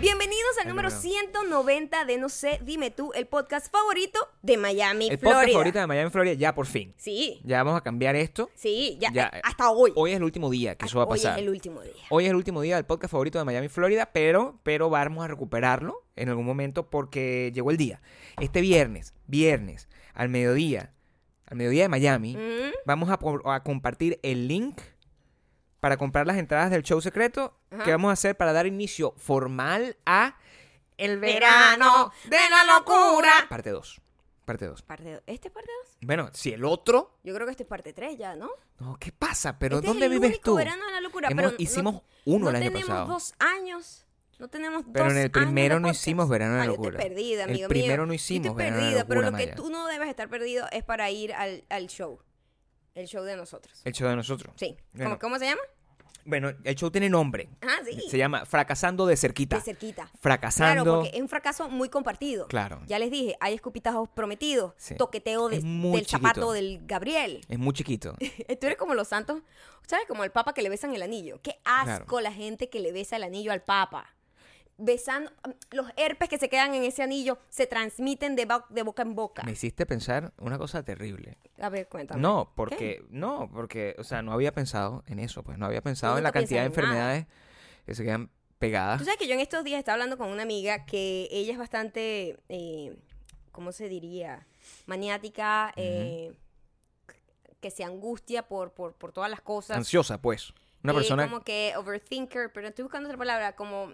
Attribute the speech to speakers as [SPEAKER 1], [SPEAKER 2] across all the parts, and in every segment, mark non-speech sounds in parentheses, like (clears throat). [SPEAKER 1] Bienvenidos al número 190 de No sé, dime tú, el podcast favorito de Miami,
[SPEAKER 2] El podcast
[SPEAKER 1] Florida.
[SPEAKER 2] favorito de Miami, Florida, ya por fin.
[SPEAKER 1] Sí,
[SPEAKER 2] Ya vamos a cambiar esto.
[SPEAKER 1] sí, ya,
[SPEAKER 2] Ya,
[SPEAKER 1] eh, hasta hoy.
[SPEAKER 2] Hoy es el último día que eso va a
[SPEAKER 1] Hoy
[SPEAKER 2] pasar.
[SPEAKER 1] es el último día.
[SPEAKER 2] Hoy es el último día del podcast favorito de Miami, Florida, pero, pero vamos a recuperarlo en algún momento porque llegó el día. Este viernes, viernes, al mediodía, al mediodía de Miami,
[SPEAKER 1] Mm,
[SPEAKER 2] vamos a, por- a compartir el link para comprar las entradas del show secreto que vamos a hacer para dar inicio formal a El verano de la locura. Parte 2. Parte 2.
[SPEAKER 1] parte dos. ¿Este es parte 2?
[SPEAKER 2] Bueno, si el otro...
[SPEAKER 1] Yo creo que este es parte 3 ya, ¿no?
[SPEAKER 2] No, ¿qué pasa? ¿Pero
[SPEAKER 1] Este es
[SPEAKER 2] dónde
[SPEAKER 1] el
[SPEAKER 2] vives
[SPEAKER 1] único
[SPEAKER 2] tú?
[SPEAKER 1] verano de la locura,
[SPEAKER 2] Hemos-
[SPEAKER 1] pero no-
[SPEAKER 2] hicimos
[SPEAKER 1] no
[SPEAKER 2] uno el año
[SPEAKER 1] tenemos
[SPEAKER 2] pasado.
[SPEAKER 1] dos años. No tenemos
[SPEAKER 2] Pero
[SPEAKER 1] dos
[SPEAKER 2] en el
[SPEAKER 1] años
[SPEAKER 2] primero
[SPEAKER 1] de
[SPEAKER 2] no
[SPEAKER 1] podcast.
[SPEAKER 2] hicimos Verano de
[SPEAKER 1] Ah,
[SPEAKER 2] la
[SPEAKER 1] yo estoy
[SPEAKER 2] Locura.
[SPEAKER 1] perdida,
[SPEAKER 2] El
[SPEAKER 1] amigo mío.
[SPEAKER 2] primero no
[SPEAKER 1] Yo
[SPEAKER 2] hicimos
[SPEAKER 1] estoy
[SPEAKER 2] Verano de la
[SPEAKER 1] perdida, pero
[SPEAKER 2] Locura,
[SPEAKER 1] lo que
[SPEAKER 2] Maya.
[SPEAKER 1] tú no debes estar perdido es para ir al, al show. El show de nosotros.
[SPEAKER 2] El show de nosotros.
[SPEAKER 1] Sí.
[SPEAKER 2] Bueno.
[SPEAKER 1] ¿Cómo, cómo se llama?
[SPEAKER 2] Bueno, el show tiene nombre.
[SPEAKER 1] Ah, sí.
[SPEAKER 2] Se llama Fracasando de Cerquita.
[SPEAKER 1] De cerquita.
[SPEAKER 2] Fracasando.
[SPEAKER 1] Claro, porque es un fracaso muy compartido.
[SPEAKER 2] Claro.
[SPEAKER 1] Ya les dije, hay escupitajos prometidos,
[SPEAKER 2] Sí.
[SPEAKER 1] toqueteo de-
[SPEAKER 2] Es
[SPEAKER 1] del
[SPEAKER 2] muy
[SPEAKER 1] zapato
[SPEAKER 2] chiquito.
[SPEAKER 1] del Gabriel.
[SPEAKER 2] Es muy
[SPEAKER 1] (laughs)
[SPEAKER 2] chiquito.
[SPEAKER 1] Tú eres como los santos, ¿sabes? Como el papa que le besan el anillo. Qué asco
[SPEAKER 2] Claro.
[SPEAKER 1] la gente que le besa el anillo al papa. Besando, um, los herpes que se quedan en ese anillo se transmiten de, bo- de boca en boca.
[SPEAKER 2] Me hiciste pensar una cosa terrible.
[SPEAKER 1] A ver, cuéntame.
[SPEAKER 2] No, porque, no, porque, o sea, no había pensado en eso, pues no había pensado en la
[SPEAKER 1] nunca
[SPEAKER 2] cantidad de
[SPEAKER 1] piensas en nada.
[SPEAKER 2] enfermedades que se quedan pegadas.
[SPEAKER 1] Tú sabes que yo en estos días estaba hablando con una amiga que ella es bastante, eh, ¿cómo se diría? Maniática, eh, que se angustia por, por, por todas las cosas.
[SPEAKER 2] Ansiosa, pues. Una
[SPEAKER 1] Eh,
[SPEAKER 2] persona.
[SPEAKER 1] Como que overthinker, pero estoy buscando otra palabra, como...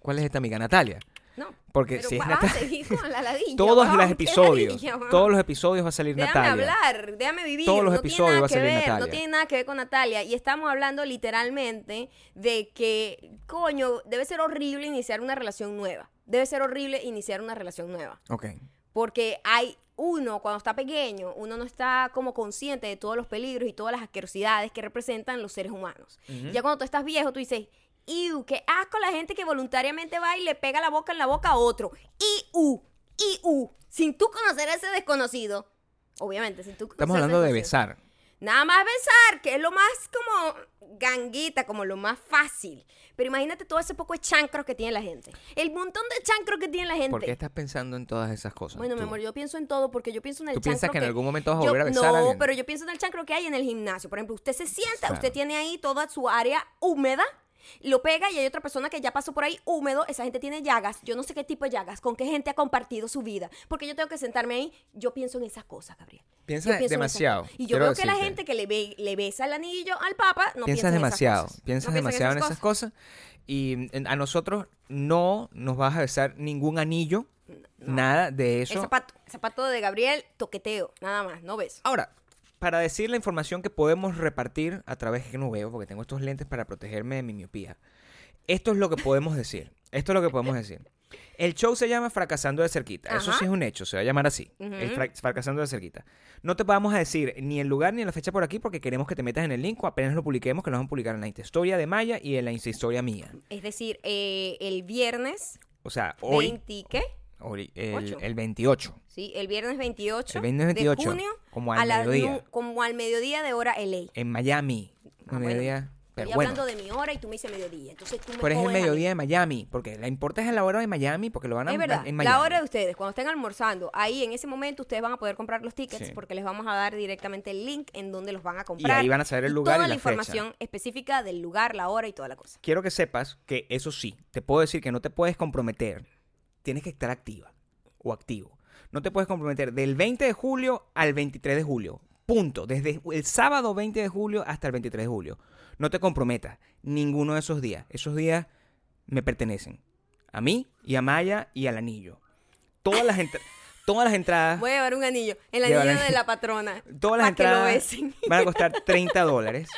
[SPEAKER 2] ¿Cuál es esta amiga? Natalia.
[SPEAKER 1] No.
[SPEAKER 2] Porque
[SPEAKER 1] pero
[SPEAKER 2] si es
[SPEAKER 1] vas (laughs)
[SPEAKER 2] Natalia-
[SPEAKER 1] a seguir con la ladilla.
[SPEAKER 2] (laughs) Todos
[SPEAKER 1] weón,
[SPEAKER 2] los
[SPEAKER 1] qué
[SPEAKER 2] episodios.
[SPEAKER 1] ladilla, weón.
[SPEAKER 2] Todos los episodios va a salir
[SPEAKER 1] Déjame
[SPEAKER 2] Natalia.
[SPEAKER 1] hablar, déjame vivir.
[SPEAKER 2] Todos los
[SPEAKER 1] no
[SPEAKER 2] episodios
[SPEAKER 1] tiene nada
[SPEAKER 2] va a
[SPEAKER 1] que
[SPEAKER 2] salir
[SPEAKER 1] ver,
[SPEAKER 2] Natalia.
[SPEAKER 1] No tiene nada que ver con Natalia. Y estamos hablando literalmente de que, coño, debe ser horrible iniciar una relación nueva. Debe ser horrible iniciar una relación nueva.
[SPEAKER 2] Ok.
[SPEAKER 1] Porque hay uno, cuando está pequeño, uno no está como consciente de todos los peligros y todas las asquerosidades que representan los seres humanos. Ya cuando tú estás viejo, tú dices, ¡Iu! ¡Qué asco la gente que voluntariamente va y le pega la boca en la boca a otro! ¡Iu! ¡Iu! Sin tú conocer a ese desconocido. Obviamente, sin tú conocer
[SPEAKER 2] Estamos
[SPEAKER 1] a ese
[SPEAKER 2] hablando de
[SPEAKER 1] desconocido.
[SPEAKER 2] besar.
[SPEAKER 1] Nada más besar, que es lo más como ganguita, como lo más fácil. Pero imagínate todo ese poco de chancros que tiene la gente. El montón de chancros que tiene la gente.
[SPEAKER 2] ¿Por qué estás pensando en todas esas cosas?
[SPEAKER 1] Bueno, mi
[SPEAKER 2] tú?
[SPEAKER 1] amor, yo pienso en todo porque yo pienso en el
[SPEAKER 2] ¿Tú piensas
[SPEAKER 1] chancro
[SPEAKER 2] que en algún momento vas a
[SPEAKER 1] yo-
[SPEAKER 2] volver a besar a
[SPEAKER 1] No,
[SPEAKER 2] alguien?
[SPEAKER 1] pero yo pienso en el chancro que hay en el gimnasio. Por ejemplo, usted se sienta,
[SPEAKER 2] Claro.
[SPEAKER 1] usted tiene ahí toda su área húmeda, lo pega y hay otra persona que ya pasó por ahí húmedo, esa gente tiene llagas, yo no sé qué tipo de llagas, con qué gente ha compartido su vida, porque yo tengo que sentarme ahí, yo pienso en esas cosas, Gabriel. Yo
[SPEAKER 2] Piensas
[SPEAKER 1] pienso en esas
[SPEAKER 2] demasiado,
[SPEAKER 1] cosas. Y yo
[SPEAKER 2] quiero
[SPEAKER 1] creo que la
[SPEAKER 2] decirte.
[SPEAKER 1] gente que le, ve- le besa el anillo al Papa no
[SPEAKER 2] piensas
[SPEAKER 1] piensa en esas
[SPEAKER 2] demasiado,
[SPEAKER 1] cosas.
[SPEAKER 2] piensas
[SPEAKER 1] No
[SPEAKER 2] demasiado en esas cosas. Y mm, en- a nosotros no nos vas a besar ningún anillo, nada de
[SPEAKER 1] El
[SPEAKER 2] eso.
[SPEAKER 1] zapato, zapato de Gabriel, toqueteo, nada más, no beso.
[SPEAKER 2] Ahora, para decir la información que podemos repartir a través que no veo, porque tengo estos lentes para protegerme de mi miopía. Esto es lo que podemos decir. Esto es lo que podemos decir. El show se llama Fracasando de Cerquita. Eso
[SPEAKER 1] Ajá.
[SPEAKER 2] sí es un hecho, se va a llamar así. el fra- fracasando de Cerquita. No te vamos a decir ni el lugar ni la fecha por aquí porque queremos que te metas en el link o apenas lo publiquemos, que lo vamos a publicar en la historia de Maya y en la historia mía.
[SPEAKER 1] Es decir, eh, el viernes
[SPEAKER 2] O sea, hoy,
[SPEAKER 1] 20, ¿qué?
[SPEAKER 2] hoy, el,
[SPEAKER 1] Ocho.
[SPEAKER 2] el 28.
[SPEAKER 1] Sí, el viernes 28,
[SPEAKER 2] El viernes 28,
[SPEAKER 1] de junio
[SPEAKER 2] como al
[SPEAKER 1] a la
[SPEAKER 2] mediodía.
[SPEAKER 1] nu- como al mediodía de hora LA.
[SPEAKER 2] En Miami.
[SPEAKER 1] Ah, bueno.
[SPEAKER 2] mediodía.
[SPEAKER 1] Estoy
[SPEAKER 2] Pero bueno.
[SPEAKER 1] hablando de mi hora y tú me dices mediodía. Entonces tú me
[SPEAKER 2] Pero es el
[SPEAKER 1] jodes a mí.
[SPEAKER 2] mediodía de Miami, porque la importa es la hora de Miami, porque lo van a
[SPEAKER 1] Es verdad,
[SPEAKER 2] en Miami.
[SPEAKER 1] la hora de ustedes, cuando estén almorzando, ahí en ese momento ustedes van a poder comprar los tickets
[SPEAKER 2] Sí.
[SPEAKER 1] porque les vamos a dar directamente el link en donde los van a comprar.
[SPEAKER 2] ahí van a saber el lugar
[SPEAKER 1] toda la,
[SPEAKER 2] y la fecha.
[SPEAKER 1] información específica del lugar, la hora y toda la cosa.
[SPEAKER 2] Quiero que sepas que eso sí, te puedo decir que no te puedes comprometer. Tienes que estar activa o activo. No te puedes comprometer del 20 de julio al 23 de julio. Punto. Desde el sábado 20 de julio hasta el 23 de julio. No te comprometas ninguno de esos días. Esos días me pertenecen. A mí y a Maya y al anillo. Todas las, entra- todas las entradas...
[SPEAKER 1] Voy a llevar un anillo, el
[SPEAKER 2] Llévalo.
[SPEAKER 1] anillo de la patrona.
[SPEAKER 2] Todas las
[SPEAKER 1] para que lo
[SPEAKER 2] entradas
[SPEAKER 1] besen.
[SPEAKER 2] (laughs) van a costar 30 dólares.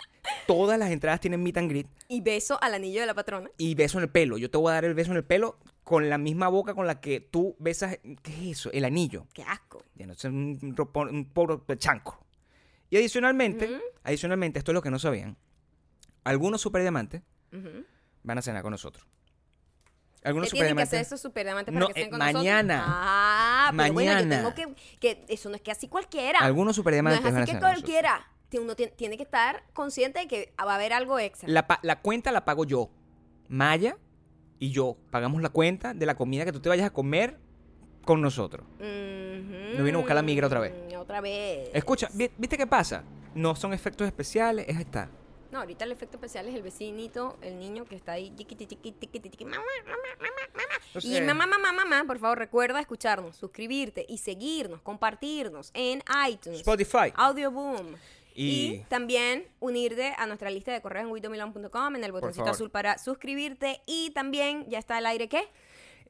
[SPEAKER 2] Todas las entradas tienen meet and greet
[SPEAKER 1] Y beso al anillo de la patrona.
[SPEAKER 2] y beso en el pelo. Yo te voy a dar el beso en el pelo con la misma boca con la que tú besas. ¿Qué es eso? El anillo.
[SPEAKER 1] Qué asco.
[SPEAKER 2] Ya no es un, ropo- un poro de chanco. Y adicionalmente, adicionalmente, esto es lo que no sabían. Algunos superdiamantes
[SPEAKER 1] Ujú.
[SPEAKER 2] van a cenar con nosotros.
[SPEAKER 1] ¿Qué
[SPEAKER 2] Algunos
[SPEAKER 1] tienen que hacer
[SPEAKER 2] superdiamantes.
[SPEAKER 1] esos superdiamantes para
[SPEAKER 2] No,
[SPEAKER 1] que estén
[SPEAKER 2] eh,
[SPEAKER 1] con
[SPEAKER 2] mañana.
[SPEAKER 1] nosotros? Ah, pero
[SPEAKER 2] Mañana.
[SPEAKER 1] bueno, yo tengo que, que... Eso no es que así cualquiera.
[SPEAKER 2] Algunos
[SPEAKER 1] no es
[SPEAKER 2] superdiamantes van a
[SPEAKER 1] así que
[SPEAKER 2] cenar con nosotros.
[SPEAKER 1] cualquiera. Ti- Uno tiene, tiene que estar consciente de que va a haber algo extra.
[SPEAKER 2] La, pa- la cuenta la pago yo. Maya y yo pagamos la cuenta de la comida que tú te vayas a comer con nosotros.
[SPEAKER 1] Ujú. Mm,
[SPEAKER 2] Nos vino a buscar la migra otra vez.
[SPEAKER 1] Otra vez.
[SPEAKER 2] Escucha, vi- ¿viste qué pasa? No son efectos especiales, es esta.
[SPEAKER 1] No, ahorita el efecto especial es el vecinito, el niño que está ahí, chiquiti, chiquiti, chiquiti, chiqui, mamá, mamá, mamá, mamá.
[SPEAKER 2] No
[SPEAKER 1] Y
[SPEAKER 2] sé.
[SPEAKER 1] mamá, mamá, mamá, por favor, recuerda escucharnos, suscribirte y seguirnos, compartirnos en iTunes,
[SPEAKER 2] Spotify.
[SPEAKER 1] Ah. Audioboom. Y...
[SPEAKER 2] Y-
[SPEAKER 1] también unirte a nuestra lista de correos en widomilon.com en el botoncito
[SPEAKER 2] favor.
[SPEAKER 1] azul para suscribirte. Y también ya está al aire, ¿qué?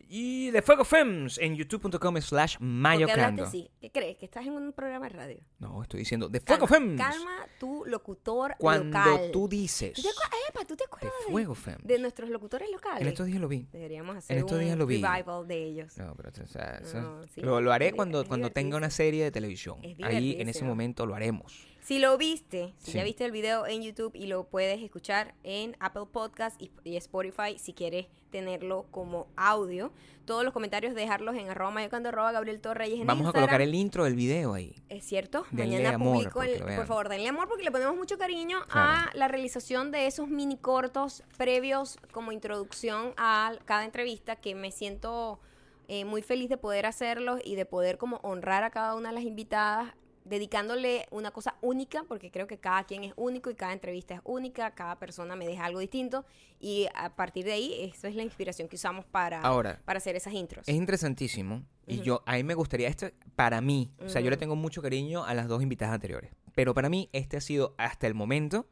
[SPEAKER 2] Y de Fuego Films en youtube.com slash
[SPEAKER 1] Porque hablaste
[SPEAKER 2] mayocando.
[SPEAKER 1] así. ¿Qué crees? ¿Que estás en un programa de radio?
[SPEAKER 2] No, estoy diciendo de Fuego
[SPEAKER 1] Calma,
[SPEAKER 2] Films.
[SPEAKER 1] calma tu locutor
[SPEAKER 2] Cuando
[SPEAKER 1] local.
[SPEAKER 2] tú dices
[SPEAKER 1] ¿Tú te acuer- Epa, ¿tú te
[SPEAKER 2] de
[SPEAKER 1] acuerdas de-
[SPEAKER 2] Fuego Films.
[SPEAKER 1] de nuestros locutores locales?
[SPEAKER 2] En estos días lo vi.
[SPEAKER 1] Deberíamos hacer
[SPEAKER 2] estos
[SPEAKER 1] un
[SPEAKER 2] días lo vi.
[SPEAKER 1] revival de ellos.
[SPEAKER 2] No, pero o sea, eso-
[SPEAKER 1] No, sí,
[SPEAKER 2] lo, lo haré
[SPEAKER 1] es
[SPEAKER 2] cuando,
[SPEAKER 1] divertido.
[SPEAKER 2] cuando tenga una serie de televisión.
[SPEAKER 1] Es
[SPEAKER 2] Ahí en ese
[SPEAKER 1] divertísimo.
[SPEAKER 2] momento lo haremos.
[SPEAKER 1] Si lo viste, si
[SPEAKER 2] Sí.
[SPEAKER 1] ya viste el video en YouTube y lo puedes escuchar en Apple Podcast y, y Spotify si quieres tenerlo como audio. Todos los comentarios dejarlos en arroba mayocando arroba Gabriel Torreyes en
[SPEAKER 2] Vamos a
[SPEAKER 1] Instagram.
[SPEAKER 2] colocar el intro del video ahí.
[SPEAKER 1] Es cierto,
[SPEAKER 2] Denle
[SPEAKER 1] mañana
[SPEAKER 2] amor,
[SPEAKER 1] publico
[SPEAKER 2] porque
[SPEAKER 1] el...
[SPEAKER 2] lo vean.
[SPEAKER 1] Por favor, denle amor porque le ponemos mucho cariño a
[SPEAKER 2] Claro.
[SPEAKER 1] la realización de esos mini cortos previos como introducción a cada entrevista que me siento eh, muy feliz de poder hacerlos y de poder como honrar a cada una de las invitadas dedicándole una cosa única porque creo que cada quien es único y cada entrevista es única, cada persona me deja algo distinto y a partir de ahí eso es la inspiración que usamos para,
[SPEAKER 2] Ahora.
[SPEAKER 1] para hacer esas intros.
[SPEAKER 2] Es interesantísimo. Y yo, a mí me gustaría, este, para mí, o sea, yo le tengo mucho cariño a las dos invitadas anteriores. Pero para mí, este ha sido hasta el momento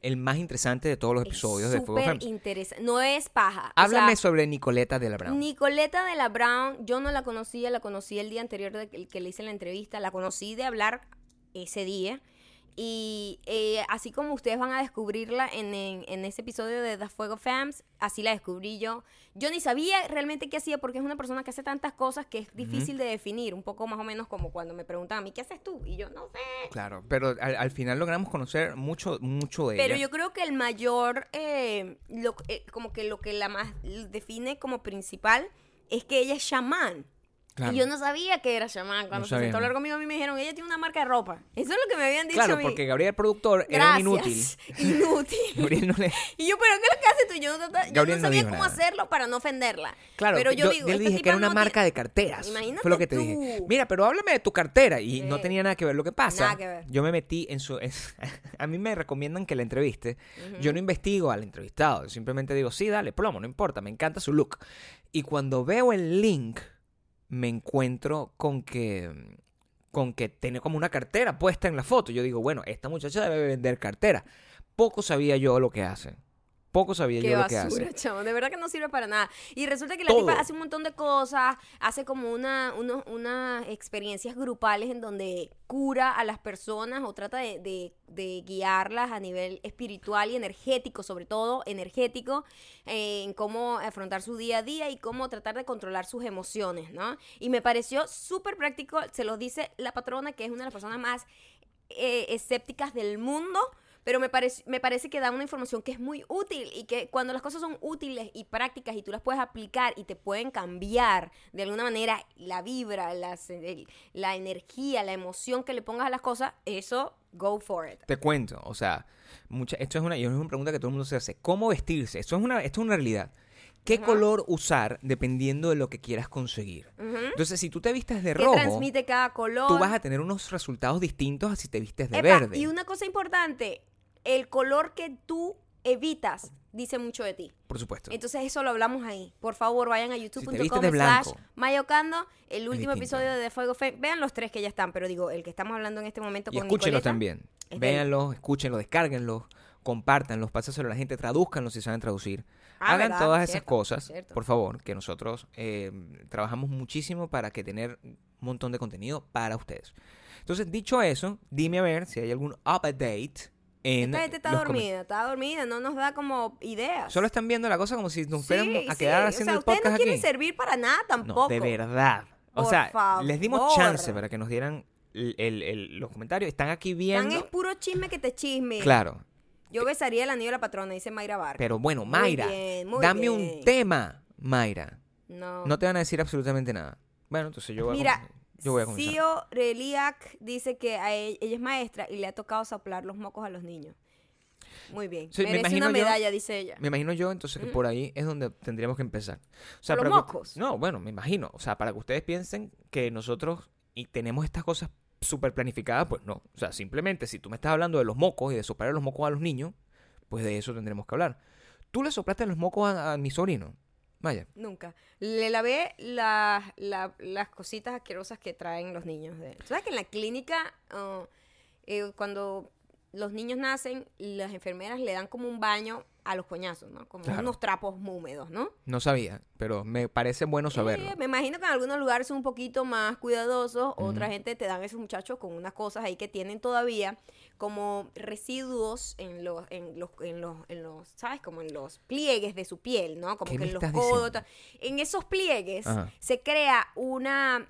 [SPEAKER 2] el más interesante de todos los episodios de Fuego Femmes.
[SPEAKER 1] interesante, no es paja. o
[SPEAKER 2] Háblame
[SPEAKER 1] sea,
[SPEAKER 2] sobre Nicoleta de la Brown.
[SPEAKER 1] Nicoleta de la Brown, yo no la conocía, la conocí el día anterior de que, que le hice la entrevista, la conocí de hablar ese día. Y eh, así como ustedes van a descubrirla en, en- en ese episodio de The Fuego Fams, así la descubrí yo. Yo ni sabía realmente qué hacía porque es una persona que hace tantas cosas que es difícil de definir, un poco más o menos como cuando me preguntan a mí, ¿qué haces tú? Y yo no sé.
[SPEAKER 2] Claro, pero al, al final logramos conocer mucho, mucho de
[SPEAKER 1] Pero
[SPEAKER 2] ella.
[SPEAKER 1] yo creo que el mayor, eh, lo- eh, como que lo que la más define como principal es que ella es chamán.
[SPEAKER 2] Claro.
[SPEAKER 1] Y yo no sabía que era chamán. Cuando
[SPEAKER 2] No
[SPEAKER 1] se sentó a hablar
[SPEAKER 2] sabíamos.
[SPEAKER 1] conmigo, a mí me dijeron, ella tiene una marca de ropa. Eso es lo que me habían dicho a
[SPEAKER 2] Claro,
[SPEAKER 1] mí.
[SPEAKER 2] porque Gabriel, el productor, era un inútil.
[SPEAKER 1] Gracias. (laughs) Inútil.
[SPEAKER 2] Gabriel no le...
[SPEAKER 1] Y yo, ¿pero qué es lo que haces tú? Yo no, trata- yo
[SPEAKER 2] Gabriel
[SPEAKER 1] no
[SPEAKER 2] no
[SPEAKER 1] sabía
[SPEAKER 2] dijo
[SPEAKER 1] cómo
[SPEAKER 2] nada.
[SPEAKER 1] hacerlo para no ofenderla.
[SPEAKER 2] Claro,
[SPEAKER 1] pero yo,
[SPEAKER 2] yo,
[SPEAKER 1] digo,
[SPEAKER 2] yo le
[SPEAKER 1] esta
[SPEAKER 2] dije que
[SPEAKER 1] tipa
[SPEAKER 2] era una
[SPEAKER 1] no
[SPEAKER 2] marca
[SPEAKER 1] tiene-
[SPEAKER 2] de carteras.
[SPEAKER 1] Imagínate
[SPEAKER 2] fue lo que te
[SPEAKER 1] tú.
[SPEAKER 2] dije. Mira, pero háblame de tu cartera. Y no
[SPEAKER 1] Sí.
[SPEAKER 2] tenía nada que ver. Lo que pasa,
[SPEAKER 1] Nada que ver.
[SPEAKER 2] yo me metí en su... es- (laughs) a mí me recomiendan que la entreviste. Yo no investigo al entrevistado. Simplemente digo, sí, dale, plomo, no importa. Me encanta su look. Y cuando veo el link, me encuentro con que con que tiene como una cartera puesta en la foto. Yo digo, bueno, esta muchacha debe vender cartera. Poco sabía yo lo que hace. Poco sabía
[SPEAKER 1] Qué
[SPEAKER 2] yo lo que hace.
[SPEAKER 1] basura, chamo. De verdad que no sirve para nada. Y resulta que la
[SPEAKER 2] Todo.
[SPEAKER 1] tipa hace un montón de cosas, hace como una, unos- unas experiencias grupales en donde cura a las personas o trata de, de- de guiarlas a nivel espiritual y energético, sobre todo energético, eh, en cómo afrontar su día a día y cómo tratar de controlar sus emociones, ¿no? Y me pareció súper práctico, se los dice la patrona, que es una de las personas más eh, escépticas del mundo, pero me, parece me parece que da una información que es muy útil y que cuando las cosas son útiles y prácticas y tú las puedes aplicar y te pueden cambiar de alguna manera la vibra, las- el- la energía, la emoción que le pongas a las cosas, eso, go for it.
[SPEAKER 2] Te cuento, o sea, mucha, esto es una, y es una pregunta que todo el mundo se hace. ¿Cómo vestirse? Esto es una, esto es una realidad. ¿Qué color usar dependiendo de lo que quieras conseguir? Entonces, si tú te vistes de
[SPEAKER 1] ¿Qué
[SPEAKER 2] rojo,
[SPEAKER 1] transmite cada color?
[SPEAKER 2] tú vas a tener unos resultados distintos a si te vistes de
[SPEAKER 1] Epa,
[SPEAKER 2] verde.
[SPEAKER 1] Y una cosa importante, el color que tú evitas dice mucho de ti.
[SPEAKER 2] Por supuesto.
[SPEAKER 1] Entonces eso lo hablamos ahí. Por favor, vayan a youtube.com
[SPEAKER 2] vistes de
[SPEAKER 1] slash
[SPEAKER 2] blanco.
[SPEAKER 1] mayocando. El último
[SPEAKER 2] distinto.
[SPEAKER 1] episodio de The Fuego Fe. Vean los tres que ya están, pero digo, el que estamos hablando en este momento
[SPEAKER 2] Y
[SPEAKER 1] con
[SPEAKER 2] escúchenlos
[SPEAKER 1] Nicoleta,
[SPEAKER 2] también.
[SPEAKER 1] es de-
[SPEAKER 2] Véanlos, escúchenlos, descárguenlos, compártanlos, pásaselo a la gente, tradúzcanlos si saben traducir.
[SPEAKER 1] Ah,
[SPEAKER 2] Hagan
[SPEAKER 1] ¿verdad?
[SPEAKER 2] todas esas
[SPEAKER 1] Cierto,
[SPEAKER 2] cosas,
[SPEAKER 1] cierto.
[SPEAKER 2] por favor, que nosotros eh, trabajamos muchísimo para que tener un montón de contenido para ustedes. Entonces, dicho eso, dime a ver si hay algún update en
[SPEAKER 1] Esta gente está
[SPEAKER 2] los
[SPEAKER 1] dormida, está dormida, no nos da como ideas.
[SPEAKER 2] comentarios. Solo están viendo la cosa como si nos fuéramos
[SPEAKER 1] Sí,
[SPEAKER 2] a
[SPEAKER 1] sí,
[SPEAKER 2] quedar
[SPEAKER 1] o
[SPEAKER 2] haciendo
[SPEAKER 1] sea,
[SPEAKER 2] el podcast
[SPEAKER 1] ustedes no quieren
[SPEAKER 2] aquí.
[SPEAKER 1] servir para nada tampoco.
[SPEAKER 2] No, de verdad. O
[SPEAKER 1] Por
[SPEAKER 2] sea, les dimos chance
[SPEAKER 1] favor.
[SPEAKER 2] para que nos dieran el- el- el- los comentarios. Están aquí
[SPEAKER 1] Tan
[SPEAKER 2] viendo.
[SPEAKER 1] es puro chisme que te chisme.
[SPEAKER 2] Claro,
[SPEAKER 1] Yo besaría el anillo de la patrona, dice Mayra Vargas.
[SPEAKER 2] Pero bueno,
[SPEAKER 1] Muy
[SPEAKER 2] Mayra,
[SPEAKER 1] bien, muy
[SPEAKER 2] dame
[SPEAKER 1] bien.
[SPEAKER 2] un tema, Mayra.
[SPEAKER 1] no.
[SPEAKER 2] No te van a decir absolutamente nada. Bueno, entonces yo voy a,
[SPEAKER 1] Mira,
[SPEAKER 2] com- yo voy a comenzar.
[SPEAKER 1] Sio Reliac dice que a e- ella, es maestra y le ha tocado soplar los mocos a los niños. Muy bien.
[SPEAKER 2] Sí, me
[SPEAKER 1] Merece
[SPEAKER 2] imagino
[SPEAKER 1] una
[SPEAKER 2] yo-
[SPEAKER 1] medalla, dice ella.
[SPEAKER 2] Me imagino yo, entonces, que por ahí es donde tendríamos que empezar. O sea,
[SPEAKER 1] ¿Por los
[SPEAKER 2] para que-
[SPEAKER 1] mocos?
[SPEAKER 2] No, bueno, me imagino. O sea, para que ustedes piensen que nosotros y tenemos estas cosas súper planificadas, pues no. O sea, simplemente si tú me estás hablando de los mocos y de soplar los mocos a los niños, pues de eso tendremos que hablar. Tú le soplaste los mocos a, a mi sobrino. Vaya.
[SPEAKER 1] Nunca. Le lavé las- la- las cositas asquerosas que traen los niños. De... ¿Tú sabes que en la clínica, ah, eh, cuando los niños nacen, las enfermeras le dan como un baño a los coñazos, ¿no? Como
[SPEAKER 2] Claro.
[SPEAKER 1] unos trapos húmedos, ¿no?
[SPEAKER 2] No sabía, pero me parece bueno saberlo.
[SPEAKER 1] Eh, me imagino que en algunos lugares son un poquito más cuidadosos, otra gente te dan esos muchachos con unas cosas ahí que tienen todavía como residuos en los, en los, en los, en los, ¿sabes? Como en los pliegues de su piel, ¿no? Como
[SPEAKER 2] ¿Qué
[SPEAKER 1] que
[SPEAKER 2] me
[SPEAKER 1] en los
[SPEAKER 2] estás
[SPEAKER 1] codos.
[SPEAKER 2] diciendo?
[SPEAKER 1] ta- En esos pliegues
[SPEAKER 2] Ajá.
[SPEAKER 1] se crea una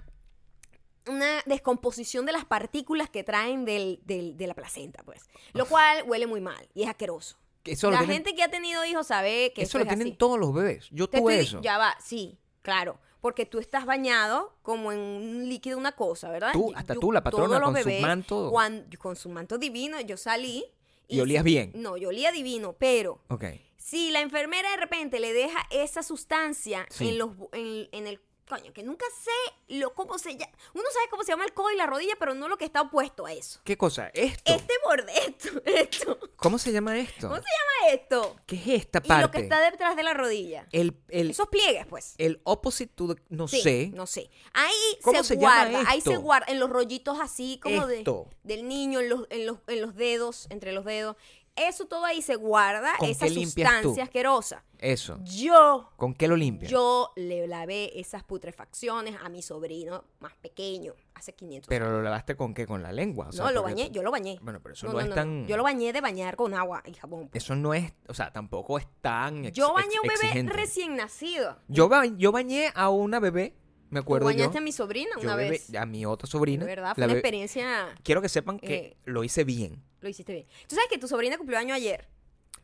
[SPEAKER 1] una descomposición de las partículas que traen del, del- de la placenta, pues. Lo cual huele muy mal y es asqueroso.
[SPEAKER 2] Eso lo
[SPEAKER 1] la
[SPEAKER 2] tienen,
[SPEAKER 1] gente que ha tenido hijos sabe que eso,
[SPEAKER 2] eso lo
[SPEAKER 1] es
[SPEAKER 2] tienen
[SPEAKER 1] así.
[SPEAKER 2] todos los bebés. Yo
[SPEAKER 1] Te
[SPEAKER 2] tuve
[SPEAKER 1] estoy di-
[SPEAKER 2] eso.
[SPEAKER 1] Ya va, sí, claro. Porque tú estás bañado como en un líquido, una cosa, ¿verdad?
[SPEAKER 2] Tú,
[SPEAKER 1] Yo-
[SPEAKER 2] hasta
[SPEAKER 1] yo-
[SPEAKER 2] tú, la patrona,
[SPEAKER 1] todos los
[SPEAKER 2] con su
[SPEAKER 1] bebés,
[SPEAKER 2] manto.
[SPEAKER 1] cuan- con su manto divino, yo salí.
[SPEAKER 2] Y olías bien.
[SPEAKER 1] No, yo olía divino, pero
[SPEAKER 2] Ok.
[SPEAKER 1] si la enfermera de repente le deja esa sustancia
[SPEAKER 2] Sí.
[SPEAKER 1] en los bu- en, en el coño, que nunca sé lo cómo se llama. Uno sabe cómo se llama el codo y la rodilla, pero no lo que está opuesto a eso.
[SPEAKER 2] ¿Qué cosa? ¿Esto?
[SPEAKER 1] Este borde, (laughs) esto, esto,
[SPEAKER 2] ¿Cómo se llama esto?
[SPEAKER 1] ¿cómo se llama esto?
[SPEAKER 2] ¿Qué es esta
[SPEAKER 1] Y
[SPEAKER 2] parte?
[SPEAKER 1] lo que está detrás de la rodilla.
[SPEAKER 2] El, el,
[SPEAKER 1] Esos pliegues, pues.
[SPEAKER 2] el opposite to the- no
[SPEAKER 1] Sí,
[SPEAKER 2] sé.
[SPEAKER 1] No sé. Ahí
[SPEAKER 2] ¿Cómo
[SPEAKER 1] se,
[SPEAKER 2] se llama
[SPEAKER 1] guarda, ahí se
[SPEAKER 2] esto?
[SPEAKER 1] guarda en los rollitos así como de,
[SPEAKER 2] Esto.
[SPEAKER 1] del niño, en los, en, los, en los dedos, entre los dedos. Eso todo ahí se guarda,
[SPEAKER 2] ¿Con
[SPEAKER 1] esa
[SPEAKER 2] qué limpias tú?
[SPEAKER 1] sustancia asquerosa.
[SPEAKER 2] Eso.
[SPEAKER 1] Yo,
[SPEAKER 2] ¿Con qué lo limpia?
[SPEAKER 1] yo le lavé esas putrefacciones a mi sobrino más pequeño, hace 500
[SPEAKER 2] Pero lo lavaste con qué? Con la lengua. O sea,
[SPEAKER 1] no, lo
[SPEAKER 2] porque-
[SPEAKER 1] bañé, yo lo bañé.
[SPEAKER 2] Bueno, pero eso no es tan-
[SPEAKER 1] Yo lo bañé de bañar con agua y jabón.
[SPEAKER 2] Eso no es, o sea, tampoco es tan ex-
[SPEAKER 1] Yo bañé
[SPEAKER 2] ex-
[SPEAKER 1] a un bebé
[SPEAKER 2] exigente.
[SPEAKER 1] recién nacido.
[SPEAKER 2] Yo, ba- yo bañé a una bebé, me
[SPEAKER 1] Tú
[SPEAKER 2] acuerdo yo.
[SPEAKER 1] bañaste a mi sobrina
[SPEAKER 2] yo
[SPEAKER 1] una
[SPEAKER 2] bebé-
[SPEAKER 1] vez.
[SPEAKER 2] a mi otra
[SPEAKER 1] De
[SPEAKER 2] sobrina.
[SPEAKER 1] verdad, fue
[SPEAKER 2] la
[SPEAKER 1] una
[SPEAKER 2] bebé-
[SPEAKER 1] experiencia...
[SPEAKER 2] Quiero que sepan que
[SPEAKER 1] Eh.
[SPEAKER 2] lo hice bien.
[SPEAKER 1] Lo hiciste bien. Tú sabes que tu sobrina cumplió año ayer.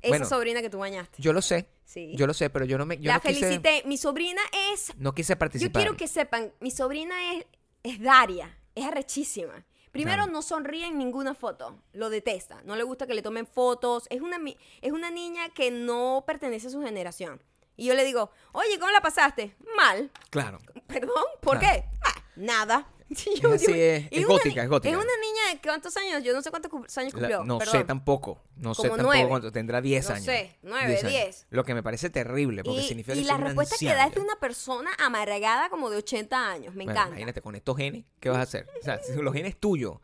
[SPEAKER 1] Esa
[SPEAKER 2] Bueno.
[SPEAKER 1] sobrina que tú bañaste.
[SPEAKER 2] Yo lo sé.
[SPEAKER 1] Sí.
[SPEAKER 2] Yo lo sé, pero yo no me yo
[SPEAKER 1] la
[SPEAKER 2] no quise,
[SPEAKER 1] felicité. Mi sobrina es.
[SPEAKER 2] no quise
[SPEAKER 1] Yo
[SPEAKER 2] participar.
[SPEAKER 1] quiero que sepan, mi sobrina es, es Daria. Es arrechísima. Primero,
[SPEAKER 2] Claro.
[SPEAKER 1] no sonríe en ninguna foto. Lo detesta. No le gusta que le tomen fotos. Es una, mi- es una niña que no pertenece a su generación. Y yo le digo, oye, ¿cómo la pasaste? Mal. (laughs)
[SPEAKER 2] Claro.
[SPEAKER 1] Perdón, ¿por
[SPEAKER 2] Claro.
[SPEAKER 1] qué? Ah, nada. (laughs) Y
[SPEAKER 2] Es así, es-
[SPEAKER 1] y
[SPEAKER 2] es
[SPEAKER 1] una
[SPEAKER 2] gótica,
[SPEAKER 1] ni-
[SPEAKER 2] es gótica.
[SPEAKER 1] Es una niña de cuántos años, yo no sé cuántos cum- años
[SPEAKER 2] La-
[SPEAKER 1] cumplió.
[SPEAKER 2] no sé
[SPEAKER 1] perdón.
[SPEAKER 2] tampoco. No sé
[SPEAKER 1] Como
[SPEAKER 2] tampoco
[SPEAKER 1] nueve.
[SPEAKER 2] cuánto. Tendrá 10
[SPEAKER 1] No
[SPEAKER 2] años.
[SPEAKER 1] sé, nueve,
[SPEAKER 2] años.
[SPEAKER 1] diez.
[SPEAKER 2] Lo que me parece terrible porque
[SPEAKER 1] y,
[SPEAKER 2] significa
[SPEAKER 1] y
[SPEAKER 2] que
[SPEAKER 1] la
[SPEAKER 2] soy un
[SPEAKER 1] respuesta que
[SPEAKER 2] anciano
[SPEAKER 1] da es de
[SPEAKER 2] ya.
[SPEAKER 1] una persona amargada como de 80 años. Me
[SPEAKER 2] Bueno,
[SPEAKER 1] encanta.
[SPEAKER 2] Imagínate, con estos genes, ¿qué vas a hacer? O sea, si los genes tuyos,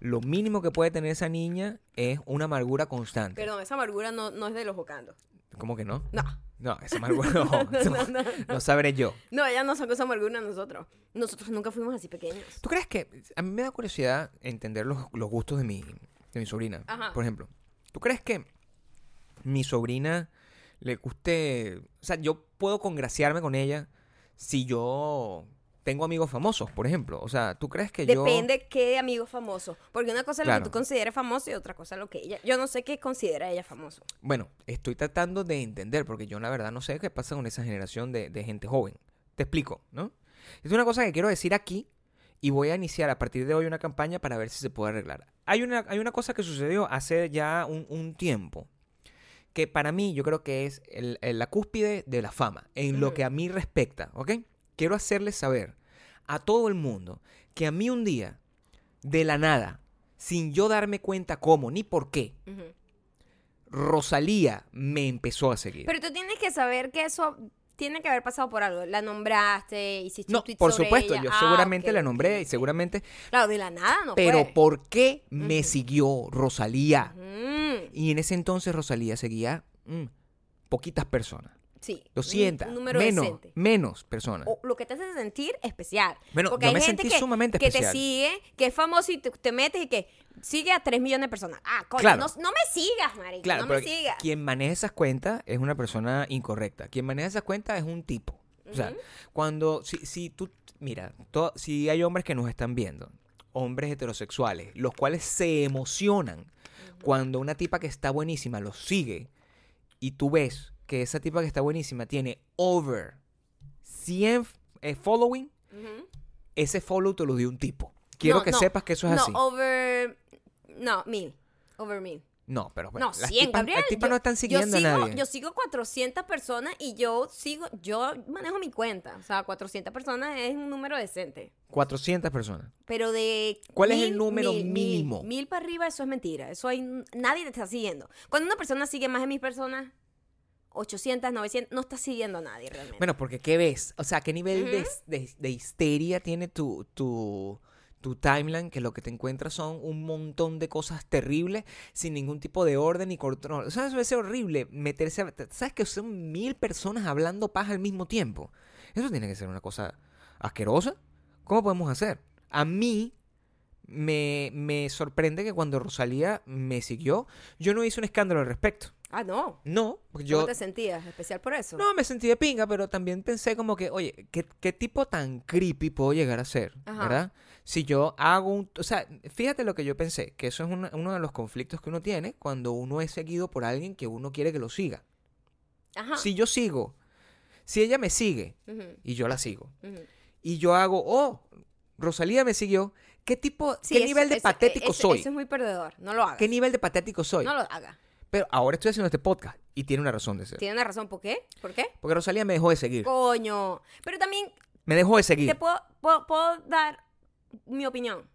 [SPEAKER 2] lo mínimo que puede tener esa niña es una amargura constante.
[SPEAKER 1] Perdón, esa amargura no, no es de los bocandos.
[SPEAKER 2] ¿Cómo que no?
[SPEAKER 1] No.
[SPEAKER 2] No, esa amargura no.
[SPEAKER 1] (laughs)
[SPEAKER 2] eso
[SPEAKER 1] no, no.
[SPEAKER 2] no sabré yo.
[SPEAKER 1] No, ella no sacó esa amargura a nosotros. Nosotros nunca fuimos así pequeños.
[SPEAKER 2] ¿Tú crees que.? A mí me da curiosidad entender los, los gustos de mi, de mi sobrina.
[SPEAKER 1] Ajá.
[SPEAKER 2] Por ejemplo, ¿tú crees que mi sobrina le guste. O sea, yo puedo congraciarme con ella si yo tengo amigos famosos, por ejemplo? O sea, ¿tú crees que yo.
[SPEAKER 1] Depende qué amigo famoso. Porque una cosa es lo
[SPEAKER 2] Claro.
[SPEAKER 1] que tú consideres famoso y otra cosa es lo que ella. Yo no sé qué considera ella famoso.
[SPEAKER 2] Bueno, estoy tratando de entender, porque yo la verdad no sé qué pasa con esa generación de, de gente joven. Te explico, ¿no? Es una cosa que quiero decir aquí y voy a iniciar a partir de hoy una campaña para ver si se puede arreglar. Hay una, hay una cosa que sucedió hace ya un, un tiempo, que para mí yo creo que es el- el- la cúspide de la fama, en lo
[SPEAKER 1] Ujú.
[SPEAKER 2] que a mí respecta, ¿ok? Quiero hacerles saber a todo el mundo que a mí un día, de la nada, sin yo darme cuenta cómo ni por qué,
[SPEAKER 1] Ujú.
[SPEAKER 2] Rosalía me empezó a seguir.
[SPEAKER 1] Pero tú tienes que saber que eso tiene que haber pasado por algo. La nombraste, hiciste
[SPEAKER 2] no,
[SPEAKER 1] un tweet
[SPEAKER 2] por
[SPEAKER 1] sobre
[SPEAKER 2] supuesto,
[SPEAKER 1] ella.
[SPEAKER 2] yo
[SPEAKER 1] Ah,
[SPEAKER 2] seguramente
[SPEAKER 1] ok,
[SPEAKER 2] la
[SPEAKER 1] ok,
[SPEAKER 2] nombré y
[SPEAKER 1] ok.
[SPEAKER 2] seguramente,
[SPEAKER 1] Claro, de la nada no
[SPEAKER 2] pero
[SPEAKER 1] fue.
[SPEAKER 2] ¿por qué me
[SPEAKER 1] Ujú.
[SPEAKER 2] siguió Rosalía?
[SPEAKER 1] Mm,
[SPEAKER 2] Y en ese entonces Rosalía seguía mm, poquitas personas,
[SPEAKER 1] sí. Un-
[SPEAKER 2] 200,
[SPEAKER 1] un número
[SPEAKER 2] menos,
[SPEAKER 1] decente.
[SPEAKER 2] menos personas.
[SPEAKER 1] o lo que te hace sentir especial.
[SPEAKER 2] Bueno,
[SPEAKER 1] Porque
[SPEAKER 2] yo
[SPEAKER 1] hay
[SPEAKER 2] me
[SPEAKER 1] gente
[SPEAKER 2] sentí
[SPEAKER 1] que,
[SPEAKER 2] sumamente
[SPEAKER 1] que
[SPEAKER 2] especial.
[SPEAKER 1] te sigue, que es famoso y te, te metes y que sigue a 3 millones de personas. Ah, coño,
[SPEAKER 2] Claro.
[SPEAKER 1] no, no me sigas, marica,
[SPEAKER 2] claro,
[SPEAKER 1] no me
[SPEAKER 2] pero
[SPEAKER 1] sigas.
[SPEAKER 2] quien maneja esas cuentas es una persona incorrecta. Quien maneja esas cuentas es un tipo. O sea, cuando, si, si tú, mira, to- si hay hombres que nos están viendo, hombres heterosexuales, los cuales se emocionan cuando una tipa que está buenísima los sigue y tú ves que esa tipa que está buenísima tiene over 100 f- eh, following,
[SPEAKER 1] Ujú.
[SPEAKER 2] ese follow te lo dio un tipo. Quiero
[SPEAKER 1] No,
[SPEAKER 2] que
[SPEAKER 1] no,
[SPEAKER 2] sepas que eso es
[SPEAKER 1] no,
[SPEAKER 2] así.
[SPEAKER 1] over... No, mil. Over mil.
[SPEAKER 2] No, pero
[SPEAKER 1] No,
[SPEAKER 2] las
[SPEAKER 1] 100,
[SPEAKER 2] tipas-
[SPEAKER 1] Gabriel.
[SPEAKER 2] Las tipas
[SPEAKER 1] yo-
[SPEAKER 2] no están siguiendo
[SPEAKER 1] yo sigo,
[SPEAKER 2] a nadie.
[SPEAKER 1] Yo sigo 400 personas y yo sigo, yo manejo mi cuenta. O sea, 400 personas es un número decente.
[SPEAKER 2] 400 personas.
[SPEAKER 1] Pero de.
[SPEAKER 2] ¿Cuál es el número mínimo?
[SPEAKER 1] Mil, mil para arriba, eso es mentira. Eso hay. Nadie te está siguiendo. Cuando una persona sigue más de mil personas, 800, 900, no está siguiendo a nadie realmente.
[SPEAKER 2] Bueno, porque ¿qué ves? O sea, ¿qué nivel de, de- de histeria tiene tu, tu, tu timeline? Que lo que te encuentras son un montón de cosas terribles sin ningún tipo de orden y control. O sea, eso debe ser horrible meterse... a- ¿Sabes que son mil personas hablando paja al mismo tiempo? Eso tiene que ser una cosa asquerosa. ¿Cómo podemos hacer? A mí... Me, me sorprende que cuando Rosalía me siguió, yo no hice un escándalo al respecto.
[SPEAKER 1] ah, no.
[SPEAKER 2] No, porque
[SPEAKER 1] Yo,
[SPEAKER 2] yo
[SPEAKER 1] ¿Cómo te sentías? Especial por eso.
[SPEAKER 2] no, me sentí de pinga, pero también pensé como que, oye, ¿qué, qué tipo tan creepy puedo llegar a ser?
[SPEAKER 1] Ajá.
[SPEAKER 2] ¿Verdad? Si yo hago un... O sea, fíjate lo que yo pensé, que eso es una- uno de los conflictos que uno tiene cuando uno es seguido por alguien que uno quiere que lo siga.
[SPEAKER 1] Ajá.
[SPEAKER 2] Si yo sigo, si ella me sigue
[SPEAKER 1] Ujú,
[SPEAKER 2] y yo la sigo,
[SPEAKER 1] ujú.
[SPEAKER 2] y yo hago, oh, Rosalía me siguió, ¿qué tipo,
[SPEAKER 1] Sí,
[SPEAKER 2] qué
[SPEAKER 1] eso-
[SPEAKER 2] nivel de
[SPEAKER 1] eso-
[SPEAKER 2] patético
[SPEAKER 1] eso-
[SPEAKER 2] soy?
[SPEAKER 1] Eso es muy perdedor. No lo hagas.
[SPEAKER 2] ¿Qué nivel de patético soy?
[SPEAKER 1] No lo hagas.
[SPEAKER 2] Pero ahora estoy haciendo este podcast y tiene una razón de ser.
[SPEAKER 1] Tiene una razón. ¿Por qué? ¿Por qué?
[SPEAKER 2] Porque Rosalía me dejó de seguir.
[SPEAKER 1] Coño. Pero también
[SPEAKER 2] Me dejó de seguir.
[SPEAKER 1] Oh. te puedo, puedo, puedo dar mi opinión.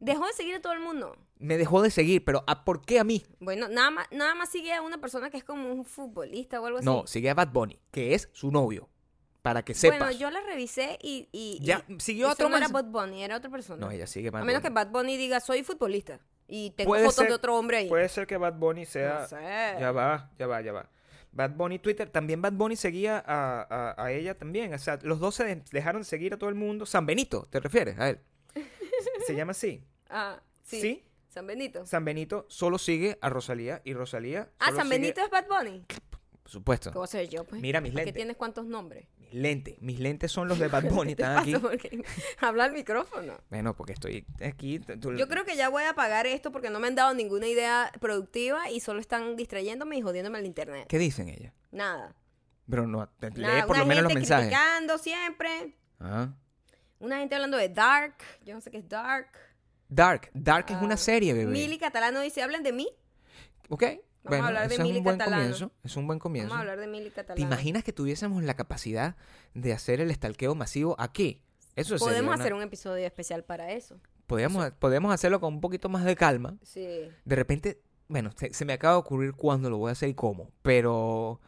[SPEAKER 1] Dejó de seguir a todo el mundo.
[SPEAKER 2] me dejó de seguir, pero ¿a por qué a mí?
[SPEAKER 1] Bueno, nada más, nada más sigue a una persona que es como un futbolista o algo
[SPEAKER 2] No,
[SPEAKER 1] así.
[SPEAKER 2] sigue a Bad Bunny, que es su novio, para que sepas.
[SPEAKER 1] Bueno, yo la revisé y. y-
[SPEAKER 2] Ya,
[SPEAKER 1] y-
[SPEAKER 2] siguió a
[SPEAKER 1] eso
[SPEAKER 2] otro
[SPEAKER 1] No era
[SPEAKER 2] man-
[SPEAKER 1] Bad Bunny, era otra persona.
[SPEAKER 2] No, ella sigue a Bad
[SPEAKER 1] a menos que
[SPEAKER 2] Bunny.
[SPEAKER 1] Bad Bunny diga, soy futbolista. Y tengo
[SPEAKER 2] Puede
[SPEAKER 1] fotos
[SPEAKER 2] ser-
[SPEAKER 1] de otro hombre ahí.
[SPEAKER 2] Puede ser que Bad Bunny sea...
[SPEAKER 1] no sé.
[SPEAKER 2] Ya va, ya va, ya va. Bad Bunny Twitter, también Bad Bunny seguía a, a- a ella también. O sea, los dos se de- dejaron de seguir a todo el mundo. San Benito, ¿te refieres a él? Se llama así.
[SPEAKER 1] Ah, sí.
[SPEAKER 2] ¿Sí?
[SPEAKER 1] San Benito.
[SPEAKER 2] San Benito solo sigue a Rosalía y Rosalía...
[SPEAKER 1] ah,
[SPEAKER 2] solo
[SPEAKER 1] San
[SPEAKER 2] sigue-
[SPEAKER 1] Benito es Bad Bunny.
[SPEAKER 2] Por supuesto.
[SPEAKER 1] ¿Cómo soy yo, pues?
[SPEAKER 2] Mira mis
[SPEAKER 1] ¿Por qué
[SPEAKER 2] lentes.
[SPEAKER 1] tienes cuántos nombres?
[SPEAKER 2] Mis lentes. Mis lentes son los de Bad
[SPEAKER 1] (laughs)
[SPEAKER 2] Bunny.
[SPEAKER 1] ¿Qué te
[SPEAKER 2] Están aquí.
[SPEAKER 1] pasa? Porque habla al micrófono.
[SPEAKER 2] Bueno, porque estoy aquí. t- tú-
[SPEAKER 1] Yo creo que ya voy a apagar esto porque no me han dado ninguna idea productiva y solo están distrayéndome y jodiéndome el internet.
[SPEAKER 2] ¿Qué dicen ellas?
[SPEAKER 1] Nada.
[SPEAKER 2] Pero no, te-
[SPEAKER 1] Nada,
[SPEAKER 2] lee por
[SPEAKER 1] una
[SPEAKER 2] lo menos los
[SPEAKER 1] gente
[SPEAKER 2] mensajes.
[SPEAKER 1] criticando siempre.
[SPEAKER 2] Ah.
[SPEAKER 1] Una gente hablando de Dark. Yo no sé qué es Dark.
[SPEAKER 2] Dark, Dark es
[SPEAKER 1] Ah,
[SPEAKER 2] una serie, bebé.
[SPEAKER 1] Mili Catalano dice, hablen de mí.
[SPEAKER 2] Ok, bueno,
[SPEAKER 1] hablar de
[SPEAKER 2] eso es
[SPEAKER 1] Mili
[SPEAKER 2] un buen
[SPEAKER 1] Catalano.
[SPEAKER 2] comienzo. Es un buen comienzo.
[SPEAKER 1] Vamos a hablar de Mili
[SPEAKER 2] ¿Te
[SPEAKER 1] Catalano.
[SPEAKER 2] imaginas que tuviésemos la capacidad de hacer el estalqueo masivo aquí? Eso sería
[SPEAKER 1] Podemos
[SPEAKER 2] una-
[SPEAKER 1] hacer un episodio especial para eso.
[SPEAKER 2] Podríamos, podemos hacerlo con un poquito más de calma.
[SPEAKER 1] Sí.
[SPEAKER 2] De repente, bueno, se, se me acaba de ocurrir cuándo lo voy a hacer y cómo, pero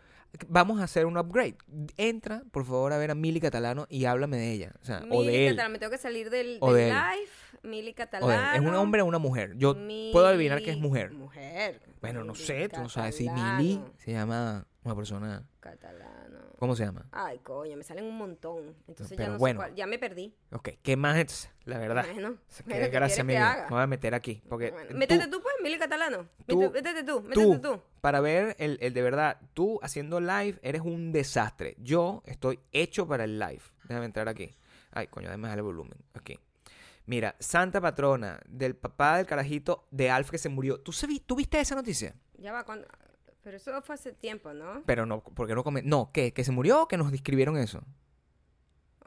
[SPEAKER 2] vamos a hacer un upgrade. Entra, por favor, a ver a Mili Catalano y háblame de ella, Ah, o, sea, o de
[SPEAKER 1] Mili
[SPEAKER 2] él.
[SPEAKER 1] Catalano, me tengo que salir del,
[SPEAKER 2] O
[SPEAKER 1] del
[SPEAKER 2] de él.
[SPEAKER 1] live. Mili
[SPEAKER 2] o de él.
[SPEAKER 1] Catalano.
[SPEAKER 2] ¿Es un hombre o una mujer? Yo puedo adivinar que es
[SPEAKER 1] Mili-
[SPEAKER 2] mujer.
[SPEAKER 1] Mujer.
[SPEAKER 2] Bueno, no
[SPEAKER 1] Mili
[SPEAKER 2] sé, tú no sabes si
[SPEAKER 1] Catalano.
[SPEAKER 2] Mili se llama una persona.
[SPEAKER 1] Catalano.
[SPEAKER 2] ¿Cómo se llama?
[SPEAKER 1] Ay, coño, me salen un montón. Entonces ya
[SPEAKER 2] Pero
[SPEAKER 1] no sé
[SPEAKER 2] bueno.
[SPEAKER 1] cuál- Ya me perdí.
[SPEAKER 2] Ok, ¿qué más? es? La verdad.
[SPEAKER 1] Bueno,
[SPEAKER 2] (laughs)
[SPEAKER 1] (laughs)
[SPEAKER 2] Qué
[SPEAKER 1] bueno, ¿qué
[SPEAKER 2] desgracia,
[SPEAKER 1] quieres que
[SPEAKER 2] amiga.
[SPEAKER 1] haga?
[SPEAKER 2] Me voy a meter aquí. Porque
[SPEAKER 1] Bueno,
[SPEAKER 2] tú,
[SPEAKER 1] métete tú, pues, Mili Catalano.
[SPEAKER 2] tú-
[SPEAKER 1] Métete- métete tú, métete
[SPEAKER 2] tú,
[SPEAKER 1] tú.
[SPEAKER 2] para ver el, el de verdad, tú haciendo live eres un desastre. Yo estoy hecho para el live. Déjame entrar aquí. Ay, coño, déjame bajar el volumen. Aquí. Mira, Santa Patrona, del papá del carajito de Alf que se murió. ¿Tú, sabí- tú viste esa noticia?
[SPEAKER 1] Ya va, cuando... Pero eso fue hace tiempo, ¿no?
[SPEAKER 2] Pero no, porque no comen. No, ¿qué? ¿Que se murió o que nos describieron eso?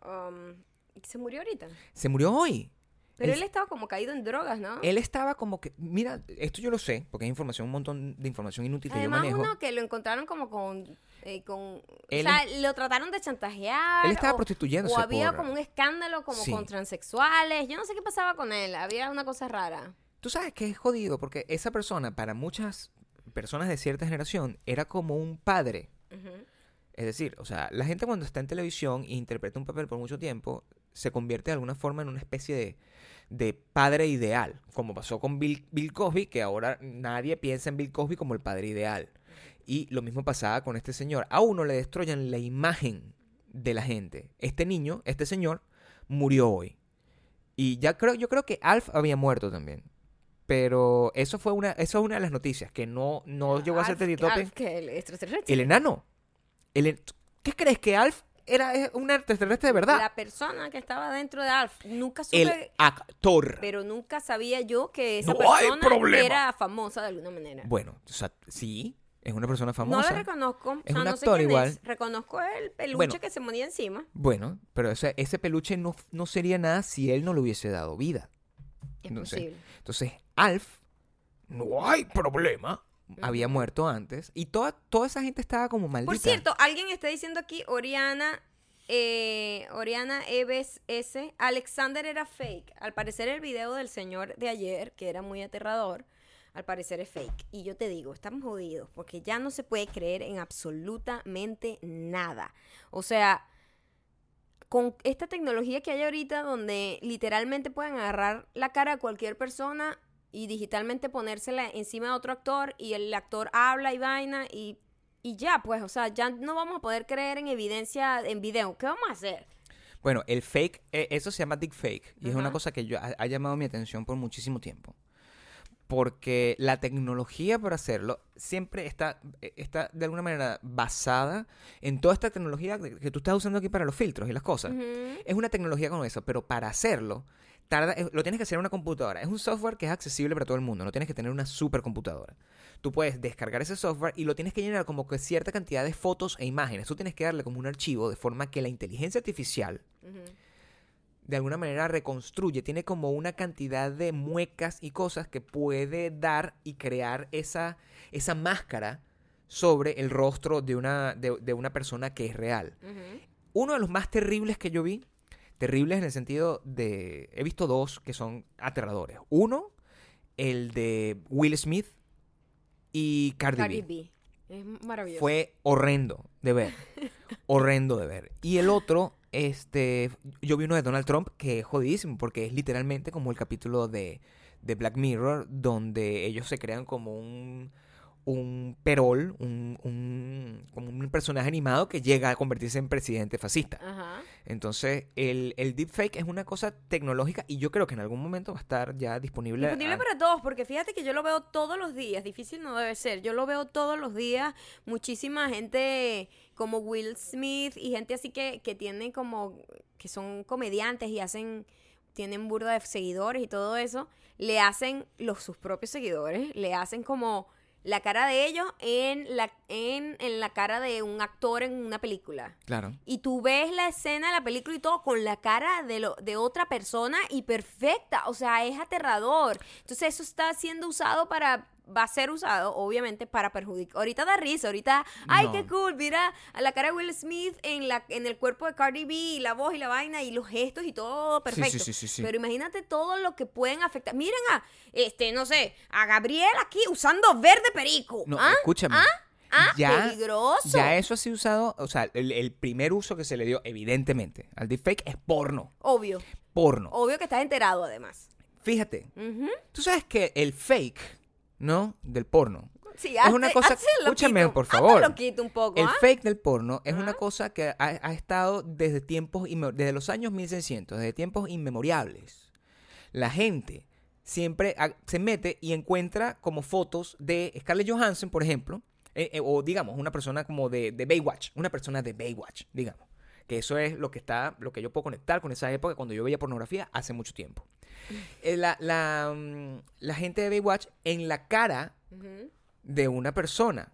[SPEAKER 1] Um, se murió ahorita.
[SPEAKER 2] Se murió hoy.
[SPEAKER 1] Pero
[SPEAKER 2] El-
[SPEAKER 1] él estaba como caído en drogas, ¿no?
[SPEAKER 2] Él estaba como que, mira, esto yo lo sé, porque hay información, un montón de información inútil que
[SPEAKER 1] Además,
[SPEAKER 2] yo manejo.
[SPEAKER 1] uno que lo encontraron como con... eh, con
[SPEAKER 2] Él-
[SPEAKER 1] o sea, lo trataron de chantajear.
[SPEAKER 2] Él estaba
[SPEAKER 1] o-
[SPEAKER 2] prostituyéndose
[SPEAKER 1] O había
[SPEAKER 2] por-
[SPEAKER 1] como un escándalo como
[SPEAKER 2] Sí.
[SPEAKER 1] con transexuales. Yo no sé qué pasaba con él. Había una cosa rara.
[SPEAKER 2] Tú sabes que es jodido, porque esa persona, para muchas personas de cierta generación, era como un padre.
[SPEAKER 1] Ujú.
[SPEAKER 2] Es decir, o sea, la gente cuando está en televisión e interpreta un papel por mucho tiempo, se convierte de alguna forma en una especie de, de padre ideal, como pasó con Bill, Bill Cosby, que ahora nadie piensa en Bill Cosby como el padre ideal. Y lo mismo pasaba con este señor. A uno le destroyan la imagen de la gente. Este niño, este señor, murió hoy. Y ya creo, yo creo que Alf había muerto también. Pero eso fue una, eso es una de las noticias que no, no llegó a ser
[SPEAKER 1] Alf-
[SPEAKER 2] telitope.
[SPEAKER 1] Alf, que el extraterrestre.
[SPEAKER 2] El enano. El en- ¿Qué crees que Alf era eh, un extraterrestre de verdad?
[SPEAKER 1] La persona que estaba dentro de Alf. Nunca supe...
[SPEAKER 2] el actor.
[SPEAKER 1] pero nunca sabía yo que esa
[SPEAKER 2] No hay
[SPEAKER 1] persona
[SPEAKER 2] problema.
[SPEAKER 1] era famosa de alguna manera.
[SPEAKER 2] Bueno, o sea, sí, es una persona
[SPEAKER 1] No
[SPEAKER 2] famosa.
[SPEAKER 1] la reconozco, o
[SPEAKER 2] Es
[SPEAKER 1] sea,
[SPEAKER 2] un
[SPEAKER 1] no
[SPEAKER 2] actor
[SPEAKER 1] sé quién
[SPEAKER 2] igual.
[SPEAKER 1] es. Reconozco el peluche
[SPEAKER 2] Bueno.
[SPEAKER 1] que se ponía encima.
[SPEAKER 2] bueno, pero o sea, ese peluche no, no sería nada si él no le hubiese dado vida.
[SPEAKER 1] Es
[SPEAKER 2] No sé.
[SPEAKER 1] posible.
[SPEAKER 2] Entonces, Alf, no hay problema. había muerto antes. Y toda, toda esa gente estaba como maldita.
[SPEAKER 1] Por cierto, alguien está diciendo aquí, Oriana, eh, Oriana Eves S. Alexander era fake. Al parecer el video del señor de ayer, que era muy aterrador, al parecer es fake. Y yo te digo, estamos jodidos, porque ya no se puede creer en absolutamente nada. O sea, con esta tecnología que hay ahorita, donde literalmente pueden agarrar la cara a cualquier persona y digitalmente ponérsela encima de otro actor y el actor habla y vaina y, y ya, pues, o sea, ya no vamos a poder creer en evidencia en video. ¿Qué vamos a hacer?
[SPEAKER 2] Bueno, el fake, eh, eso se llama deep fake. Y es una
[SPEAKER 1] Ajá.
[SPEAKER 2] cosa que yo, ha, ha llamado mi atención por muchísimo tiempo. Porque la tecnología para hacerlo siempre está, eh, está de alguna manera basada en toda esta tecnología que que tú estás usando aquí para los filtros y las cosas.
[SPEAKER 1] Ujú.
[SPEAKER 2] Es una tecnología como eso, pero para hacerlo, tarda, eh, lo tienes que hacer en una computadora. Es un software que es accesible para todo el mundo, no tienes que tener una supercomputadora. Tú puedes descargar ese software y lo tienes que llenar como que cierta cantidad de fotos e imágenes. Tú tienes que darle como un archivo de forma que la inteligencia artificial
[SPEAKER 1] Ujú.
[SPEAKER 2] de alguna manera reconstruye, tiene como una cantidad de muecas y cosas que puede dar y crear esa, esa máscara sobre el rostro de una, de- de una persona que es real
[SPEAKER 1] Ujú.
[SPEAKER 2] uno de los más terribles que yo vi, terribles en el sentido de, he visto dos que son aterradores. Uno, el de Will Smith y Cardi,
[SPEAKER 1] Cardi
[SPEAKER 2] B.
[SPEAKER 1] B. Es maravilloso.
[SPEAKER 2] Fue horrendo
[SPEAKER 1] (laughs)
[SPEAKER 2] de ver, horrendo de ver. Y el otro, este, yo vi uno de Donald Trump que es jodidísimo porque es literalmente como el capítulo de, de Black Mirror donde ellos se crean como un un perol, un, un- como un personaje animado que llega a convertirse en presidente fascista.
[SPEAKER 1] Ajá.
[SPEAKER 2] Entonces, el, el deepfake es una cosa tecnológica y yo creo que en algún momento va a estar ya disponible.
[SPEAKER 1] Disponible
[SPEAKER 2] a-
[SPEAKER 1] para todos, porque fíjate que yo lo veo todos los días, difícil no debe ser, yo lo veo todos los días, muchísima gente como Will Smith y gente así que, que tienen como, que son comediantes y hacen, tienen burda de seguidores y todo eso, le hacen los sus propios seguidores, le hacen como la cara de ellos en la, en, en la cara de un actor en una película.
[SPEAKER 2] Claro.
[SPEAKER 1] Y tú ves la escena de la película y todo con la cara de, lo, de otra persona y perfecta. O sea, es aterrador. Entonces eso está siendo usado para... Va a ser usado, obviamente, para perjudicar. Ahorita da risa, ahorita... ¡Ay,
[SPEAKER 2] No.
[SPEAKER 1] qué cool! Mira a la cara de Will Smith en, la, en el cuerpo de Cardi B, y la voz y la vaina y los gestos y todo perfecto.
[SPEAKER 2] sí, sí, sí.
[SPEAKER 1] Pero imagínate todo lo que pueden afectar. Miren a, este, no sé, a Gabriel aquí usando verde perico.
[SPEAKER 2] No,
[SPEAKER 1] ¿Ah?
[SPEAKER 2] escúchame.
[SPEAKER 1] ¿Ah? peligroso.
[SPEAKER 2] Ya eso ha sido usado, o sea, el, el primer uso que se le dio, evidentemente, al deepfake es porno.
[SPEAKER 1] Obvio.
[SPEAKER 2] Porno.
[SPEAKER 1] Obvio que estás enterado, además.
[SPEAKER 2] Fíjate,
[SPEAKER 1] Ujú.
[SPEAKER 2] tú sabes que el fake, ¿no? Del porno.
[SPEAKER 1] Sí,
[SPEAKER 2] Es una cosa- escúchame, por favor.
[SPEAKER 1] Lo quito un poco,
[SPEAKER 2] El
[SPEAKER 1] ¿ah?
[SPEAKER 2] fake del porno es una
[SPEAKER 1] Ajá.
[SPEAKER 2] cosa que ha, ha estado desde tiempos, inme- desde los años 1600, desde tiempos inmemoriales. La gente siempre ha- se mete y encuentra como fotos de Scarlett Johansson, por ejemplo, eh, eh, o digamos, una persona como de, de Baywatch, una persona de Baywatch, digamos. Que eso es lo que está, lo que yo puedo conectar con esa época cuando yo veía pornografía hace mucho tiempo. Eh, La, la, mm, la gente de Baywatch en la cara
[SPEAKER 1] Ujú.
[SPEAKER 2] de una persona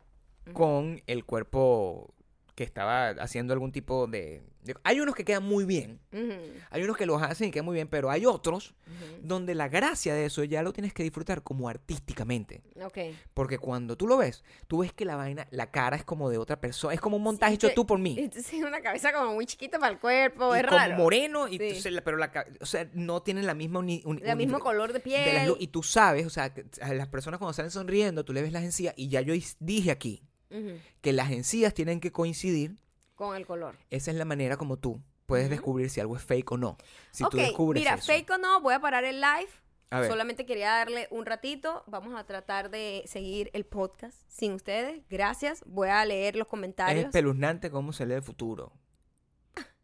[SPEAKER 2] con el cuerpo que estaba haciendo algún tipo de, de- Hay unos que quedan muy bien,
[SPEAKER 1] Ujú.
[SPEAKER 2] hay unos que los hacen y quedan muy bien, pero hay otros donde la gracia de eso ya lo tienes que disfrutar como artísticamente.
[SPEAKER 1] Ok.
[SPEAKER 2] Porque cuando tú lo ves, tú ves que la vaina, la cara es como de otra persona, es como un montaje hecho
[SPEAKER 1] te-
[SPEAKER 2] tú por mí.
[SPEAKER 1] Entonces es una cabeza como muy chiquita para el cuerpo,
[SPEAKER 2] Y
[SPEAKER 1] es
[SPEAKER 2] como
[SPEAKER 1] raro.
[SPEAKER 2] moreno, y
[SPEAKER 1] Sí.
[SPEAKER 2] tú se la- pero la ca- o sea, no tienen la misma uni- uni-
[SPEAKER 1] El mismo
[SPEAKER 2] uni-
[SPEAKER 1] color de piel.
[SPEAKER 2] de las lu- y tú sabes, o sea, que a las personas cuando salen sonriendo, tú le ves las encías, y ya yo is- dije aquí
[SPEAKER 1] Ujú.
[SPEAKER 2] que las encías tienen que coincidir.
[SPEAKER 1] Con el color.
[SPEAKER 2] Esa es la manera como tú puedes
[SPEAKER 1] Ujú.
[SPEAKER 2] descubrir si algo es fake o no. Si
[SPEAKER 1] ok,
[SPEAKER 2] tú descubres
[SPEAKER 1] mira,
[SPEAKER 2] eso.
[SPEAKER 1] fake o no, voy a parar el live.
[SPEAKER 2] A ver.
[SPEAKER 1] Solamente quería darle un ratito. Vamos a tratar de seguir el podcast sin ustedes. Gracias. Voy a leer los
[SPEAKER 2] es
[SPEAKER 1] comentarios.
[SPEAKER 2] espeluznante cómo se lee el
[SPEAKER 1] (laughs)
[SPEAKER 2] futuro.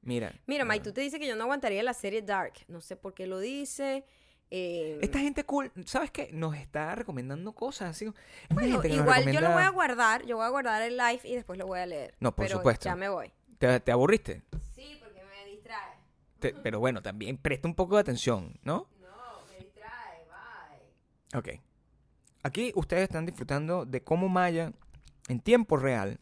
[SPEAKER 2] Mira.
[SPEAKER 1] Mira, Mike,
[SPEAKER 2] ah.
[SPEAKER 1] tú te dices que yo no aguantaría la serie Dark. No sé por qué lo dice. eh,
[SPEAKER 2] Esta gente cool, ¿sabes qué? Nos está recomendando cosas así. Es una
[SPEAKER 1] Bueno,
[SPEAKER 2] gente que nos
[SPEAKER 1] igual yo lo voy a
[SPEAKER 2] recomienda-
[SPEAKER 1] guardar, yo voy a guardar el live y después lo voy a leer.
[SPEAKER 2] No, por
[SPEAKER 1] Pero
[SPEAKER 2] supuesto.
[SPEAKER 1] Ya me voy.
[SPEAKER 2] ¿Te, te aburriste?
[SPEAKER 1] Sí, porque me distrae.
[SPEAKER 2] Te- pero bueno, también presta un poco de atención, ¿no?
[SPEAKER 1] No, me distrae, bye.
[SPEAKER 2] Ok. Aquí ustedes están disfrutando de cómo Maya, en tiempo real,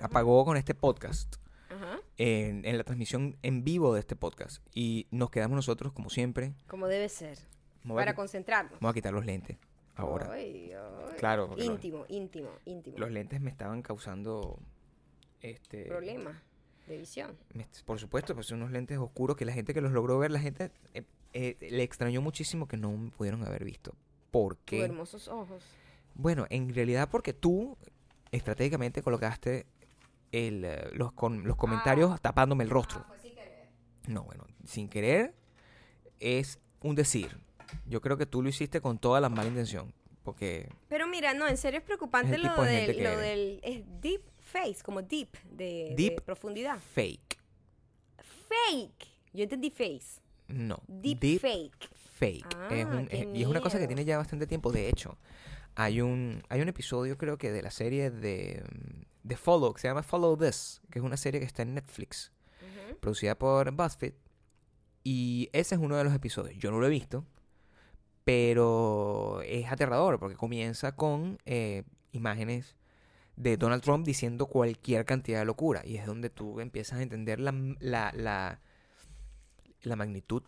[SPEAKER 2] apagó con este podcast.
[SPEAKER 1] Ajá.
[SPEAKER 2] en, en la transmisión en vivo de este podcast. Y nos quedamos nosotros, como siempre.
[SPEAKER 1] Como debe ser.
[SPEAKER 2] Me voy, a
[SPEAKER 1] Para
[SPEAKER 2] qui-
[SPEAKER 1] concentrarnos.
[SPEAKER 2] me voy a quitar los lentes. ahora.
[SPEAKER 1] Ay, ay.
[SPEAKER 2] Claro, porque los-
[SPEAKER 1] Íntimo, íntimo, íntimo.
[SPEAKER 2] Los lentes me estaban causando este
[SPEAKER 1] Problemas de visión.
[SPEAKER 2] me- por supuesto, pues son unos lentes oscuros que la gente que los logró ver, la gente eh, eh, le extrañó muchísimo que no me pudieron haber visto. ¿Por
[SPEAKER 1] Tus
[SPEAKER 2] qué?
[SPEAKER 1] hermosos ojos.
[SPEAKER 2] Bueno, en realidad porque tú estratégicamente colocaste el, eh, los, con- los comentarios
[SPEAKER 1] Ah.
[SPEAKER 2] tapándome el rostro. No, bueno, sin querer es un decir. Yo creo que tú lo hiciste con toda la mala intención. Porque
[SPEAKER 1] Pero mira, no, en serio es preocupante
[SPEAKER 2] Es el
[SPEAKER 1] lo,
[SPEAKER 2] tipo de gente
[SPEAKER 1] del,
[SPEAKER 2] que
[SPEAKER 1] lo
[SPEAKER 2] eres.
[SPEAKER 1] del. Es deep face, como deep, de, de
[SPEAKER 2] Deep.
[SPEAKER 1] profundidad.
[SPEAKER 2] fake.
[SPEAKER 1] Fake. Yo entendí face.
[SPEAKER 2] No.
[SPEAKER 1] Deep,
[SPEAKER 2] deep
[SPEAKER 1] fake.
[SPEAKER 2] fake. es
[SPEAKER 1] Ah,
[SPEAKER 2] un-
[SPEAKER 1] qué
[SPEAKER 2] es- y es una cosa que
[SPEAKER 1] miedo.
[SPEAKER 2] tiene ya bastante tiempo. De hecho, hay un, hay un episodio, creo que, de la serie de, mm, de Follow, que se llama Follow This, que es una serie que está en Netflix,
[SPEAKER 1] Ujú.
[SPEAKER 2] producida por BuzzFeed. Y ese es uno de los episodios. Yo no lo he visto, pero es aterrador porque comienza con eh, imágenes de Donald Trump diciendo cualquier cantidad de locura. Y es donde tú empiezas a entender la, la, la, la magnitud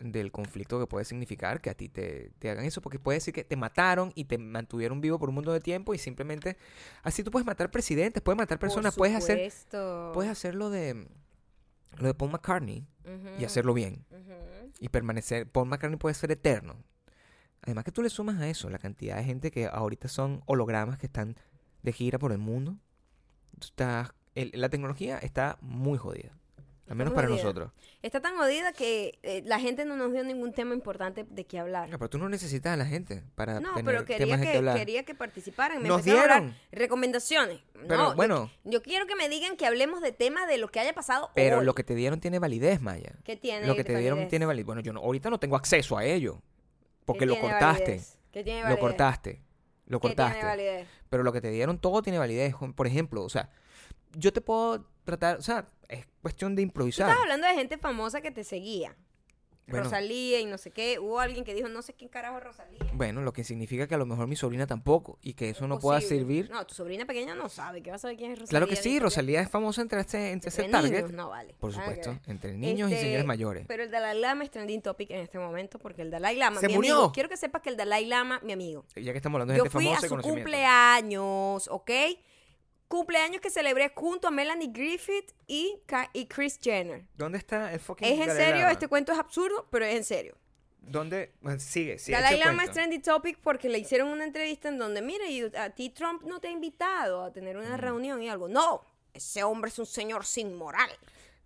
[SPEAKER 2] del conflicto que puede significar que a ti te, te hagan eso, porque puede decir que te mataron y te mantuvieron vivo por un mundo de tiempo y simplemente así tú puedes matar presidentes, puedes matar
[SPEAKER 1] Por
[SPEAKER 2] personas, puedes hacer,
[SPEAKER 1] supuesto.
[SPEAKER 2] puedes hacer lo de mm, lo de Paul McCartney y
[SPEAKER 1] Ujú,
[SPEAKER 2] hacerlo bien
[SPEAKER 1] ujú.
[SPEAKER 2] y permanecer. Paul McCartney puede ser eterno. Además que tú le sumas a eso la cantidad de gente que ahorita son hologramas que están de gira por el mundo. Tú estás- el- la tecnología está muy jodida. Al menos
[SPEAKER 1] muy
[SPEAKER 2] para
[SPEAKER 1] jodida.
[SPEAKER 2] nosotros.
[SPEAKER 1] Está tan jodida que eh, la gente no nos dio ningún tema importante de qué hablar.
[SPEAKER 2] Claro, pero tú no necesitas a la gente para
[SPEAKER 1] No,
[SPEAKER 2] tener
[SPEAKER 1] pero quería
[SPEAKER 2] temas de
[SPEAKER 1] que,
[SPEAKER 2] que hablar.
[SPEAKER 1] quería que participaran. Me
[SPEAKER 2] Nos
[SPEAKER 1] empezaron a hablar
[SPEAKER 2] dieron.
[SPEAKER 1] recomendaciones.
[SPEAKER 2] Pero
[SPEAKER 1] No, yo-
[SPEAKER 2] bueno.
[SPEAKER 1] Yo, quiero que me digan que hablemos de temas de lo que haya pasado
[SPEAKER 2] Pero
[SPEAKER 1] hoy.
[SPEAKER 2] lo que te dieron tiene validez, Maya.
[SPEAKER 1] ¿Qué tiene
[SPEAKER 2] lo que te dieron
[SPEAKER 1] validez?
[SPEAKER 2] tiene validez. Bueno, yo no- ahorita no tengo acceso a ello. Porque
[SPEAKER 1] ¿Qué
[SPEAKER 2] lo
[SPEAKER 1] tiene
[SPEAKER 2] cortaste.
[SPEAKER 1] validez? ¿Qué tiene
[SPEAKER 2] Lo
[SPEAKER 1] validez?
[SPEAKER 2] cortaste. Lo
[SPEAKER 1] ¿Qué
[SPEAKER 2] cortaste.
[SPEAKER 1] tiene validez?
[SPEAKER 2] Pero lo que te dieron todo tiene validez. Juan. Por ejemplo, o sea, yo te puedo tratar, o sea, es cuestión de
[SPEAKER 1] Tú
[SPEAKER 2] improvisar.
[SPEAKER 1] estabas hablando de gente famosa que te seguía.
[SPEAKER 2] Bueno.
[SPEAKER 1] Rosalía y no sé qué. Hubo alguien que dijo, no sé quién carajo es Rosalía.
[SPEAKER 2] Bueno, lo que significa que a lo mejor mi sobrina tampoco y que eso no pueda
[SPEAKER 1] Posible.
[SPEAKER 2] servir.
[SPEAKER 1] No, tu sobrina pequeña no sabe. ¿Qué va a saber quién es Rosalía?
[SPEAKER 2] claro que sí,
[SPEAKER 1] Dice,
[SPEAKER 2] Rosalía es famosa entre este, entre ese
[SPEAKER 1] entre
[SPEAKER 2] target.
[SPEAKER 1] niños, no vale.
[SPEAKER 2] Por
[SPEAKER 1] Nada que
[SPEAKER 2] supuesto,
[SPEAKER 1] ver.
[SPEAKER 2] entre niños y
[SPEAKER 1] Este,
[SPEAKER 2] señores mayores.
[SPEAKER 1] Pero el Dalai Lama es trending topic en este momento porque el Dalai Lama.
[SPEAKER 2] ¡Se
[SPEAKER 1] mi
[SPEAKER 2] murió!
[SPEAKER 1] Amigo, quiero que sepas que el Dalai Lama, mi amigo.
[SPEAKER 2] Ya que estamos hablando de
[SPEAKER 1] yo
[SPEAKER 2] gente
[SPEAKER 1] fui a
[SPEAKER 2] famosa y
[SPEAKER 1] su
[SPEAKER 2] conocimiento.
[SPEAKER 1] cumpleaños, ¿ok? Cumpleaños que celebré junto a Melanie Griffith y, Ka- y Chris Jenner.
[SPEAKER 2] ¿Dónde está el fucking
[SPEAKER 1] Es en
[SPEAKER 2] Dalai
[SPEAKER 1] serio,
[SPEAKER 2] Lama?
[SPEAKER 1] este cuento es absurdo, pero es en serio.
[SPEAKER 2] ¿Dónde? Bueno, Sigue, sigue.
[SPEAKER 1] Dalai
[SPEAKER 2] ese
[SPEAKER 1] Lama es
[SPEAKER 2] cuento.
[SPEAKER 1] trending topic porque le hicieron una entrevista en donde, mira, y a ti Trump no te ha invitado a tener
[SPEAKER 2] Mm.
[SPEAKER 1] una reunión y algo. No, ese hombre es un señor sin moral.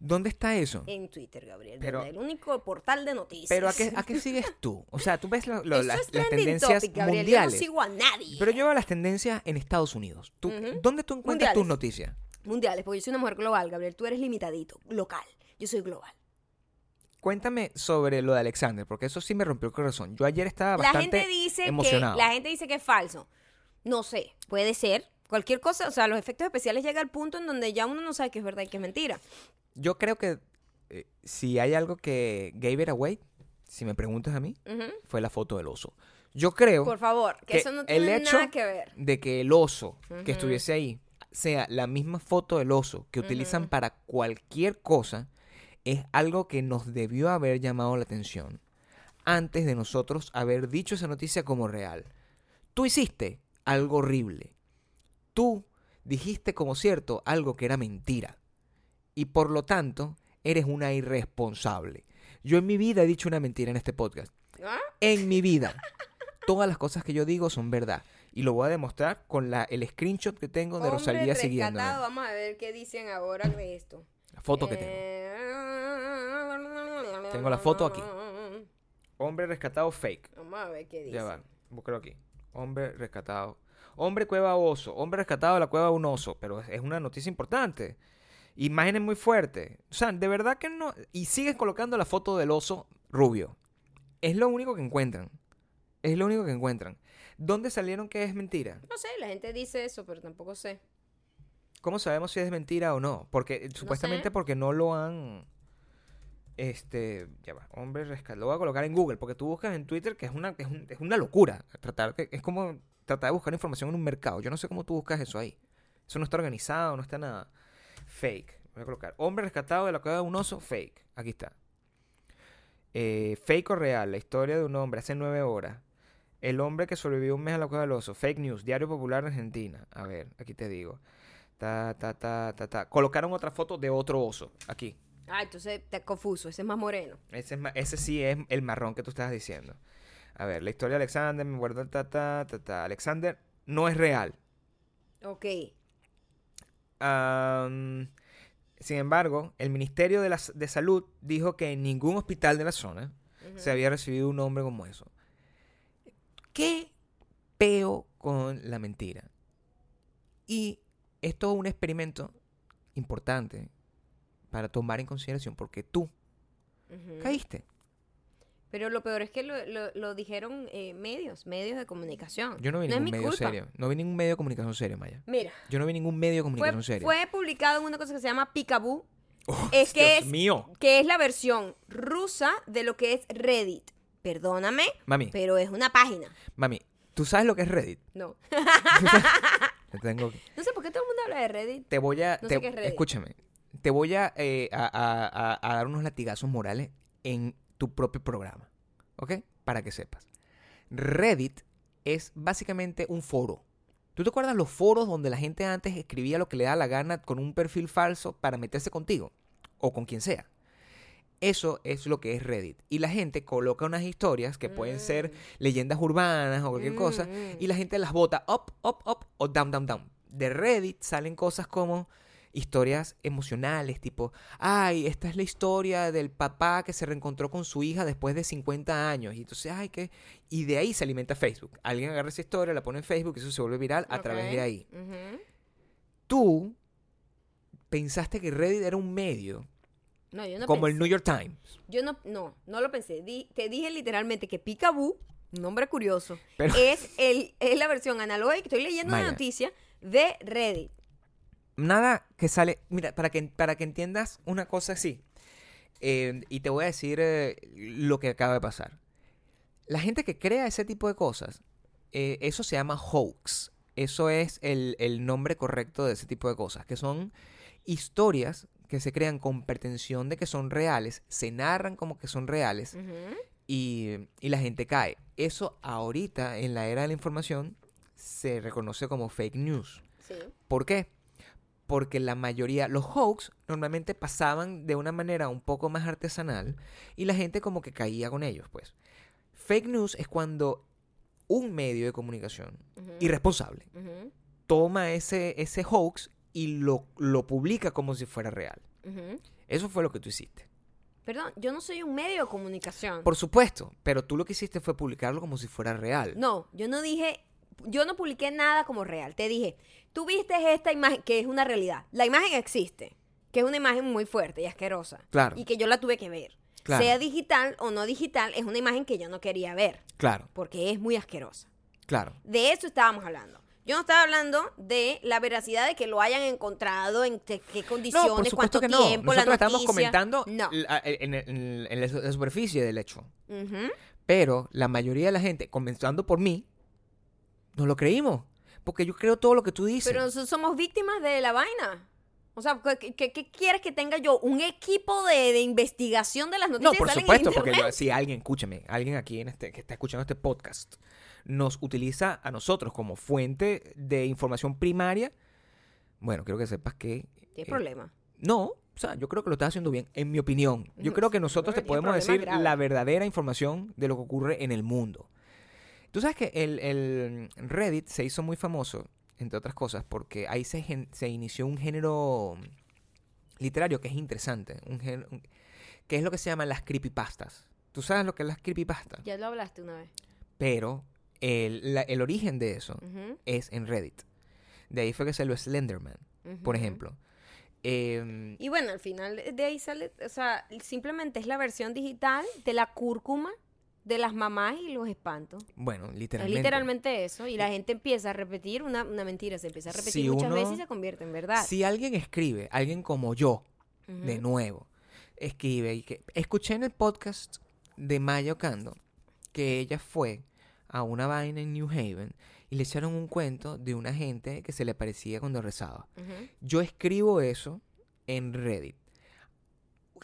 [SPEAKER 2] ¿Dónde está eso?
[SPEAKER 1] En Twitter, Gabriel.
[SPEAKER 2] Pero-
[SPEAKER 1] donde el único portal de noticias.
[SPEAKER 2] Pero ¿a qué, ¿a qué sigues tú? O sea, tú ves lo- lo-
[SPEAKER 1] Eso
[SPEAKER 2] las,
[SPEAKER 1] es
[SPEAKER 2] las
[SPEAKER 1] trending
[SPEAKER 2] tendencias
[SPEAKER 1] topic, Gabriel.
[SPEAKER 2] mundiales.
[SPEAKER 1] Yo no sigo a nadie.
[SPEAKER 2] Pero yo veo las tendencias en Estados Unidos. Tú- ¿Dónde tú encuentras tus
[SPEAKER 1] Mundiales.
[SPEAKER 2] noticias?
[SPEAKER 1] Mundiales, porque yo soy una mujer global, Gabriel. Tú eres limitadito, local. Yo soy global.
[SPEAKER 2] Cuéntame sobre lo de Alexander, porque eso sí me rompió el corazón. Yo ayer estaba
[SPEAKER 1] La
[SPEAKER 2] bastante
[SPEAKER 1] gente dice
[SPEAKER 2] emocionado.
[SPEAKER 1] que la gente dice que es falso. No sé, puede ser. Cualquier cosa, o sea, los efectos especiales llega al punto en donde ya uno no sabe qué es verdad y qué es mentira.
[SPEAKER 2] Yo creo que eh, si hay algo que gave it away, si me preguntas a mí,
[SPEAKER 1] Ujú.
[SPEAKER 2] fue la foto del oso. Yo creo
[SPEAKER 1] Por favor, que, eso no
[SPEAKER 2] el
[SPEAKER 1] tiene
[SPEAKER 2] hecho
[SPEAKER 1] nada que ver.
[SPEAKER 2] de que el oso que estuviese ahí sea la misma foto del oso que utilizan para cualquier cosa es algo que nos debió haber llamado la atención antes de nosotros haber dicho esa noticia como real. Tú hiciste algo horrible. Tú dijiste como cierto algo que era mentira. Y por lo tanto, eres una irresponsable. Yo en mi vida he dicho una mentira en este podcast
[SPEAKER 1] ¿Ah?
[SPEAKER 2] en mi vida. Todas las cosas que yo digo son verdad. Y lo voy a demostrar con la, el screenshot que tengo de
[SPEAKER 1] Hombre
[SPEAKER 2] Rosalía
[SPEAKER 1] rescatado,
[SPEAKER 2] siguiéndome.
[SPEAKER 1] Vamos a ver qué dicen ahora de esto.
[SPEAKER 2] La foto que
[SPEAKER 1] Eh.
[SPEAKER 2] tengo.
[SPEAKER 1] tengo.
[SPEAKER 2] Tengo la foto aquí. Hombre rescatado fake.
[SPEAKER 1] Vamos a ver qué dice.
[SPEAKER 2] Ya va. Búscalo aquí. Hombre rescatado. Hombre cueva oso. Hombre rescatado de la cueva de un oso. Pero es, es una noticia importante. Imágenes muy fuertes. O sea, de verdad que no. Y sigues colocando la foto del oso rubio. Es lo único que encuentran. Es lo único que encuentran. ¿Dónde salieron que es mentira?
[SPEAKER 1] No sé, la gente dice eso, pero tampoco sé.
[SPEAKER 2] ¿Cómo sabemos si es mentira o no? Porque eh, supuestamente
[SPEAKER 1] sé.
[SPEAKER 2] porque no lo han este, ya va, hombre rescatado. Lo voy a colocar en Google porque tú buscas en Twitter que es una que es, un- es una locura tratar de- es como tratar de buscar información en un mercado. Yo no sé cómo tú buscas eso ahí. Eso no está organizado, no está nada fake. Voy a colocar hombre rescatado de la cueva de un oso fake. Aquí está. Eh, fake o real, la historia de un hombre hace nueve horas. El hombre que sobrevivió un mes a la cueva del oso. Fake news. Diario Popular Argentina. A ver, aquí te digo. Ta, ta, ta, ta, ta. Colocaron otra foto de otro oso. Aquí.
[SPEAKER 1] Ah, entonces te confuso. Ese es más moreno.
[SPEAKER 2] Ese, es ma- ese sí es el marrón que tú estabas diciendo. A ver, la historia de Alexander, me guarda ta, ta, ta, ta. Alexander no es real.
[SPEAKER 1] Ok.
[SPEAKER 2] Am, sin embargo, el Ministerio de, la S- de Salud dijo que en ningún hospital de la zona se había recibido un hombre como eso. ¿Qué peo con la mentira? Y esto es un experimento importante para tomar en consideración porque tú
[SPEAKER 1] Ujú.
[SPEAKER 2] caíste.
[SPEAKER 1] Pero lo peor es que lo, lo- lo dijeron eh, medios, medios de comunicación.
[SPEAKER 2] Yo no vi
[SPEAKER 1] es
[SPEAKER 2] ningún
[SPEAKER 1] mi
[SPEAKER 2] medio
[SPEAKER 1] culpa.
[SPEAKER 2] serio. No vi ningún medio de comunicación serio, Maya.
[SPEAKER 1] Mira,
[SPEAKER 2] Yo no vi ningún medio de
[SPEAKER 1] fue,
[SPEAKER 2] comunicación serio. (laughs)
[SPEAKER 1] fue publicado en una cosa que se llama Picaboo,
[SPEAKER 2] Oh,
[SPEAKER 1] es que
[SPEAKER 2] Dios
[SPEAKER 1] es-
[SPEAKER 2] mío.
[SPEAKER 1] que es la versión rusa de lo que es Reddit. Perdóname,
[SPEAKER 2] Mami,
[SPEAKER 1] pero es una página.
[SPEAKER 2] mami, ¿tú sabes lo que es Reddit?
[SPEAKER 1] No.
[SPEAKER 2] Te tengo que-
[SPEAKER 1] No sé por qué todo el mundo habla de Reddit.
[SPEAKER 2] te voy a.
[SPEAKER 1] No
[SPEAKER 2] te-
[SPEAKER 1] sé qué es Reddit.
[SPEAKER 2] Escúchame. Te voy a, eh, a- a- a- a dar unos latigazos morales en tu propio programa. ¿Ok? Para que sepas. Reddit es básicamente un foro. ¿Tú te acuerdas los foros donde la gente antes escribía lo que le da la gana con un perfil falso para meterse contigo? O con quien sea. Eso es lo que es Reddit. Y la gente coloca unas historias que pueden ser leyendas urbanas o cualquier cosa.
[SPEAKER 1] Mm,
[SPEAKER 2] Y la gente las vota up, up, up o down, down, down. De Reddit salen cosas como historias emocionales, tipo, ay, esta es la historia del papá que se reencontró con su hija después de 50 años. Y entonces, ay, que... Y de ahí se alimenta Facebook. Alguien agarra esa historia, la pone en Facebook y eso se vuelve viral a
[SPEAKER 1] Mm. ok.
[SPEAKER 2] través de ahí.
[SPEAKER 1] Ujú.
[SPEAKER 2] Tú pensaste que Reddit era un medio,
[SPEAKER 1] No, yo no
[SPEAKER 2] como
[SPEAKER 1] pensé.
[SPEAKER 2] el New York Times.
[SPEAKER 1] Yo no, no, no lo pensé. Di- te dije literalmente que Picaboo, un nombre curioso,
[SPEAKER 2] Pero-
[SPEAKER 1] es, el, es la versión analógica. Estoy leyendo
[SPEAKER 2] Maya.
[SPEAKER 1] una noticia de Reddit.
[SPEAKER 2] nada que sale. Mira, para que, para que entiendas una cosa así. eh, y te voy a decir eh, lo que acaba de pasar. La gente que crea ese tipo de cosas, eh, eso se llama hoax. Eso es el, el nombre correcto de ese tipo de cosas, que son historias que se crean con pretensión de que son reales, se narran como que son reales
[SPEAKER 1] Ujú.
[SPEAKER 2] y, y la gente cae. Eso ahorita, en la era de la información, se reconoce como fake news.
[SPEAKER 1] Sí.
[SPEAKER 2] ¿Por qué? Porque la mayoría, los hoax normalmente pasaban de una manera un poco más artesanal y la gente como que caía con ellos, pues. Fake news es cuando un medio de comunicación
[SPEAKER 1] Ujú.
[SPEAKER 2] irresponsable
[SPEAKER 1] Ujú.
[SPEAKER 2] toma ese, ese hoax y lo, lo publica como si fuera real.
[SPEAKER 1] Ujú.
[SPEAKER 2] Eso fue lo que tú hiciste.
[SPEAKER 1] Perdón, yo no soy un medio de comunicación.
[SPEAKER 2] Por supuesto, pero tú lo que hiciste fue publicarlo como si fuera real.
[SPEAKER 1] No, yo no dije, yo no publiqué nada como real. Te dije, tú viste esta imagen, que es una realidad. La imagen existe, que es una imagen muy fuerte y asquerosa.
[SPEAKER 2] Claro.
[SPEAKER 1] Y que yo la tuve que ver.
[SPEAKER 2] Claro.
[SPEAKER 1] Sea digital o no digital, es una imagen que yo no quería ver,
[SPEAKER 2] Claro,
[SPEAKER 1] porque es muy asquerosa.
[SPEAKER 2] claro.
[SPEAKER 1] De eso estábamos hablando. Yo no estaba hablando de la veracidad de que lo hayan encontrado, en te- qué condiciones,
[SPEAKER 2] No, por
[SPEAKER 1] cuánto
[SPEAKER 2] supuesto que no.
[SPEAKER 1] tiempo, la
[SPEAKER 2] Nosotros estamos
[SPEAKER 1] noticia.
[SPEAKER 2] comentando
[SPEAKER 1] No.
[SPEAKER 2] la- en, en- en la su- la superficie del hecho.
[SPEAKER 1] Ujú.
[SPEAKER 2] Pero la mayoría de la gente, comenzando por mí, no lo creímos. Porque yo creo todo lo que tú dices.
[SPEAKER 1] Pero nosotros somos víctimas de la vaina. O sea, ¿qué, qué- qué quieres que tenga yo? ¿Un equipo de, de investigación de las noticias
[SPEAKER 2] no, por
[SPEAKER 1] que salen en
[SPEAKER 2] supuesto, porque yo-
[SPEAKER 1] internet?
[SPEAKER 2] si alguien, escúchame, alguien aquí en este, que está escuchando este podcast, nos utiliza a nosotros como fuente de información primaria, bueno, quiero que sepas que...
[SPEAKER 1] (laughs) ¿Qué
[SPEAKER 2] eh,
[SPEAKER 1] problema?
[SPEAKER 2] No, o sea, yo creo que lo estás haciendo bien, en mi opinión. Yo creo que nosotros
[SPEAKER 1] creo
[SPEAKER 2] te
[SPEAKER 1] que tiene
[SPEAKER 2] podemos decir
[SPEAKER 1] problemas
[SPEAKER 2] la
[SPEAKER 1] graves.
[SPEAKER 2] verdadera información de lo que ocurre en el mundo. Tú sabes que el, el Reddit se hizo muy famoso, entre otras cosas, porque ahí se, gen- se inició un género mm, literario que es interesante, un género- un- que es lo que se llaman las creepypastas. ¿Tú sabes lo que es las creepypastas?
[SPEAKER 1] Ya lo hablaste una vez.
[SPEAKER 2] Pero el, la- el origen de eso es en Reddit. De ahí fue que salió Slenderman, por ejemplo. Em,
[SPEAKER 1] Y bueno, al final de ahí sale, o sea, simplemente es la versión digital de la cúrcuma de las mamás y los espantos.
[SPEAKER 2] Bueno,
[SPEAKER 1] Es
[SPEAKER 2] literalmente. Eh,
[SPEAKER 1] literalmente eso. Y la gente empieza a repetir una, una mentira, se empieza a repetir
[SPEAKER 2] Si
[SPEAKER 1] muchas
[SPEAKER 2] uno-
[SPEAKER 1] veces y se convierte en verdad.
[SPEAKER 2] Si alguien escribe, alguien como yo,
[SPEAKER 1] Ujú.
[SPEAKER 2] de nuevo, escribe y que escuché en el podcast de Maya Ocando que ella fue a una vaina en New Haven y le echaron un cuento de una gente que se le parecía cuando rezaba.
[SPEAKER 1] Ujú.
[SPEAKER 2] Yo escribo eso en Reddit.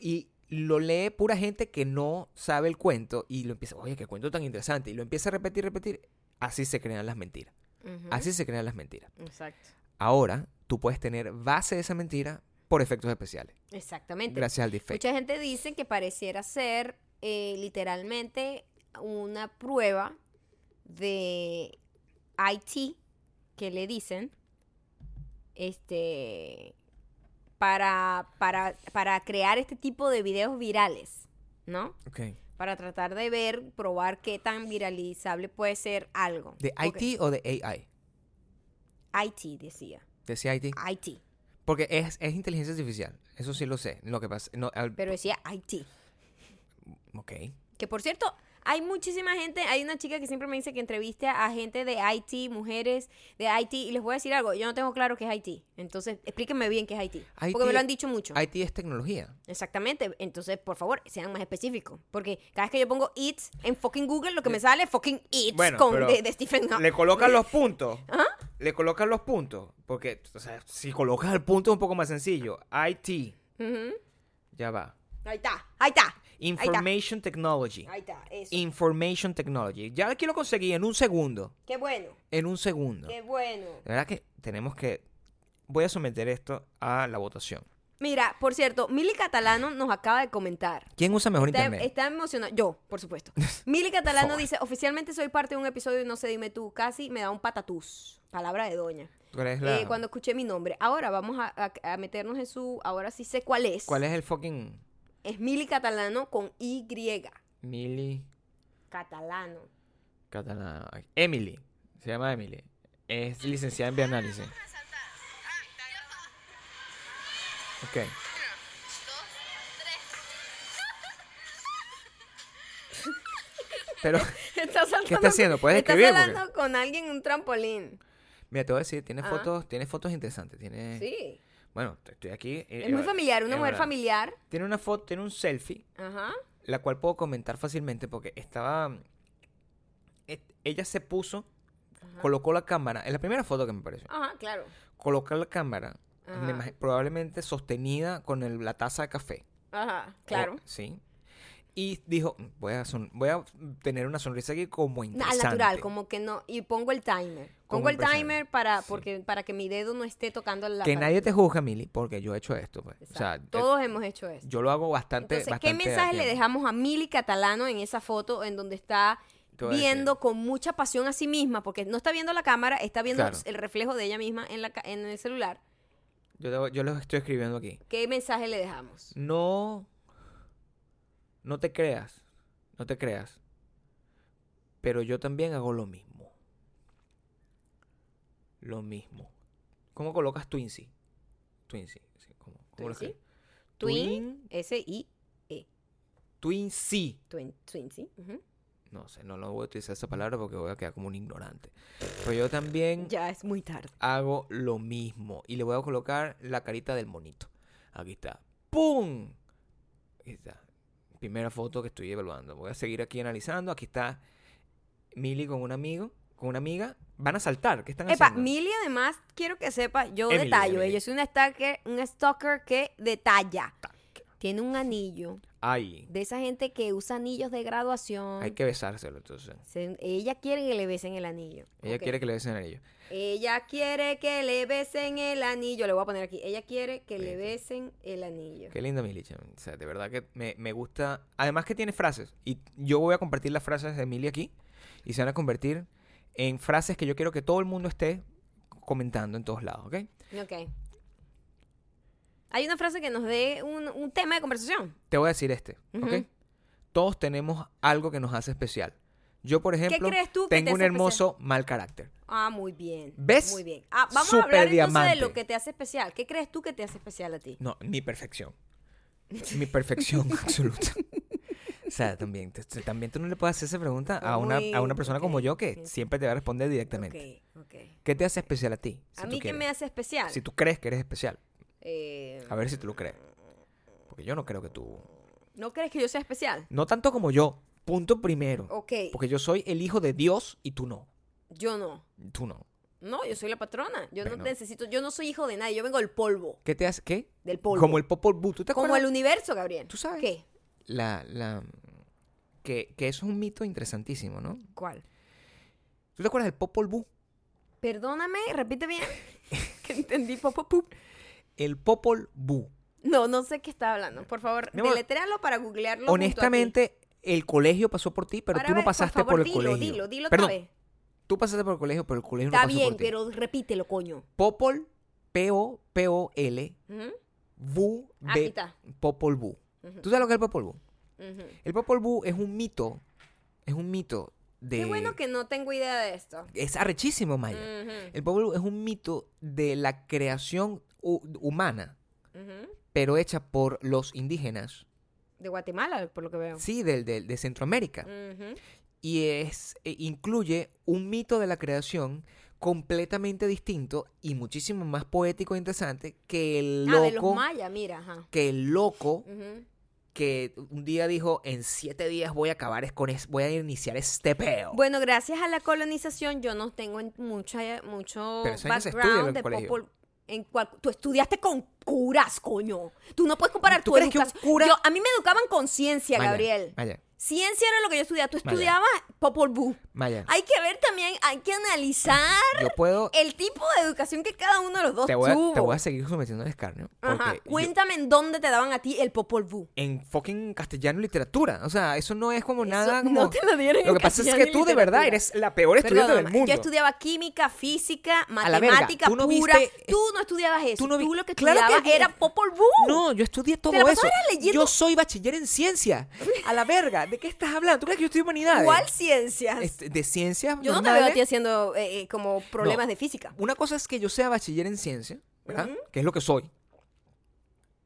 [SPEAKER 2] Y lo lee pura gente que no sabe el cuento y lo empieza, oye, qué cuento tan interesante, y lo empieza a repetir, repetir, así se crean las mentiras.
[SPEAKER 1] Ujú.
[SPEAKER 2] Así se crean las mentiras.
[SPEAKER 1] Exacto.
[SPEAKER 2] Ahora, tú puedes tener base de esa mentira por efectos especiales,
[SPEAKER 1] Exactamente.
[SPEAKER 2] gracias al deepfake.
[SPEAKER 1] Mucha gente dice que pareciera ser eh, literalmente una prueba de IT que le dicen este para, para, para crear este tipo de videos virales, ¿no?
[SPEAKER 2] Ok.
[SPEAKER 1] Para tratar de ver, probar qué tan viralizable puede ser algo.
[SPEAKER 2] ¿De
[SPEAKER 1] Porque
[SPEAKER 2] IT o de AI?
[SPEAKER 1] IT decía.
[SPEAKER 2] Decía IT.
[SPEAKER 1] IT.
[SPEAKER 2] Porque es, es inteligencia artificial. Eso sí lo sé. Lo que pasa. No, al-
[SPEAKER 1] Pero decía IT.
[SPEAKER 2] ok.
[SPEAKER 1] Que por cierto, hay muchísima gente, hay una chica que siempre me dice que entreviste a gente de IT, mujeres de IT, y les voy a decir algo, yo no tengo claro qué es IT. Entonces, explíquenme bien qué es IT.
[SPEAKER 2] IT
[SPEAKER 1] porque me lo han dicho mucho.
[SPEAKER 2] IT es tecnología.
[SPEAKER 1] Exactamente. Entonces, por favor, sean más específicos. Porque cada vez que yo pongo IT en fucking Google, lo que me sale es fucking IT
[SPEAKER 2] Bueno,
[SPEAKER 1] con,
[SPEAKER 2] pero
[SPEAKER 1] de, de Stephen Hawking.
[SPEAKER 2] Le colocan los puntos.
[SPEAKER 1] ¿Ah?
[SPEAKER 2] Le colocan los puntos. Porque, o sea, si colocas el punto es un poco más sencillo. IT.
[SPEAKER 1] Ujú.
[SPEAKER 2] Ya va.
[SPEAKER 1] Ahí está, ahí está.
[SPEAKER 2] Information Technology.
[SPEAKER 1] Ahí está, eso.
[SPEAKER 2] Information Technology. Ya aquí lo conseguí en un segundo.
[SPEAKER 1] Qué bueno,
[SPEAKER 2] En un segundo.
[SPEAKER 1] qué bueno.
[SPEAKER 2] La verdad que tenemos que. Voy a someter esto a la votación.
[SPEAKER 1] Mira, por cierto, Mili Catalano nos acaba de comentar.
[SPEAKER 2] ¿Quién usa mejor
[SPEAKER 1] Está,
[SPEAKER 2] internet?
[SPEAKER 1] está emocionado. Yo, por
[SPEAKER 2] (laughs)
[SPEAKER 1] supuesto. Mili Catalano
[SPEAKER 2] Por favor.
[SPEAKER 1] dice, oficialmente soy parte de un episodio de No sé, dime tú. Casi me da un patatús. Palabra de doña.
[SPEAKER 2] ¿Tú eres la-
[SPEAKER 1] Eh, cuando escuché mi nombre. Ahora vamos a, a- a meternos en su... Ahora sí sé cuál es.
[SPEAKER 2] ¿Cuál es el fucking
[SPEAKER 1] Es Mili Catalano con Y.
[SPEAKER 2] Mili
[SPEAKER 1] Catalano. (laughs)
[SPEAKER 2] catalana? Emily. Se llama Emily. Es licenciada en bioanálisis. Ok. Pero, (laughs)
[SPEAKER 1] Está saltando-
[SPEAKER 2] ¿qué está haciendo? Puedes
[SPEAKER 1] está
[SPEAKER 2] escribir. Porque...
[SPEAKER 1] saltando con alguien en un trampolín.
[SPEAKER 2] Mira, te voy a decir, tiene
[SPEAKER 1] Ajá.
[SPEAKER 2] fotos, tiene fotos interesantes. Tiene...
[SPEAKER 1] Sí.
[SPEAKER 2] Bueno, te- estoy aquí. eh,
[SPEAKER 1] Es muy
[SPEAKER 2] eh,
[SPEAKER 1] familiar, una
[SPEAKER 2] eh,
[SPEAKER 1] mujer
[SPEAKER 2] ahora,
[SPEAKER 1] familiar.
[SPEAKER 2] Tiene una foto, tiene un selfie,
[SPEAKER 1] Ajá.
[SPEAKER 2] la cual puedo comentar fácilmente porque estaba. et- Ella se puso, colocó la cámara. Es la primera foto que me pareció.
[SPEAKER 1] Ajá, claro.
[SPEAKER 2] Colocó la cámara, me
[SPEAKER 1] Ajá.
[SPEAKER 2] imagi- probablemente sostenida con el- la taza de café.
[SPEAKER 1] Ajá, claro.
[SPEAKER 2] O- sí. Y dijo, "Mm, voy a, son- voy a tener una sonrisa aquí como
[SPEAKER 1] Na- Al
[SPEAKER 2] interesante.
[SPEAKER 1] natural, como que no. Y pongo el timer.
[SPEAKER 2] Como
[SPEAKER 1] Pongo el
[SPEAKER 2] impresionante.
[SPEAKER 1] timer para,
[SPEAKER 2] Sí.
[SPEAKER 1] porque, para que mi dedo no esté tocando la.
[SPEAKER 2] Que
[SPEAKER 1] pared.
[SPEAKER 2] nadie te juzga, Mili, porque yo he hecho esto. pues. O
[SPEAKER 1] Exacto.
[SPEAKER 2] sea, eh,
[SPEAKER 1] Todos hemos hecho eso.
[SPEAKER 2] yo lo hago bastante.
[SPEAKER 1] Entonces, ¿qué
[SPEAKER 2] bastante a
[SPEAKER 1] mensaje le
[SPEAKER 2] tiempo.
[SPEAKER 1] dejamos a Mili Catalano en esa foto en donde está
[SPEAKER 2] Te voy a
[SPEAKER 1] viendo con mucha pasión a sí misma? Porque no está viendo la cámara, está viendo
[SPEAKER 2] Claro.
[SPEAKER 1] el reflejo de ella misma en, la, ca- en el celular.
[SPEAKER 2] Yo, lo- yo los estoy escribiendo aquí.
[SPEAKER 1] ¿Qué mensaje le dejamos?
[SPEAKER 2] No. No te creas. No te creas. Pero yo también hago lo mismo. Lo mismo. ¿Cómo colocas Twinsy? Twinsy. sí, ¿Cómo, cómo lo
[SPEAKER 1] Twinsy.
[SPEAKER 2] escribes?
[SPEAKER 1] Twin, S-I-E.
[SPEAKER 2] Twinsy.
[SPEAKER 1] Twin, twin, sí. ujú.
[SPEAKER 2] No sé, no lo voy a utilizar esa palabra porque voy a quedar como un ignorante. Pero yo también
[SPEAKER 1] Ya es muy tarde.
[SPEAKER 2] hago lo mismo. Y le voy a colocar la carita del monito. Aquí está. ¡Pum! Aquí está. Primera foto que estoy evaluando. Voy a seguir aquí analizando. Aquí está Mili con un amigo, con una amiga. Van a saltar. ¿Qué están
[SPEAKER 1] Epa,
[SPEAKER 2] haciendo?
[SPEAKER 1] Mili además, quiero que sepa, yo
[SPEAKER 2] Emily,
[SPEAKER 1] detallo,
[SPEAKER 2] Emily.
[SPEAKER 1] ella es una stalker, un stalker que detalla. Tiene un anillo
[SPEAKER 2] Ay,
[SPEAKER 1] de esa gente que usa anillos de graduación.
[SPEAKER 2] hay que besárselo entonces.
[SPEAKER 1] Se- ella quiere que le besen el anillo.
[SPEAKER 2] Ella
[SPEAKER 1] Ok.
[SPEAKER 2] quiere que le besen a ellos.
[SPEAKER 1] Ella quiere que le besen el anillo. Le voy a poner aquí. Ella quiere que le
[SPEAKER 2] Ahí
[SPEAKER 1] besen el anillo.
[SPEAKER 2] Qué linda Mili, chamo. O sea, de verdad que me, me gusta. Además que tiene frases. Y yo voy a compartir las frases de Mili aquí. Y se van a convertir en frases que yo quiero que todo el mundo esté comentando en todos lados, ¿ok?
[SPEAKER 1] Ok. Hay una frase que nos dé un, un tema de conversación.
[SPEAKER 2] Te voy a decir este, ¿ok?
[SPEAKER 1] Ujú.
[SPEAKER 2] Todos tenemos algo que nos hace especial. Yo, por ejemplo,
[SPEAKER 1] crees tú que te
[SPEAKER 2] tengo un
[SPEAKER 1] hace
[SPEAKER 2] hermoso mal carácter.
[SPEAKER 1] Ah, muy bien.
[SPEAKER 2] ¿Ves?
[SPEAKER 1] Muy bien. Ah, vamos a hablar entonces
[SPEAKER 2] Superdiamante.
[SPEAKER 1] de lo que te hace especial. ¿Qué crees tú que te hace especial a ti?
[SPEAKER 2] No, mi perfección.
[SPEAKER 1] (laughs)
[SPEAKER 2] Mi perfección absoluta. O sea, también, te- te- también tú no le puedes hacer esa pregunta a una, a una
[SPEAKER 1] Muy-
[SPEAKER 2] persona como
[SPEAKER 1] ok,
[SPEAKER 2] yo que
[SPEAKER 1] ok.
[SPEAKER 2] siempre te va a responder directamente.
[SPEAKER 1] Ok, ok.
[SPEAKER 2] ¿Qué te hace especial a ti? si
[SPEAKER 1] a
[SPEAKER 2] tú
[SPEAKER 1] mí, ¿qué
[SPEAKER 2] quieres?
[SPEAKER 1] me hace especial?
[SPEAKER 2] Si tú crees que eres especial.
[SPEAKER 1] Eh,
[SPEAKER 2] A ver si tú lo crees.
[SPEAKER 1] Mm.
[SPEAKER 2] Porque yo no creo que tú...
[SPEAKER 1] ¿No crees que yo sea especial?
[SPEAKER 2] No tanto como yo. Punto primero.
[SPEAKER 1] Ok.
[SPEAKER 2] Porque yo soy el hijo de Dios y tú no.
[SPEAKER 1] Yo no.
[SPEAKER 2] Tú no.
[SPEAKER 1] No, yo soy la patrona. Yo
[SPEAKER 2] Bueno.
[SPEAKER 1] no necesito. Yo no soy hijo de nadie. Yo vengo del polvo.
[SPEAKER 2] ¿Qué te hace? ¿Qué?
[SPEAKER 1] del polvo.
[SPEAKER 2] Como el Popol Vuh. ¿Tú te
[SPEAKER 1] Como
[SPEAKER 2] acuerdas?
[SPEAKER 1] el universo, Gabriel.
[SPEAKER 2] ¿Tú sabes?
[SPEAKER 1] ¿Qué?
[SPEAKER 2] La, la... Que, que eso es un mito interesantísimo, ¿no?
[SPEAKER 1] ¿Cuál?
[SPEAKER 2] ¿Tú te acuerdas del Popol Vuh?
[SPEAKER 1] Perdóname, repite
[SPEAKER 2] (laughs)
[SPEAKER 1] bien. (laughs) que entendí, popo, pup.
[SPEAKER 2] El Popol Vuh.
[SPEAKER 1] No, no sé qué está hablando. Por favor,
[SPEAKER 2] Mi amor,
[SPEAKER 1] deletréalo para googlearlo. junto a ti.
[SPEAKER 2] Honestamente, el colegio pasó por ti, pero
[SPEAKER 1] Para
[SPEAKER 2] tú
[SPEAKER 1] ver,
[SPEAKER 2] no pasaste por,
[SPEAKER 1] favor,
[SPEAKER 2] el
[SPEAKER 1] dilo,
[SPEAKER 2] colegio.
[SPEAKER 1] Dilo, dilo otra
[SPEAKER 2] Perdón,
[SPEAKER 1] vez.
[SPEAKER 2] tú pasaste por el colegio, pero el colegio no
[SPEAKER 1] Está
[SPEAKER 2] pasó
[SPEAKER 1] bien,
[SPEAKER 2] por ti.
[SPEAKER 1] pero repítelo, coño.
[SPEAKER 2] Popol, P-O-P-O-L,
[SPEAKER 1] Ujú,
[SPEAKER 2] Vu,
[SPEAKER 1] Aquí
[SPEAKER 2] B,
[SPEAKER 1] está.
[SPEAKER 2] Popol Vuh.
[SPEAKER 1] Ujú.
[SPEAKER 2] ¿Tú sabes lo que es el Popol Vuh?
[SPEAKER 1] ujú.
[SPEAKER 2] El Popol Vuh es un mito, es un mito de...
[SPEAKER 1] Qué bueno que no tengo idea de esto.
[SPEAKER 2] Es arrechísimo, Maya.
[SPEAKER 1] Ujú,
[SPEAKER 2] El Popol Vuh es un mito de la creación hu- humana,
[SPEAKER 1] ujú.
[SPEAKER 2] pero hecha por los indígenas,
[SPEAKER 1] De Guatemala, por lo que veo.
[SPEAKER 2] sí, del, del- de Centroamérica.
[SPEAKER 1] Ujú.
[SPEAKER 2] y es e incluye un mito de la creación completamente distinto y muchísimo más poético e interesante que el
[SPEAKER 1] Ah, de los
[SPEAKER 2] loco
[SPEAKER 1] mayas, mira, ajá.
[SPEAKER 2] que el loco
[SPEAKER 1] Ujú.
[SPEAKER 2] que un día dijo en siete días voy a acabar es con es- voy a iniciar este peo
[SPEAKER 1] Bueno, gracias a la colonización yo no tengo en- mucha, eh, mucho
[SPEAKER 2] Pero eso ya se estudia en
[SPEAKER 1] background
[SPEAKER 2] el
[SPEAKER 1] de
[SPEAKER 2] colegio.
[SPEAKER 1] Popol en cual, tú estudiaste con curas, coño. Tú no puedes comparar
[SPEAKER 2] ¿Tú
[SPEAKER 1] tu
[SPEAKER 2] crees que un
[SPEAKER 1] educación.
[SPEAKER 2] cura-
[SPEAKER 1] Yo- a mí me educaban con ciencia,
[SPEAKER 2] Maya,
[SPEAKER 1] Gabriel.
[SPEAKER 2] Maya
[SPEAKER 1] Ciencia era lo que yo estudiaba. Tú
[SPEAKER 2] Maya.
[SPEAKER 1] estudiabas Popol Vuh.
[SPEAKER 2] Maya
[SPEAKER 1] Hay que ver también, hay que analizar
[SPEAKER 2] yo puedo
[SPEAKER 1] el tipo de educación que cada uno de los dos
[SPEAKER 2] te voy, a,
[SPEAKER 1] tuvo.
[SPEAKER 2] te voy a seguir sometiendo al escarnio
[SPEAKER 1] Ajá.
[SPEAKER 2] porque yo-
[SPEAKER 1] Cuéntame en dónde te daban a ti el Popol Vuh.
[SPEAKER 2] en fucking castellano y literatura o sea eso no es como
[SPEAKER 1] Eso
[SPEAKER 2] nada como
[SPEAKER 1] no te lo dieron en
[SPEAKER 2] que pasa es
[SPEAKER 1] castellano
[SPEAKER 2] que
[SPEAKER 1] y
[SPEAKER 2] tú de verdad
[SPEAKER 1] literatura.
[SPEAKER 2] eres la peor estudiante
[SPEAKER 1] Perdóname,
[SPEAKER 2] del mundo
[SPEAKER 1] Yo estudiaba química, física,
[SPEAKER 2] la verga,
[SPEAKER 1] matemática
[SPEAKER 2] tú no
[SPEAKER 1] pura.
[SPEAKER 2] viste- eh,
[SPEAKER 1] tú no estudiabas eso. Tú,
[SPEAKER 2] no vi-
[SPEAKER 1] lo que
[SPEAKER 2] Claro que
[SPEAKER 1] estudiabas
[SPEAKER 2] vi-
[SPEAKER 1] era Popol ¡uh! Vuh.
[SPEAKER 2] No, yo estudié todo
[SPEAKER 1] la pasabas
[SPEAKER 2] eso.
[SPEAKER 1] leyendo-
[SPEAKER 2] Yo soy bachiller en ciencia. A la verga, ¿de qué estás hablando? ¿Tú crees que yo estudio humanidades?
[SPEAKER 1] ¿Cuál ciencias?
[SPEAKER 2] Este, de ciencias.
[SPEAKER 1] yo no te veo
[SPEAKER 2] normales.
[SPEAKER 1] a ti haciendo eh, eh, como problemas de física.
[SPEAKER 2] Una cosa es que yo sea bachiller en ciencia, ¿verdad? Que es lo que soy.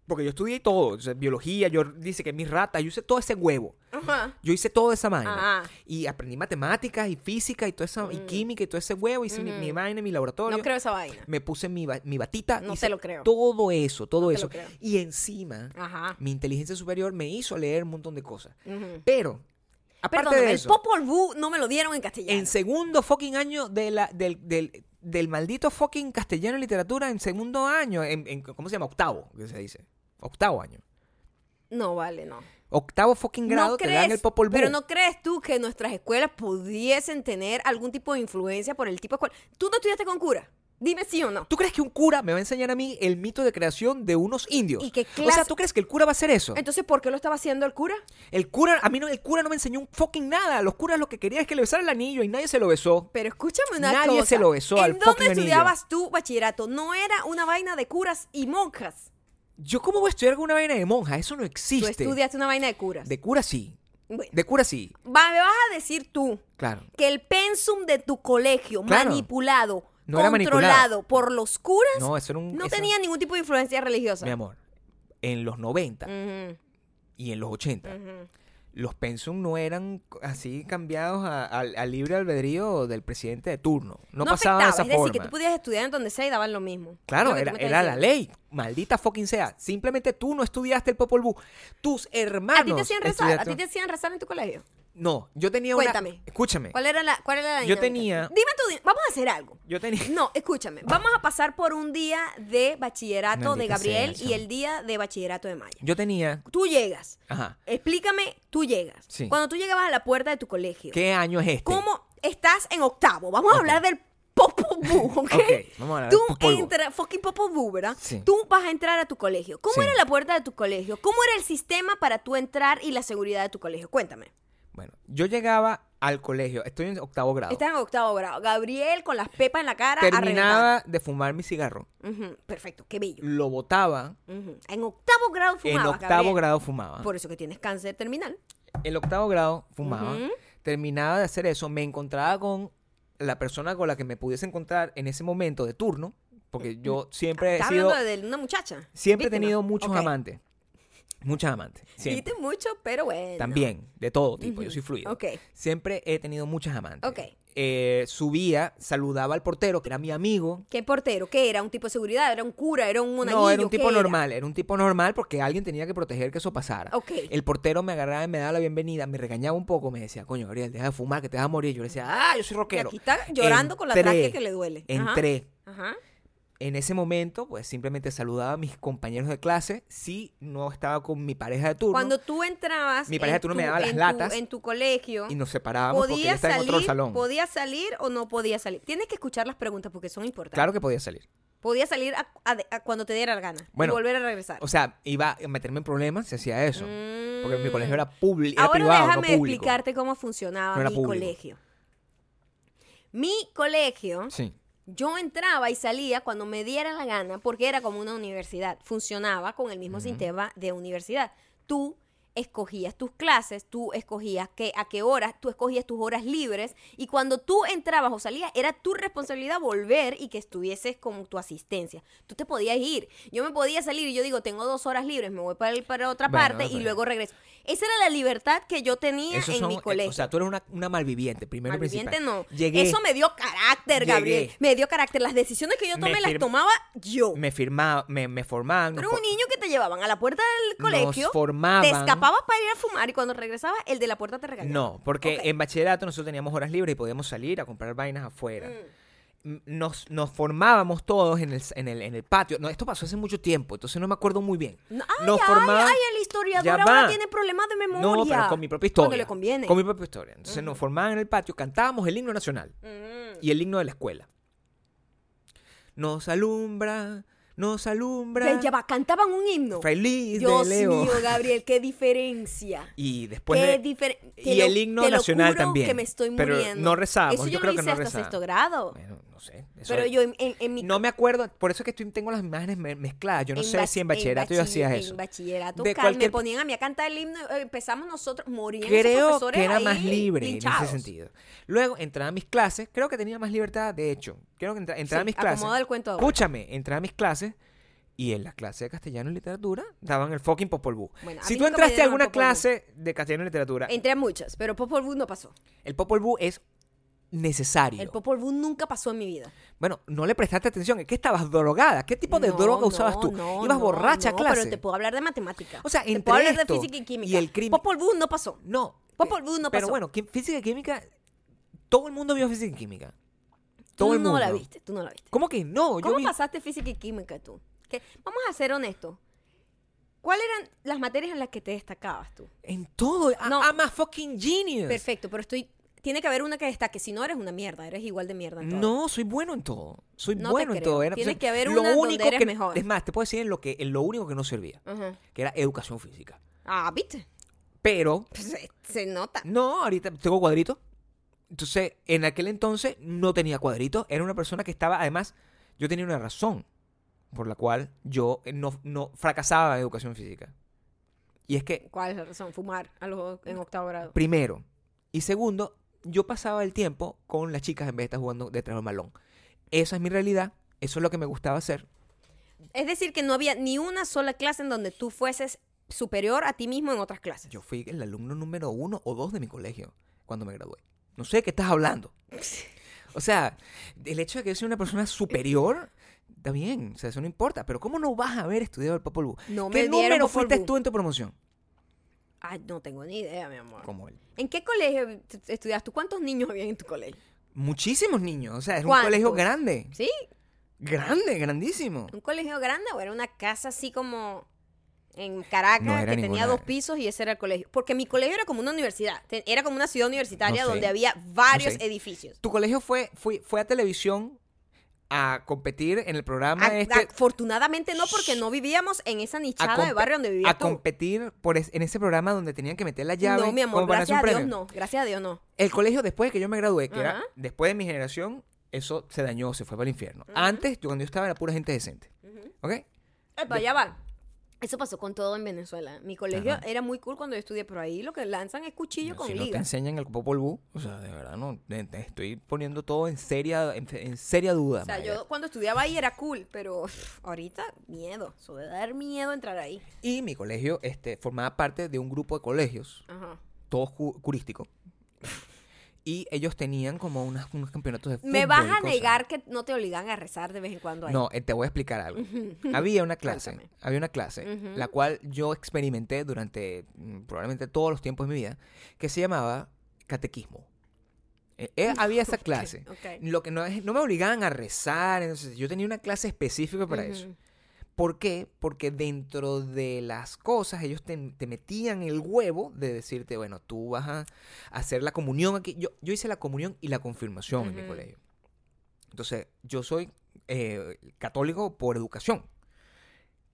[SPEAKER 2] Porque yo estudié todo, o sea, biología, yo dice que mis ratas, yo hice todo ese huevo.
[SPEAKER 1] Ajá.
[SPEAKER 2] Yo hice toda esa vaina.
[SPEAKER 1] Ajá.
[SPEAKER 2] Y aprendí matemáticas y física y toda esa y química y todo ese huevo, hice mi, mi vaina, en mi laboratorio.
[SPEAKER 1] Mm. No creo esa vaina.
[SPEAKER 2] Me puse mi, ba- mi batita.
[SPEAKER 1] No
[SPEAKER 2] hice
[SPEAKER 1] te lo creo.
[SPEAKER 2] Todo eso, todo
[SPEAKER 1] te lo
[SPEAKER 2] eso.
[SPEAKER 1] creo. Ah.
[SPEAKER 2] Y encima,
[SPEAKER 1] Ajá.
[SPEAKER 2] mi inteligencia superior me hizo leer un montón de cosas.
[SPEAKER 1] Ujú.
[SPEAKER 2] Pero, aparte
[SPEAKER 1] Mm. Perdóname,
[SPEAKER 2] de
[SPEAKER 1] el
[SPEAKER 2] eso,
[SPEAKER 1] Popol Vuh no me lo dieron en castellano.
[SPEAKER 2] en segundo fucking año de la, del, del, del maldito fucking castellano en literatura, en segundo año, en, en- ¿cómo se llama? Octavo, que se dice. Octavo año.
[SPEAKER 1] No vale, no.
[SPEAKER 2] Octavo fucking grado
[SPEAKER 1] no
[SPEAKER 2] te
[SPEAKER 1] crees,
[SPEAKER 2] dan el Popol ¡uh! Vuh.
[SPEAKER 1] Pero no crees tú que nuestras escuelas pudiesen tener algún tipo de influencia por el tipo de escuela. ¿Tú no estudiaste con cura? Dime sí o no.
[SPEAKER 2] ¿Tú crees que un cura me va a enseñar a mí el mito de creación de unos indios?
[SPEAKER 1] ¿Y qué
[SPEAKER 2] O sea,
[SPEAKER 1] clase-
[SPEAKER 2] ¿tú crees que el cura va a hacer eso?
[SPEAKER 1] Entonces, ¿por qué lo estaba haciendo el cura?
[SPEAKER 2] El cura, a mí no, el cura no me enseñó un fucking nada. Los curas lo que querían es que le besara el anillo y nadie se lo besó.
[SPEAKER 1] Pero escúchame una cosa.
[SPEAKER 2] Nadie se lo besó al
[SPEAKER 1] ¿En dónde
[SPEAKER 2] fucking anillo.
[SPEAKER 1] estudiabas tú bachillerato? No era una vaina de curas y monjas.
[SPEAKER 2] ¿Yo cómo voy a estudiar con una vaina de monja? Eso no
[SPEAKER 1] Tú
[SPEAKER 2] existe.
[SPEAKER 1] estudiaste una vaina de curas.
[SPEAKER 2] De cura sí.
[SPEAKER 1] Bueno,
[SPEAKER 2] De cura sí.
[SPEAKER 1] va- me vas a decir tú
[SPEAKER 2] Claro.
[SPEAKER 1] que el pensum de tu colegio
[SPEAKER 2] Claro.
[SPEAKER 1] manipulado,
[SPEAKER 2] No era manipulado.
[SPEAKER 1] controlado por los curas,
[SPEAKER 2] No, eso era un.
[SPEAKER 1] no
[SPEAKER 2] eso-
[SPEAKER 1] tenía ningún tipo de influencia religiosa.
[SPEAKER 2] Mi amor, en los 90
[SPEAKER 1] Ujú,
[SPEAKER 2] y en los 80,
[SPEAKER 1] Mm. ujú.
[SPEAKER 2] los pensum no eran así cambiados a- al al libre albedrío del presidente de turno. No, pasaban
[SPEAKER 1] afectaba,
[SPEAKER 2] de esa
[SPEAKER 1] es
[SPEAKER 2] forma.
[SPEAKER 1] decir, que tú pudieras estudiar en donde sea y daban lo mismo. Es
[SPEAKER 2] Claro,
[SPEAKER 1] lo que
[SPEAKER 2] era,
[SPEAKER 1] tú me estás
[SPEAKER 2] era la
[SPEAKER 1] diciendo.
[SPEAKER 2] ley. Maldita fucking sea. Simplemente tú no estudiaste el Popol Vuh. Tus hermanos.
[SPEAKER 1] ¿A ti te hacían rezar?
[SPEAKER 2] estudiaron-
[SPEAKER 1] ¿A ti te hacían rezar en tu colegio?
[SPEAKER 2] No, yo tenía una.
[SPEAKER 1] Cuéntame.
[SPEAKER 2] Escúchame.
[SPEAKER 1] ¿Cuál era la, cuál era la
[SPEAKER 2] Yo
[SPEAKER 1] dinámica?
[SPEAKER 2] tenía-
[SPEAKER 1] Dime tú, di- vamos a hacer algo.
[SPEAKER 2] Yo tenía.
[SPEAKER 1] No, escúchame, vamos a pasar por un día de bachillerato de
[SPEAKER 2] Maldita
[SPEAKER 1] Gabriel
[SPEAKER 2] sea,
[SPEAKER 1] y
[SPEAKER 2] chamo.
[SPEAKER 1] el día de bachillerato de Maya.
[SPEAKER 2] Yo tenía.
[SPEAKER 1] Tú llegas.
[SPEAKER 2] Ajá.
[SPEAKER 1] Explícame, tú llegas.
[SPEAKER 2] Sí.
[SPEAKER 1] Cuando tú llegabas a la puerta de tu colegio,
[SPEAKER 2] ¿Qué año es este?
[SPEAKER 1] ¿cómo estás en octavo? Vamos
[SPEAKER 2] Ok.
[SPEAKER 1] a hablar del Popo Vuh, ¿ok?
[SPEAKER 2] (laughs) Ok, vamos a hablar del
[SPEAKER 1] Tú
[SPEAKER 2] Popol Vuh.
[SPEAKER 1] entras, fucking Popo Vuh, ¿verdad?
[SPEAKER 2] Sí.
[SPEAKER 1] Tú vas a entrar a tu colegio. ¿Cómo
[SPEAKER 2] Sí.
[SPEAKER 1] era la puerta de tu colegio? ¿Cómo era el sistema para tú entrar y la seguridad de tu colegio? Cuéntame.
[SPEAKER 2] Bueno, yo llegaba al colegio. Estoy en octavo grado.
[SPEAKER 1] Estás en octavo grado. Gabriel con las pepas en la cara. a reventar.
[SPEAKER 2] Terminaba de fumar mi cigarro.
[SPEAKER 1] Ujú, Perfecto, qué bello.
[SPEAKER 2] Lo botaba.
[SPEAKER 1] Ujú. En octavo grado fumaba.
[SPEAKER 2] en octavo
[SPEAKER 1] Gabriel. Ah.
[SPEAKER 2] grado fumaba.
[SPEAKER 1] Por eso que tienes cáncer terminal.
[SPEAKER 2] El octavo grado fumaba. Terminaba de hacer eso. Me encontraba con la persona con la que me pudiese encontrar en ese momento de turno. Porque yo siempre he
[SPEAKER 1] Estás
[SPEAKER 2] sido.
[SPEAKER 1] Mm. hablando de de una muchacha.
[SPEAKER 2] Siempre he
[SPEAKER 1] víctima.
[SPEAKER 2] tenido muchos
[SPEAKER 1] Ok.
[SPEAKER 2] amantes. Muchas amantes. Siempre.
[SPEAKER 1] Viste mucho, pero bueno.
[SPEAKER 2] También, de todo tipo. Yo soy fluido.
[SPEAKER 1] Ok.
[SPEAKER 2] Siempre he tenido muchas amantes.
[SPEAKER 1] Ok.
[SPEAKER 2] Eh, subía, saludaba al portero, que era mi amigo.
[SPEAKER 1] ¿Qué portero? ¿Qué era? ¿Un tipo de seguridad? ¿Era un cura? ¿Era un monaguillo?
[SPEAKER 2] No, era un tipo
[SPEAKER 1] ¿Qué
[SPEAKER 2] normal, era un tipo normal porque alguien tenía que proteger que eso pasara.
[SPEAKER 1] Ok.
[SPEAKER 2] El portero me agarraba y me daba la bienvenida, me regañaba un poco, me decía, coño, Gabriel, deja de fumar, que te vas a morir. Yo le decía, ah, yo soy rockero.
[SPEAKER 1] Y aquí está llorando con la
[SPEAKER 2] Entré,
[SPEAKER 1] tráquea que le duele. Ajá.
[SPEAKER 2] Entré,
[SPEAKER 1] Ajá.
[SPEAKER 2] En ese momento, pues simplemente saludaba a mis compañeros de clase si no estaba con mi pareja de turno.
[SPEAKER 1] Cuando tú entrabas.
[SPEAKER 2] Mi pareja
[SPEAKER 1] en
[SPEAKER 2] tú no me
[SPEAKER 1] tu-
[SPEAKER 2] daba las
[SPEAKER 1] en tu-
[SPEAKER 2] latas.
[SPEAKER 1] en tu colegio.
[SPEAKER 2] y nos separábamos porque
[SPEAKER 1] podía
[SPEAKER 2] ella estaba en otro
[SPEAKER 1] salir,
[SPEAKER 2] salón.
[SPEAKER 1] podía salir o no podía salir. Tienes que escuchar las preguntas porque son importantes.
[SPEAKER 2] Claro que podía salir.
[SPEAKER 1] Podía salir a, a- a cuando te diera la gana
[SPEAKER 2] Bueno,
[SPEAKER 1] y volver a regresar.
[SPEAKER 2] O sea, iba a meterme en problemas si hacía eso. Porque mi
[SPEAKER 1] Mm.
[SPEAKER 2] colegio era, publi- era
[SPEAKER 1] Ahora
[SPEAKER 2] privado,
[SPEAKER 1] déjame
[SPEAKER 2] no público.
[SPEAKER 1] explicarte cómo funcionaba
[SPEAKER 2] No era
[SPEAKER 1] mi
[SPEAKER 2] público.
[SPEAKER 1] colegio. Mi colegio,
[SPEAKER 2] Sí.
[SPEAKER 1] yo entraba y salía cuando me diera la gana, porque era como una universidad. Funcionaba con el mismo sistema de universidad. Tú escogías tus clases, tú escogías qué, a qué horas, tú escogías tus horas libres, y cuando tú entrabas o salías, era tu responsabilidad volver y que estuvieses con tu asistencia. Tú te podías ir. Yo me podía salir y yo digo, tengo dos horas libres, me voy para, el- para otra
[SPEAKER 2] Bueno,
[SPEAKER 1] parte y
[SPEAKER 2] pero-
[SPEAKER 1] luego regreso. Esa era la libertad que yo tenía
[SPEAKER 2] Esos
[SPEAKER 1] en
[SPEAKER 2] son- eh, e,
[SPEAKER 1] mi colegio.
[SPEAKER 2] O sea, tú eres una, una malviviente, primero y
[SPEAKER 1] Malviviente
[SPEAKER 2] principal.
[SPEAKER 1] no.
[SPEAKER 2] Llegué,
[SPEAKER 1] Eso me dio carácter,
[SPEAKER 2] Llegué.
[SPEAKER 1] Gabriel. Me dio carácter. Las decisiones que yo
[SPEAKER 2] Me
[SPEAKER 1] tomé las
[SPEAKER 2] fir-
[SPEAKER 1] tomaba yo.
[SPEAKER 2] me firmaba, me, me formaban.
[SPEAKER 1] Tú
[SPEAKER 2] nos
[SPEAKER 1] eras un
[SPEAKER 2] for-
[SPEAKER 1] niño que te llevaban a la puerta del
[SPEAKER 2] Nos
[SPEAKER 1] colegio,
[SPEAKER 2] formaban.
[SPEAKER 1] te escapabas para ir a fumar y cuando regresabas, el de la puerta te regañaba.
[SPEAKER 2] No, porque
[SPEAKER 1] Ok.
[SPEAKER 2] en bachillerato nosotros teníamos horas libres y podíamos salir a comprar vainas afuera.
[SPEAKER 1] Mm.
[SPEAKER 2] M- Nos, nos formábamos todos en el, en el, en el patio. No, esto pasó hace mucho tiempo, entonces no me acuerdo muy bien.
[SPEAKER 1] No, ay,
[SPEAKER 2] nos
[SPEAKER 1] ay,
[SPEAKER 2] formaban-
[SPEAKER 1] ay, el historiador
[SPEAKER 2] Ya
[SPEAKER 1] ahora
[SPEAKER 2] va.
[SPEAKER 1] tiene problemas de memoria.
[SPEAKER 2] No, pero con mi propia historia.
[SPEAKER 1] Cuando le conviene.
[SPEAKER 2] Con mi propia historia. Entonces nos formaban en el patio, cantábamos el himno nacional
[SPEAKER 1] Mm.
[SPEAKER 2] y el himno de la escuela. Nos alumbra, nos alumbra.
[SPEAKER 1] Ya va, cantaban un himno.
[SPEAKER 2] Feliz
[SPEAKER 1] Dios
[SPEAKER 2] de Leo.
[SPEAKER 1] mío, Gabriel, qué diferencia.
[SPEAKER 2] Y después.
[SPEAKER 1] Qué
[SPEAKER 2] de-
[SPEAKER 1] difer- te
[SPEAKER 2] y
[SPEAKER 1] lo-
[SPEAKER 2] el himno
[SPEAKER 1] te lo
[SPEAKER 2] nacional
[SPEAKER 1] juro
[SPEAKER 2] también.
[SPEAKER 1] que me estoy
[SPEAKER 2] pero
[SPEAKER 1] muriendo.
[SPEAKER 2] no rezábamos.
[SPEAKER 1] Eso
[SPEAKER 2] yo,
[SPEAKER 1] yo, lo
[SPEAKER 2] creo que
[SPEAKER 1] hice
[SPEAKER 2] no
[SPEAKER 1] hasta
[SPEAKER 2] rezábamos.
[SPEAKER 1] sexto grado.
[SPEAKER 2] Bueno, no sé. eso
[SPEAKER 1] Pero
[SPEAKER 2] es-
[SPEAKER 1] yo en, en- en mi
[SPEAKER 2] No me acuerdo, por eso es que estoy- tengo las imágenes me- mezcladas. Yo no sé
[SPEAKER 1] bach-
[SPEAKER 2] si en bachillerato yo hacía
[SPEAKER 1] bachiller-
[SPEAKER 2] eso.
[SPEAKER 1] En bachillerato,
[SPEAKER 2] De
[SPEAKER 1] cal-
[SPEAKER 2] cualquier-
[SPEAKER 1] me ponían a mí a cantar el himno, eh, empezamos nosotros, morían esos
[SPEAKER 2] Creo
[SPEAKER 1] profesores
[SPEAKER 2] que era
[SPEAKER 1] ahí,
[SPEAKER 2] más libre en
[SPEAKER 1] linchados.
[SPEAKER 2] ese sentido. Luego entraba a mis clases, creo que tenía más libertad, de hecho. Creo que entra- entraba a
[SPEAKER 1] Sí,
[SPEAKER 2] mis clases.
[SPEAKER 1] acomoda el cuento ahora.
[SPEAKER 2] Escúchame, entraba a mis clases y en la clase de castellano y literatura daban el fucking Popol Vuh.
[SPEAKER 1] Bueno, a
[SPEAKER 2] si
[SPEAKER 1] mí
[SPEAKER 2] tú
[SPEAKER 1] nunca me
[SPEAKER 2] entraste a
[SPEAKER 1] dieron el
[SPEAKER 2] alguna
[SPEAKER 1] Popol Vuh.
[SPEAKER 2] clase de castellano y literatura,
[SPEAKER 1] Entré a muchas, pero Popol Vuh no pasó.
[SPEAKER 2] el Popol Vuh es necesario.
[SPEAKER 1] El Popol Vuh nunca pasó en mi vida.
[SPEAKER 2] Bueno, no le prestaste atención. Es que estabas drogada. ¿Qué tipo de
[SPEAKER 1] No,
[SPEAKER 2] droga
[SPEAKER 1] no,
[SPEAKER 2] usabas tú?
[SPEAKER 1] no,
[SPEAKER 2] Ibas
[SPEAKER 1] no,
[SPEAKER 2] borracha a
[SPEAKER 1] no,
[SPEAKER 2] clase.
[SPEAKER 1] pero te puedo hablar de matemática.
[SPEAKER 2] O sea,
[SPEAKER 1] te
[SPEAKER 2] entre
[SPEAKER 1] puedo hablar
[SPEAKER 2] esto
[SPEAKER 1] de física y química.
[SPEAKER 2] y el crimen-
[SPEAKER 1] Popol Vuh no pasó.
[SPEAKER 2] No.
[SPEAKER 1] Popol Vuh no
[SPEAKER 2] Pero
[SPEAKER 1] pasó.
[SPEAKER 2] bueno, quim- física y química. Todo el mundo vio física y química. Todo
[SPEAKER 1] tú
[SPEAKER 2] el mundo.
[SPEAKER 1] no la viste, tú no la viste.
[SPEAKER 2] ¿Cómo que no? Yo
[SPEAKER 1] ¿Cómo
[SPEAKER 2] vi-
[SPEAKER 1] pasaste física y química tú? Que- Vamos a ser honestos. ¿Cuáles eran las materias en las que te destacabas tú?
[SPEAKER 2] En todo. A-
[SPEAKER 1] No.
[SPEAKER 2] I'm a fucking genius.
[SPEAKER 1] Perfecto, pero estoy. Tiene que haber una que destaque. Si no eres una mierda, eres igual de mierda. en todo.
[SPEAKER 2] No, soy bueno en todo. Soy
[SPEAKER 1] No te
[SPEAKER 2] bueno en
[SPEAKER 1] creo.
[SPEAKER 2] todo. Era-
[SPEAKER 1] Tiene
[SPEAKER 2] o sea,
[SPEAKER 1] que haber
[SPEAKER 2] lo
[SPEAKER 1] una donde
[SPEAKER 2] único
[SPEAKER 1] eres
[SPEAKER 2] que,
[SPEAKER 1] mejor.
[SPEAKER 2] Es más, te puedo decir en lo, que, en lo único que no servía,
[SPEAKER 1] Ajá.
[SPEAKER 2] que era educación física.
[SPEAKER 1] Ah, viste. (laughs)
[SPEAKER 2] Pero,
[SPEAKER 1] Pues, se, se nota.
[SPEAKER 2] no, ahorita tengo cuadritos. Entonces, en aquel entonces no tenía cuadritos. Era una persona que estaba, además, yo tenía una razón por la cual yo eh, no, no fracasaba en educación física. Y es que
[SPEAKER 1] ¿Cuál es la razón? Fumar a los, en octavo grado.
[SPEAKER 2] Primero. Y segundo, yo pasaba el tiempo con las chicas en vez de estar jugando detrás del balón. Esa es mi realidad. Eso es lo que me gustaba hacer.
[SPEAKER 1] Es decir, que no había ni una sola clase en donde tú fueses superior a ti mismo en otras clases.
[SPEAKER 2] Yo fui el alumno número uno o dos de mi colegio cuando me gradué. No sé de qué
[SPEAKER 1] (laughs)
[SPEAKER 2] estás hablando. O sea, el hecho de que yo sea una persona superior, está bien, o sea, eso no importa. Pero ¿cómo no vas a haber estudiado el Popol Vuh?
[SPEAKER 1] No me
[SPEAKER 2] ¿Qué
[SPEAKER 1] dieron
[SPEAKER 2] número
[SPEAKER 1] Popol
[SPEAKER 2] fuiste
[SPEAKER 1] Vuh.
[SPEAKER 2] tú en tu promoción?
[SPEAKER 1] Ay, no tengo ni idea, mi amor.
[SPEAKER 2] Como él.
[SPEAKER 1] ¿En qué colegio t- estudiaste? tú? ¿Cuántos niños había en tu colegio?
[SPEAKER 2] Muchísimos niños. O sea, era un
[SPEAKER 1] ¿Cuántos?
[SPEAKER 2] colegio grande.
[SPEAKER 1] ¿Sí?
[SPEAKER 2] Grande, grandísimo.
[SPEAKER 1] ¿Un colegio grande o era una casa así como en Caracas
[SPEAKER 2] No,
[SPEAKER 1] que
[SPEAKER 2] era
[SPEAKER 1] tenía
[SPEAKER 2] ninguna-
[SPEAKER 1] dos pisos y ese era el colegio? Porque mi colegio era como una universidad. te- Era como una ciudad universitaria
[SPEAKER 2] No sé.
[SPEAKER 1] donde había varios
[SPEAKER 2] No sé.
[SPEAKER 1] edificios.
[SPEAKER 2] Tu colegio fue, fue, fue a televisión a competir en el programa
[SPEAKER 1] A-
[SPEAKER 2] este.
[SPEAKER 1] Afortunadamente no, porque no vivíamos en esa nichada de
[SPEAKER 2] compe-
[SPEAKER 1] barrio donde
[SPEAKER 2] a
[SPEAKER 1] vivía tú.
[SPEAKER 2] competir por es- en ese programa donde tenían que meter la llave.
[SPEAKER 1] No, mi amor,
[SPEAKER 2] como para
[SPEAKER 1] gracias a
[SPEAKER 2] hacer un
[SPEAKER 1] Dios
[SPEAKER 2] premio.
[SPEAKER 1] no. Gracias a Dios no.
[SPEAKER 2] El colegio, después de que yo me gradué, que era
[SPEAKER 1] Ajá.
[SPEAKER 2] después de mi generación, eso se dañó, se fue para el infierno. Antes, yo- cuando yo estaba, era pura gente decente. ¿Ok?
[SPEAKER 1] Epa, ya va. Eso pasó con todo en Venezuela. Mi colegio era muy cool cuando yo estudié, pero ahí lo que lanzan es cuchillo con
[SPEAKER 2] si no te
[SPEAKER 1] ligas.
[SPEAKER 2] enseñan el Popol Vuh, o sea, de verdad, no. te- te estoy poniendo todo en seria, en, en seria duda.
[SPEAKER 1] o sea,
[SPEAKER 2] Maya.
[SPEAKER 1] yo cuando estudiaba ahí era cool, pero ahorita miedo. Eso debe dar miedo entrar ahí.
[SPEAKER 2] Y mi colegio este, formaba parte de un grupo de colegios
[SPEAKER 1] Ajá.
[SPEAKER 2] todo ju- curístico. Y ellos tenían como unas- unos campeonatos de fútbol.
[SPEAKER 1] Me vas
[SPEAKER 2] y
[SPEAKER 1] a
[SPEAKER 2] cosas.
[SPEAKER 1] negar que no te obligan a rezar de vez en cuando ahí.
[SPEAKER 2] No, eh, te voy a explicar algo. había una clase,
[SPEAKER 1] Cuéntame.
[SPEAKER 2] había una clase,
[SPEAKER 1] Ujú.
[SPEAKER 2] la cual yo experimenté durante mm, probablemente todos los tiempos de mi vida, que se llamaba catequismo. Eh,
[SPEAKER 1] (laughs)
[SPEAKER 2] eh, había esa clase.
[SPEAKER 1] ok.
[SPEAKER 2] Lo que no, es- no me obligaban a rezar. entonces, yo tenía una clase específica para eso.
[SPEAKER 1] Ujú.
[SPEAKER 2] ¿Por qué? Porque dentro de las cosas ellos te, te metían el huevo de decirte, bueno, tú vas a hacer la comunión aquí. Yo, yo hice la comunión y la confirmación en mi
[SPEAKER 1] Ujú.
[SPEAKER 2] colegio. Entonces, yo soy eh, católico por educación.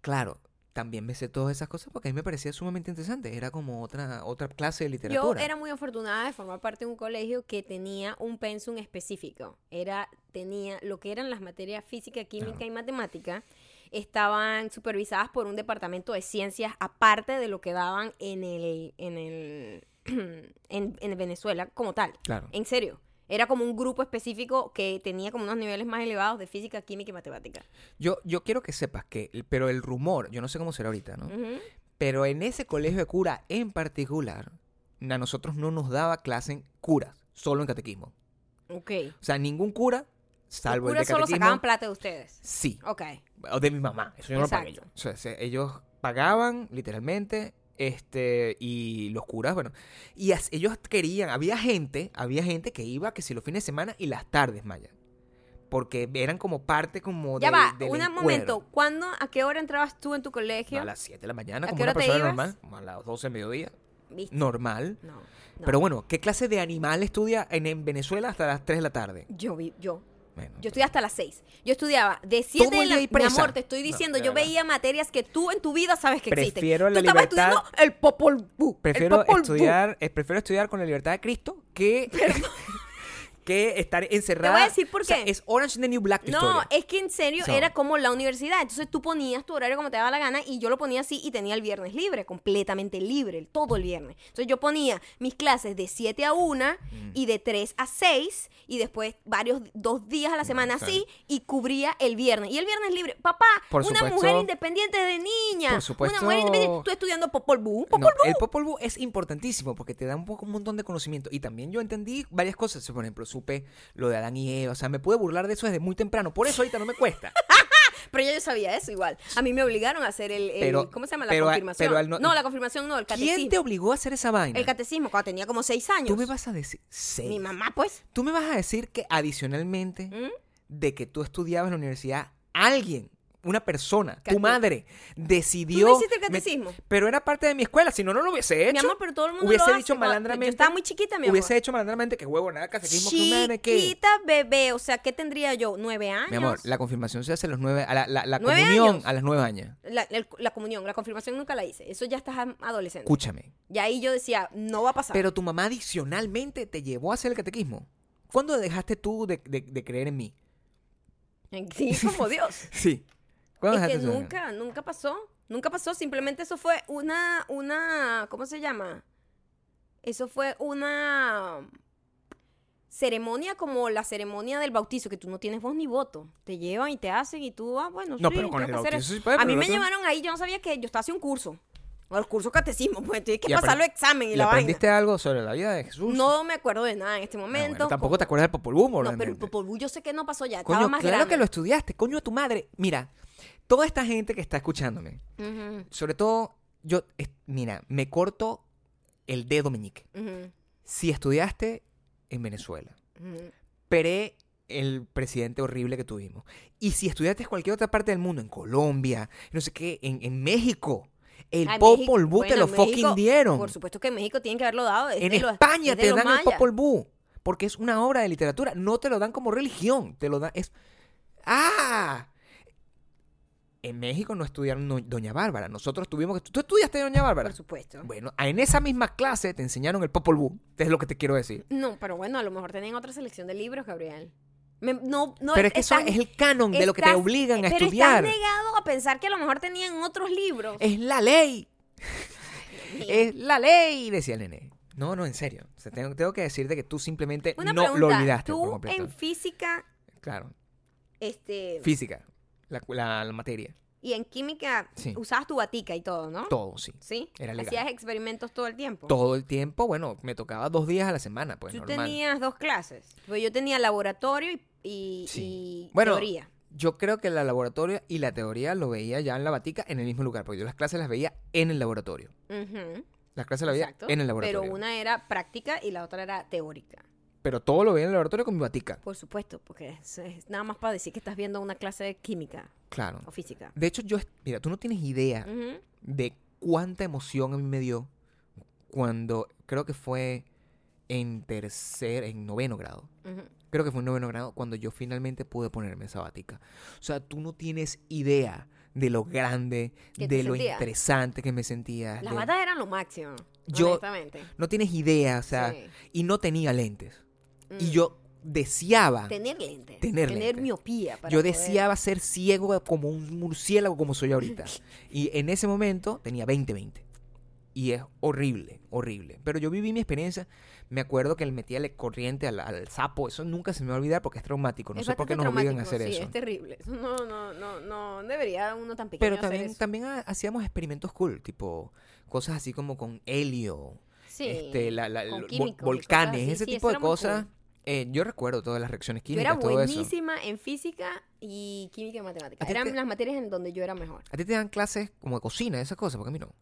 [SPEAKER 2] Claro, también me sé todas esas cosas porque a mí me parecía sumamente interesante. Era como otra, otra clase de
[SPEAKER 1] Yo
[SPEAKER 2] literatura.
[SPEAKER 1] era muy afortunada de formar parte de un colegio que tenía un pensum específico. Era, tenía lo que eran las materias física, química y matemática. Estaban supervisadas por un departamento de ciencias, aparte de lo que daban en el, en el (clears throat) en, en Venezuela como tal.
[SPEAKER 2] Claro.
[SPEAKER 1] En serio. Era como un grupo específico que tenía como unos niveles más elevados de física, química y matemática.
[SPEAKER 2] Yo, yo quiero que sepas que, pero el rumor, yo no sé cómo será ahorita, ¿no?
[SPEAKER 1] Ujú.
[SPEAKER 2] Pero en ese colegio de cura en particular, a nosotros no nos daba clase en curas, solo en catequismo.
[SPEAKER 1] Ok.
[SPEAKER 2] O sea, ningún cura,
[SPEAKER 1] Los
[SPEAKER 2] salvo el de
[SPEAKER 1] curas solo
[SPEAKER 2] catequismo.
[SPEAKER 1] sacaban plata de ustedes.
[SPEAKER 2] sí,
[SPEAKER 1] Ok.
[SPEAKER 2] o de mi mamá. Eso yo no lo pagué yo.
[SPEAKER 1] Exacto.
[SPEAKER 2] O sea, se- ellos pagaban literalmente este y los curas, bueno, y as- ellos querían, había gente, había gente que iba que si los fines de semana y las tardes, Maya. Porque eran como parte como
[SPEAKER 1] Ya
[SPEAKER 2] de-
[SPEAKER 1] va,
[SPEAKER 2] del
[SPEAKER 1] un
[SPEAKER 2] encuentro.
[SPEAKER 1] momento. ¿Cuándo, a qué hora entrabas tú en tu colegio?
[SPEAKER 2] A las 7 de la mañana,
[SPEAKER 1] ¿A
[SPEAKER 2] como
[SPEAKER 1] qué
[SPEAKER 2] una
[SPEAKER 1] hora te
[SPEAKER 2] persona
[SPEAKER 1] ibas?
[SPEAKER 2] normal, como a las 12 de mediodía,
[SPEAKER 1] ¿Viste?
[SPEAKER 2] normal.
[SPEAKER 1] No, no.
[SPEAKER 2] Pero bueno, ¿qué clase de animal estudia en, en Venezuela hasta las 3 de la tarde?
[SPEAKER 1] yo vi, yo.
[SPEAKER 2] Bueno,
[SPEAKER 1] Yo estudié hasta las 6. Yo estudiaba de 7
[SPEAKER 2] Todo
[SPEAKER 1] de
[SPEAKER 2] el
[SPEAKER 1] la
[SPEAKER 2] día ahí
[SPEAKER 1] Mi
[SPEAKER 2] presa.
[SPEAKER 1] amor, te estoy
[SPEAKER 2] No,
[SPEAKER 1] diciendo,
[SPEAKER 2] de
[SPEAKER 1] yo
[SPEAKER 2] verdad.
[SPEAKER 1] veía materias que tú en tu vida sabes que
[SPEAKER 2] Prefiero
[SPEAKER 1] existen.
[SPEAKER 2] la
[SPEAKER 1] tú estabas
[SPEAKER 2] libertad-
[SPEAKER 1] estudiando el Popol Vuh, el
[SPEAKER 2] prefiero
[SPEAKER 1] Popol uh. Vuh.
[SPEAKER 2] estudiar, eh, prefiero estudiar con la libertad de Cristo que, (laughs) que estar encerrada.
[SPEAKER 1] Te voy a decir por
[SPEAKER 2] O sea,
[SPEAKER 1] qué.
[SPEAKER 2] es Orange is the New Black tu
[SPEAKER 1] No,
[SPEAKER 2] historia.
[SPEAKER 1] es que en serio
[SPEAKER 2] So.
[SPEAKER 1] era como la universidad. Entonces tú ponías tu horario como te daba la gana y yo lo ponía así y tenía el viernes libre, completamente libre, el- todo el viernes. Entonces yo ponía mis clases de 7 a 1
[SPEAKER 2] Mm.
[SPEAKER 1] y de 3 a 6 y después varios, dos días a la semana
[SPEAKER 2] claro.
[SPEAKER 1] así y cubría el viernes. Y el viernes libre, papá,
[SPEAKER 2] Por
[SPEAKER 1] una
[SPEAKER 2] supuesto-
[SPEAKER 1] mujer independiente de niña.
[SPEAKER 2] por supuesto-
[SPEAKER 1] Una mujer independiente. Tú estudiando Popol Vuh,
[SPEAKER 2] No, eh.
[SPEAKER 1] Popol Vuh.
[SPEAKER 2] el Popol Vuh es importantísimo porque te da un, poco, un montón de conocimiento. Y también yo entendí varias cosas. Por ejemplo, supe lo de Adán y Eva. O sea, me pude burlar de eso desde muy temprano. Por eso ahorita no me
[SPEAKER 1] (laughs)
[SPEAKER 2] cuesta.
[SPEAKER 1] Pero ya yo sabía eso igual. A mí me obligaron a hacer el. el-
[SPEAKER 2] Pero-
[SPEAKER 1] ¿Cómo se llama? La
[SPEAKER 2] pero a-
[SPEAKER 1] confirmación.
[SPEAKER 2] pero al no-
[SPEAKER 1] no, la confirmación no, el
[SPEAKER 2] ¿Quién te
[SPEAKER 1] catecismo.
[SPEAKER 2] obligó a hacer esa vaina?
[SPEAKER 1] El catecismo, cuando tenía como 6 años.
[SPEAKER 2] Tú me vas a decir. Seis.
[SPEAKER 1] Mi mamá, pues.
[SPEAKER 2] Tú me vas a decir que adicionalmente
[SPEAKER 1] ¿Mm?
[SPEAKER 2] de que tú estudiabas en la universidad, alguien, una persona,
[SPEAKER 1] Cate-
[SPEAKER 2] tu madre,
[SPEAKER 1] ¿Tú
[SPEAKER 2] decidió.
[SPEAKER 1] no hiciste el
[SPEAKER 2] me-
[SPEAKER 1] catecismo?
[SPEAKER 2] pero era parte de mi escuela, si no, no lo hubiese hecho.
[SPEAKER 1] Mi amor, pero todo el mundo
[SPEAKER 2] hubiese
[SPEAKER 1] lo
[SPEAKER 2] dicho
[SPEAKER 1] hace. Cuando-
[SPEAKER 2] malandramente.
[SPEAKER 1] Yo estaba muy chiquita, mi amor.
[SPEAKER 2] Hubiese hecho malandramente que huevo, nada, catequismo, que humana, que.
[SPEAKER 1] chiquita bebé. O sea, ¿qué tendría yo? ¿Nueve años?
[SPEAKER 2] Mi amor, la confirmación se hace a los nueve, a la, la- la
[SPEAKER 1] ¿Nueve
[SPEAKER 2] comunión
[SPEAKER 1] años?
[SPEAKER 2] a las nueve años.
[SPEAKER 1] La, el- la comunión, la confirmación nunca la hice. Eso ya estás am- adolescente.
[SPEAKER 2] Escúchame.
[SPEAKER 1] Y ahí yo decía, no va a pasar.
[SPEAKER 2] Pero tu mamá adicionalmente te llevó a hacer el catequismo. ¿Cuándo dejaste tú de, de- de creer en mí?
[SPEAKER 1] (laughs) Sí,
[SPEAKER 2] (laughs)
[SPEAKER 1] como Dios.
[SPEAKER 2] Sí. ¿Cuándo
[SPEAKER 1] es que
[SPEAKER 2] dejaste tú de-
[SPEAKER 1] nunca, nunca pasó. Nunca pasó. Simplemente eso fue una, una, ¿cómo se llama? Eso fue una ceremonia como la ceremonia del bautizo, que tú no tienes voz ni voto. Te llevan y te hacen y tú, ah, bueno,
[SPEAKER 2] No,
[SPEAKER 1] sí,
[SPEAKER 2] pero con
[SPEAKER 1] tengo
[SPEAKER 2] el
[SPEAKER 1] que hacer
[SPEAKER 2] bautizo
[SPEAKER 1] eso.
[SPEAKER 2] sí puede,
[SPEAKER 1] A
[SPEAKER 2] Pues, pero
[SPEAKER 1] mí
[SPEAKER 2] el
[SPEAKER 1] me
[SPEAKER 2] otro no.
[SPEAKER 1] llevaron ahí, yo no sabía que yo estaba haciendo un curso. O el curso catecismo, pues tienes que
[SPEAKER 2] Y
[SPEAKER 1] pasar
[SPEAKER 2] aprend-
[SPEAKER 1] los exámenes y,
[SPEAKER 2] ¿Y
[SPEAKER 1] la vaina.
[SPEAKER 2] aprendiste algo sobre la vida de Jesús?
[SPEAKER 1] No me acuerdo de nada en este
[SPEAKER 2] Ah, bueno,
[SPEAKER 1] momento.
[SPEAKER 2] tampoco
[SPEAKER 1] como-
[SPEAKER 2] te acuerdas del Popol Vuh,
[SPEAKER 1] No, pero el
[SPEAKER 2] probablemente.
[SPEAKER 1] Popol Vuh yo sé que no pasó ya, estaba
[SPEAKER 2] Coño,
[SPEAKER 1] más
[SPEAKER 2] claro que lo
[SPEAKER 1] grande.
[SPEAKER 2] estudiaste, coño a tu madre. Mira, toda esta gente que está escuchándome,
[SPEAKER 1] Ujú,
[SPEAKER 2] sobre todo yo, es- mira, me corto el dedo meñique.
[SPEAKER 1] ujú,
[SPEAKER 2] Si estudiaste en Venezuela,
[SPEAKER 1] ujú.
[SPEAKER 2] pre el presidente horrible que tuvimos, y si estudiaste en cualquier otra parte del mundo, en Colombia, no sé qué, en, en México, el
[SPEAKER 1] Ay, México-
[SPEAKER 2] Popol Vuh te
[SPEAKER 1] bueno,
[SPEAKER 2] lo
[SPEAKER 1] México,
[SPEAKER 2] fucking dieron.
[SPEAKER 1] Por supuesto que en México tienen que haberlo dado. es
[SPEAKER 2] En
[SPEAKER 1] Eh, de los-
[SPEAKER 2] España
[SPEAKER 1] es de
[SPEAKER 2] te
[SPEAKER 1] los
[SPEAKER 2] dan el
[SPEAKER 1] mayas.
[SPEAKER 2] Popol Vuh, porque es una obra de literatura. No te lo dan como religión, te lo dan es ah. En México no estudiaron no- Doña Bárbara. Nosotros tuvimos que tú estudiaste Doña Bárbara.
[SPEAKER 1] Por supuesto.
[SPEAKER 2] Bueno, en esa misma clase te enseñaron el Popol Vuh. Es lo que te quiero decir.
[SPEAKER 1] No, pero bueno, a lo mejor tenían otra selección de libros, Gabriel. Me- no, no,
[SPEAKER 2] pero es que eso
[SPEAKER 1] estás-
[SPEAKER 2] es el canon de lo que te
[SPEAKER 1] estás-
[SPEAKER 2] obligan a
[SPEAKER 1] pero
[SPEAKER 2] estudiar.
[SPEAKER 1] estás negado a pensar que a lo mejor tenían otros libros.
[SPEAKER 2] Es la ley.
[SPEAKER 1] mío.
[SPEAKER 2] es la ley, decía el nene. No, no, en serio. O sea, tengo, tengo que decirte que tú simplemente
[SPEAKER 1] Una
[SPEAKER 2] Eh, no
[SPEAKER 1] pregunta.
[SPEAKER 2] lo olvidaste por
[SPEAKER 1] Tú
[SPEAKER 2] completo.
[SPEAKER 1] en física,
[SPEAKER 2] Claro.
[SPEAKER 1] este,
[SPEAKER 2] Física. La, la- la materia.
[SPEAKER 1] y en química
[SPEAKER 2] Sí.
[SPEAKER 1] usabas tu batica y todo, ¿no?
[SPEAKER 2] Todo, sí.
[SPEAKER 1] Sí.
[SPEAKER 2] Era legal.
[SPEAKER 1] Hacías experimentos todo el tiempo.
[SPEAKER 2] Todo el tiempo, bueno, me tocaba dos días a la semana, pues
[SPEAKER 1] Tú
[SPEAKER 2] normal.
[SPEAKER 1] tenías dos clases. Pues yo tenía laboratorio y, y-
[SPEAKER 2] Sí.
[SPEAKER 1] y
[SPEAKER 2] Bueno,
[SPEAKER 1] teoría.
[SPEAKER 2] Yo creo que la laboratoria y la teoría lo veía ya en la batica en el mismo lugar, porque yo las clases las veía en el laboratorio.
[SPEAKER 1] Ujú.
[SPEAKER 2] Las clases las veía
[SPEAKER 1] Exacto.
[SPEAKER 2] en el laboratorio.
[SPEAKER 1] Pero una era práctica y la otra era teórica.
[SPEAKER 2] pero todo lo veía en el laboratorio con mi batica.
[SPEAKER 1] Por supuesto, porque es, es nada más para decir que estás viendo una clase de química
[SPEAKER 2] Claro.
[SPEAKER 1] o física.
[SPEAKER 2] De hecho, yo, mira, tú no tienes idea
[SPEAKER 1] Ujú.
[SPEAKER 2] de cuánta emoción a mí me dio cuando creo que fue en tercer, en noveno grado.
[SPEAKER 1] Ujú.
[SPEAKER 2] Creo que fue en noveno grado cuando yo finalmente pude ponerme sabática. O sea, tú no tienes idea de lo grande,
[SPEAKER 1] ¿Qué
[SPEAKER 2] de
[SPEAKER 1] te
[SPEAKER 2] lo
[SPEAKER 1] sentías?
[SPEAKER 2] interesante que me sentía.
[SPEAKER 1] Las
[SPEAKER 2] de-
[SPEAKER 1] batas eran lo máximo.
[SPEAKER 2] Yo-
[SPEAKER 1] honestamente.
[SPEAKER 2] No tienes idea, o sea,
[SPEAKER 1] Sí.
[SPEAKER 2] y no tenía lentes. Y
[SPEAKER 1] Mm.
[SPEAKER 2] yo deseaba,
[SPEAKER 1] Tener lentes.
[SPEAKER 2] Ah. Tener lentes.
[SPEAKER 1] miopía. para
[SPEAKER 2] yo
[SPEAKER 1] poder-
[SPEAKER 2] deseaba ser ciego como un murciélago como soy ahorita. y en ese momento tenía 20-20. Y es horrible, horrible. Pero yo viví mi experiencia. Me acuerdo que le metía la corriente al, al sapo. Eso nunca se me va a olvidar porque es traumático. No
[SPEAKER 1] Es
[SPEAKER 2] sé por qué
[SPEAKER 1] bastante
[SPEAKER 2] nos obligan a
[SPEAKER 1] traumático,
[SPEAKER 2] hacer
[SPEAKER 1] sí,
[SPEAKER 2] eso.
[SPEAKER 1] Es terrible. (laughs) Eso no, no, no, no debería uno tan pequeño
[SPEAKER 2] Pero
[SPEAKER 1] hacer
[SPEAKER 2] también,
[SPEAKER 1] eso.
[SPEAKER 2] también ha- hacíamos experimentos cool, tipo cosas así como con helio,
[SPEAKER 1] Sí.
[SPEAKER 2] este, la- la-
[SPEAKER 1] con
[SPEAKER 2] vol-
[SPEAKER 1] químicos y cosas
[SPEAKER 2] volcanes,
[SPEAKER 1] así.
[SPEAKER 2] ese
[SPEAKER 1] Sí,
[SPEAKER 2] tipo
[SPEAKER 1] eso
[SPEAKER 2] de
[SPEAKER 1] era muy
[SPEAKER 2] cosas. Eh, yo recuerdo todas las reacciones
[SPEAKER 1] Yo era
[SPEAKER 2] químicas, todo eso.
[SPEAKER 1] buenísima en física y química y
[SPEAKER 2] ¿A
[SPEAKER 1] matemáticas.
[SPEAKER 2] ti
[SPEAKER 1] Eran
[SPEAKER 2] te-
[SPEAKER 1] las materias en donde yo era mejor.
[SPEAKER 2] ¿A ti te dan clases como de cocina, esas cosas? Porque a mí no.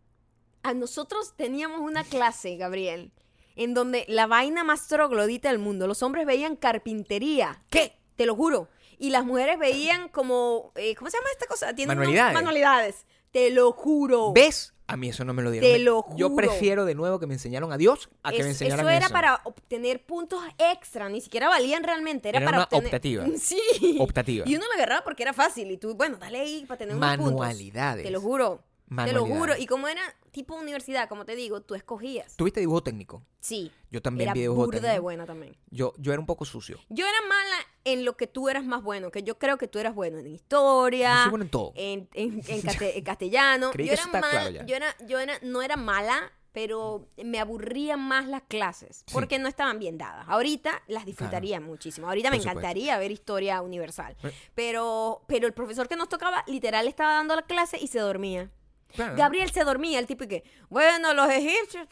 [SPEAKER 1] A nosotros teníamos una clase, Gabriel, en donde la vaina más troglodita del mundo. Los hombres veían carpintería. ¿Qué? Te lo juro. Y las mujeres veían como. eh, ¿Cómo se llama esta cosa? Tienen unos-
[SPEAKER 2] Manualidades.
[SPEAKER 1] Manualidades. Te lo juro.
[SPEAKER 2] ¿Ves? A mí eso no me lo dieron.
[SPEAKER 1] Oh. Te
[SPEAKER 2] Me-
[SPEAKER 1] lo
[SPEAKER 2] Yo
[SPEAKER 1] juro.
[SPEAKER 2] prefiero de nuevo que me enseñaron a Dios a que
[SPEAKER 1] eso,
[SPEAKER 2] me enseñaran
[SPEAKER 1] eso era para obtener puntos extra, ni siquiera valían realmente, era,
[SPEAKER 2] Era
[SPEAKER 1] para
[SPEAKER 2] una
[SPEAKER 1] obtener...
[SPEAKER 2] optativa.
[SPEAKER 1] (laughs) Sí.
[SPEAKER 2] Optativa.
[SPEAKER 1] Y uno lo agarraba porque era fácil y tú, bueno, dale ahí para tener unos puntos.
[SPEAKER 2] Manualidades.
[SPEAKER 1] Te lo juro. Te lo
[SPEAKER 2] Manualidades.
[SPEAKER 1] juro. Y como era tipo universidad, como te digo, tú escogías.
[SPEAKER 2] ¿Tuviste dibujo técnico?
[SPEAKER 1] Sí.
[SPEAKER 2] Yo también
[SPEAKER 1] era
[SPEAKER 2] vi dibujo
[SPEAKER 1] burda de
[SPEAKER 2] técnico.
[SPEAKER 1] buena también.
[SPEAKER 2] Yo, yo era un poco sucio.
[SPEAKER 1] Yo era mala en lo que tú eras más bueno, que yo creo que tú eras bueno en
[SPEAKER 2] Yo
[SPEAKER 1] historia,
[SPEAKER 2] soy bueno en todo.
[SPEAKER 1] en, en-
[SPEAKER 2] (laughs)
[SPEAKER 1] en cate- en castellano.
[SPEAKER 2] Creí
[SPEAKER 1] yo,
[SPEAKER 2] que eso
[SPEAKER 1] era
[SPEAKER 2] está
[SPEAKER 1] mal-
[SPEAKER 2] claro ya.
[SPEAKER 1] yo era, yo era, no era mala, pero me aburrían más las clases porque no estaban bien dadas. Ahorita las disfrutaría muchísimo. Ahorita me
[SPEAKER 2] Por supuesto.
[SPEAKER 1] encantaría ver historia universal.
[SPEAKER 2] Eh.
[SPEAKER 1] Pero, pero el profesor que nos tocaba, literal, estaba dando la clase y se dormía.
[SPEAKER 2] Claro.
[SPEAKER 1] Gabriel se dormía, el tipo y que, bueno, los egipcios.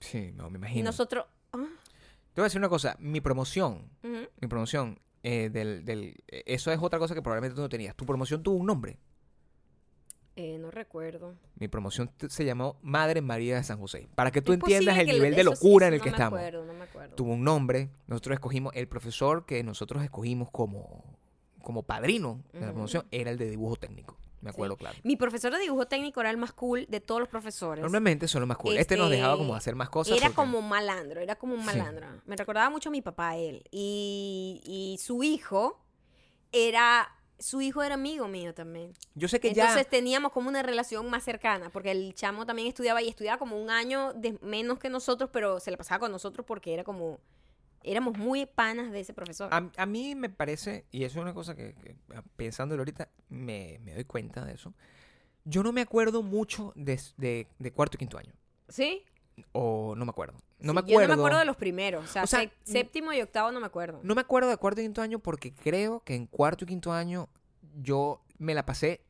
[SPEAKER 2] Sí, no, me
[SPEAKER 1] Y
[SPEAKER 2] imagino.
[SPEAKER 1] nosotros. ah,
[SPEAKER 2] Te voy a decir una cosa. Mi promoción,
[SPEAKER 1] ujú.
[SPEAKER 2] mi promoción, eh, del, del- eh, eso es otra cosa que probablemente tú no tenías. Tu promoción tuvo un nombre.
[SPEAKER 1] Eh, no recuerdo.
[SPEAKER 2] Mi promoción t- se llamó Madre María de San José. Para que tú
[SPEAKER 1] Es
[SPEAKER 2] entiendas
[SPEAKER 1] posible
[SPEAKER 2] el
[SPEAKER 1] que
[SPEAKER 2] nivel de
[SPEAKER 1] eso sí,
[SPEAKER 2] locura
[SPEAKER 1] eso
[SPEAKER 2] en el
[SPEAKER 1] no
[SPEAKER 2] que
[SPEAKER 1] me
[SPEAKER 2] estamos.
[SPEAKER 1] acuerdo, no me acuerdo.
[SPEAKER 2] tuvo un nombre. Nosotros escogimos, el profesor que nosotros escogimos como, como padrino de la
[SPEAKER 1] Ujú.
[SPEAKER 2] promoción era el de dibujo técnico. Me acuerdo, claro.
[SPEAKER 1] Mi profesor de dibujo técnico era el más cool de todos los profesores.
[SPEAKER 2] Normalmente son los más cool. Este, nos
[SPEAKER 1] Pues, Este,
[SPEAKER 2] dejaba como hacer más cosas.
[SPEAKER 1] Era
[SPEAKER 2] porque-
[SPEAKER 1] como malandro, era como un
[SPEAKER 2] Sí.
[SPEAKER 1] malandro. Me recordaba mucho a mi papá él. Y, y su hijo era... Su hijo era amigo mío también.
[SPEAKER 2] Yo sé que
[SPEAKER 1] Entonces
[SPEAKER 2] ya...
[SPEAKER 1] teníamos como una relación más cercana, porque el chamo también estudiaba y estudiaba como un año de- menos que nosotros, pero se la pasaba con nosotros porque era como... Éramos muy panas de ese profesor.
[SPEAKER 2] A, a mí me parece, y eso es una cosa que, que, a- pensándolo ahorita, me, me doy cuenta de eso. Yo no me acuerdo mucho de, s- de- de cuarto y quinto año.
[SPEAKER 1] ¿Sí?
[SPEAKER 2] O no me acuerdo. No me
[SPEAKER 1] Sí, Yo
[SPEAKER 2] acuerdo.
[SPEAKER 1] no me acuerdo de los primeros. O sea,
[SPEAKER 2] O sea, mm
[SPEAKER 1] sé- séptimo y octavo no me acuerdo.
[SPEAKER 2] No me acuerdo de cuarto y quinto año porque creo que en cuarto y quinto año yo me la pasé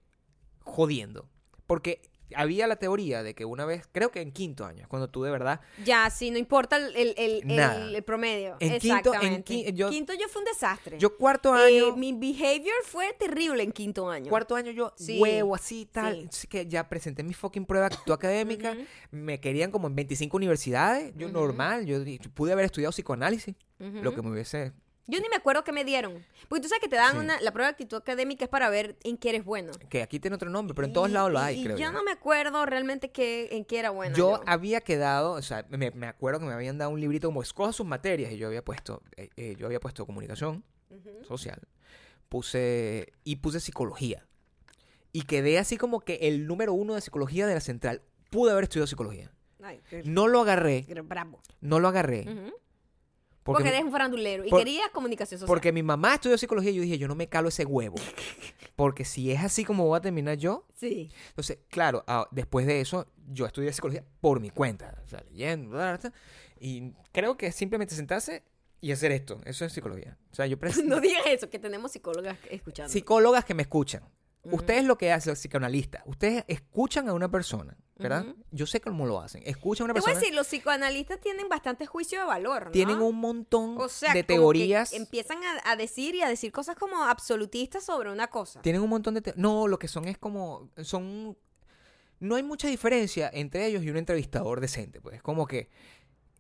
[SPEAKER 2] jodiendo. Porque había la teoría de que una vez, creo que en quinto año, es cuando tú de verdad,
[SPEAKER 1] Ya, sí, no importa el, el- el- el-
[SPEAKER 2] Nada.
[SPEAKER 1] el promedio.
[SPEAKER 2] En quinto- en
[SPEAKER 1] Exactamente.
[SPEAKER 2] qui- yo-
[SPEAKER 1] quinto yo fue un desastre.
[SPEAKER 2] yo cuarto
[SPEAKER 1] Eh,
[SPEAKER 2] año,
[SPEAKER 1] mi behavior fue terrible en quinto año.
[SPEAKER 2] cuarto año yo
[SPEAKER 1] Sí,
[SPEAKER 2] huevo así
[SPEAKER 1] sí.
[SPEAKER 2] tal, así que ya presenté mi fucking prueba actitud académica,
[SPEAKER 1] Ujú.
[SPEAKER 2] me querían como en 25 universidades, yo
[SPEAKER 1] Ujú.
[SPEAKER 2] normal, yo di- pude haber estudiado psicoanálisis,
[SPEAKER 1] Ujú.
[SPEAKER 2] lo que me hubiese
[SPEAKER 1] Yo ni me acuerdo qué me dieron. Porque tú sabes que te dan
[SPEAKER 2] Sí.
[SPEAKER 1] una, la prueba de actitud académica es para ver en qué eres bueno.
[SPEAKER 2] que aquí tiene otro nombre, pero en todos lados lo hay,
[SPEAKER 1] y
[SPEAKER 2] creo.
[SPEAKER 1] yo.
[SPEAKER 2] yo.
[SPEAKER 1] no me acuerdo realmente qué, en qué era bueno.
[SPEAKER 2] yo había quedado, o sea, me, me acuerdo que me habían dado un librito como escoja sus materias y yo había puesto, eh, eh, yo había puesto comunicación
[SPEAKER 1] Ujú.
[SPEAKER 2] social, puse y puse psicología y quedé así como que el número uno de psicología de la central. Pude haber estudiado psicología.
[SPEAKER 1] Ay, qué-
[SPEAKER 2] No lo agarré,
[SPEAKER 1] qué bravo.
[SPEAKER 2] no lo agarré
[SPEAKER 1] Ujú. Porque,
[SPEAKER 2] porque
[SPEAKER 1] eres un farandulero y
[SPEAKER 2] por-
[SPEAKER 1] querías comunicación social.
[SPEAKER 2] porque mi mamá estudió psicología y yo dije yo no me calo
[SPEAKER 1] (laughs)
[SPEAKER 2] ese huevo porque si es así como voy a terminar yo
[SPEAKER 1] Sí.
[SPEAKER 2] Entonces, claro, ah, después de eso, yo estudié psicología por mi cuenta, o sea, leyendo, bla, bla, bla, y creo que simplemente sentarse y hacer esto, eso es psicología.
[SPEAKER 1] (laughs)
[SPEAKER 2] O sea, yo pres-
[SPEAKER 1] No digas eso, que tenemos psicólogas escuchando.
[SPEAKER 2] psicólogas que me escuchan. Ustedes lo que hacen, los psicoanalistas, ustedes escuchan a una persona, ¿verdad?
[SPEAKER 1] Ujú.
[SPEAKER 2] Yo sé cómo lo hacen. Escuchan a una
[SPEAKER 1] Te voy a
[SPEAKER 2] persona,
[SPEAKER 1] decir, los psicoanalistas tienen bastante juicio de valor, ¿no?
[SPEAKER 2] tienen un montón
[SPEAKER 1] O sea,
[SPEAKER 2] de
[SPEAKER 1] como que
[SPEAKER 2] teorías.
[SPEAKER 1] Empiezan a, a decir y a decir cosas como absolutistas sobre una cosa.
[SPEAKER 2] Tienen un montón de... te- No, lo que son es como... Son... No hay mucha diferencia entre ellos y un entrevistador decente. Pues es como que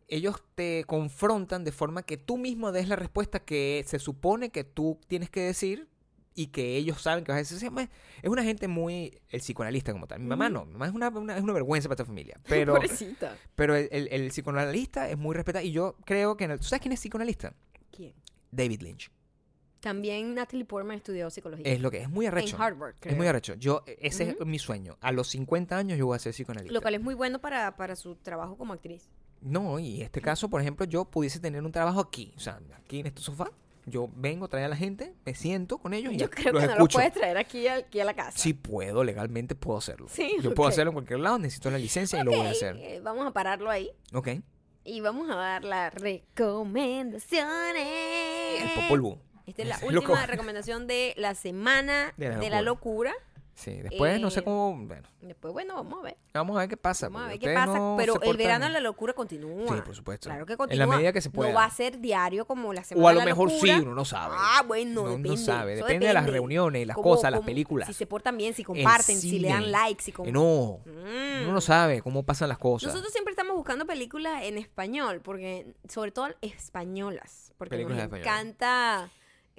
[SPEAKER 2] ellos te confrontan de forma que tú mismo des la respuesta que se supone que tú tienes que decir y que ellos saben que vas a decir. O sea, ma- Es una gente muy. el psicoanalista como tal. Mi mamá no. Mi mamá es una, una- es una vergüenza para esta familia. Pero,
[SPEAKER 1] Pobrecita.
[SPEAKER 2] pero el, el- el psicoanalista es muy respetado. Y yo creo que. en el- ¿Tú sabes quién es psicoanalista?
[SPEAKER 1] ¿Quién?
[SPEAKER 2] David Lynch.
[SPEAKER 1] También Natalie Portman estudió psicología.
[SPEAKER 2] Es lo que es muy arrecho.
[SPEAKER 1] En Harvard, creo.
[SPEAKER 2] Es muy arrecho. Yo, e, ese es mi sueño. A los 50 años yo voy a ser psicoanalista.
[SPEAKER 1] Lo cual es muy bueno para, para su trabajo como actriz.
[SPEAKER 2] No, y en este caso, por ejemplo, yo pudiese tener un trabajo aquí, o sea, aquí en este sofá. Yo vengo, traigo a la gente, me siento con ellos y
[SPEAKER 1] Yo
[SPEAKER 2] ya,
[SPEAKER 1] creo
[SPEAKER 2] los
[SPEAKER 1] que no lo
[SPEAKER 2] escucho.
[SPEAKER 1] puedes traer aquí a, aquí a la casa.
[SPEAKER 2] Sí puedo, legalmente puedo hacerlo.
[SPEAKER 1] Sí,
[SPEAKER 2] Yo puedo
[SPEAKER 1] ok.
[SPEAKER 2] hacerlo en cualquier lado, necesito la licencia y lo voy a
[SPEAKER 1] Ok,
[SPEAKER 2] hacer.
[SPEAKER 1] eh, vamos a pararlo ahí
[SPEAKER 2] Ok.
[SPEAKER 1] y vamos a dar las recomendaciones.
[SPEAKER 2] El Popol Vuh.
[SPEAKER 1] Esta es la
[SPEAKER 2] Ese
[SPEAKER 1] última
[SPEAKER 2] (laughs) loco.
[SPEAKER 1] recomendación de la semana de la, locura.
[SPEAKER 2] Sí, después no sé
[SPEAKER 1] Eh,
[SPEAKER 2] cómo, bueno,
[SPEAKER 1] Después, bueno, vamos a ver.
[SPEAKER 2] vamos a ver qué pasa.
[SPEAKER 1] Vamos a
[SPEAKER 2] porque
[SPEAKER 1] ver qué
[SPEAKER 2] ustedes
[SPEAKER 1] pasa.
[SPEAKER 2] no
[SPEAKER 1] pero
[SPEAKER 2] se
[SPEAKER 1] el verano de
[SPEAKER 2] portan-
[SPEAKER 1] la locura continúa.
[SPEAKER 2] Sí, por supuesto.
[SPEAKER 1] Claro que
[SPEAKER 2] En la
[SPEAKER 1] continúa.
[SPEAKER 2] medida que se pueda.
[SPEAKER 1] No va a ser diario como la semana
[SPEAKER 2] O a lo
[SPEAKER 1] de la
[SPEAKER 2] mejor
[SPEAKER 1] locura.
[SPEAKER 2] sí, uno no sabe.
[SPEAKER 1] Ah, bueno,
[SPEAKER 2] No- no
[SPEAKER 1] depende.
[SPEAKER 2] sabe,
[SPEAKER 1] Eso
[SPEAKER 2] depende de las reuniones, las cosas, las películas.
[SPEAKER 1] Si se portan bien, si
[SPEAKER 2] El
[SPEAKER 1] comparten, si le
[SPEAKER 2] cine.
[SPEAKER 1] dan likes, si Mm.
[SPEAKER 2] Eh,
[SPEAKER 1] comparten.
[SPEAKER 2] No, uno no sabe cómo pasan las cosas.
[SPEAKER 1] Nosotros siempre estamos buscando películas en español, porque sobre todo españolas, porque
[SPEAKER 2] Películas
[SPEAKER 1] nos
[SPEAKER 2] españolas.
[SPEAKER 1] encanta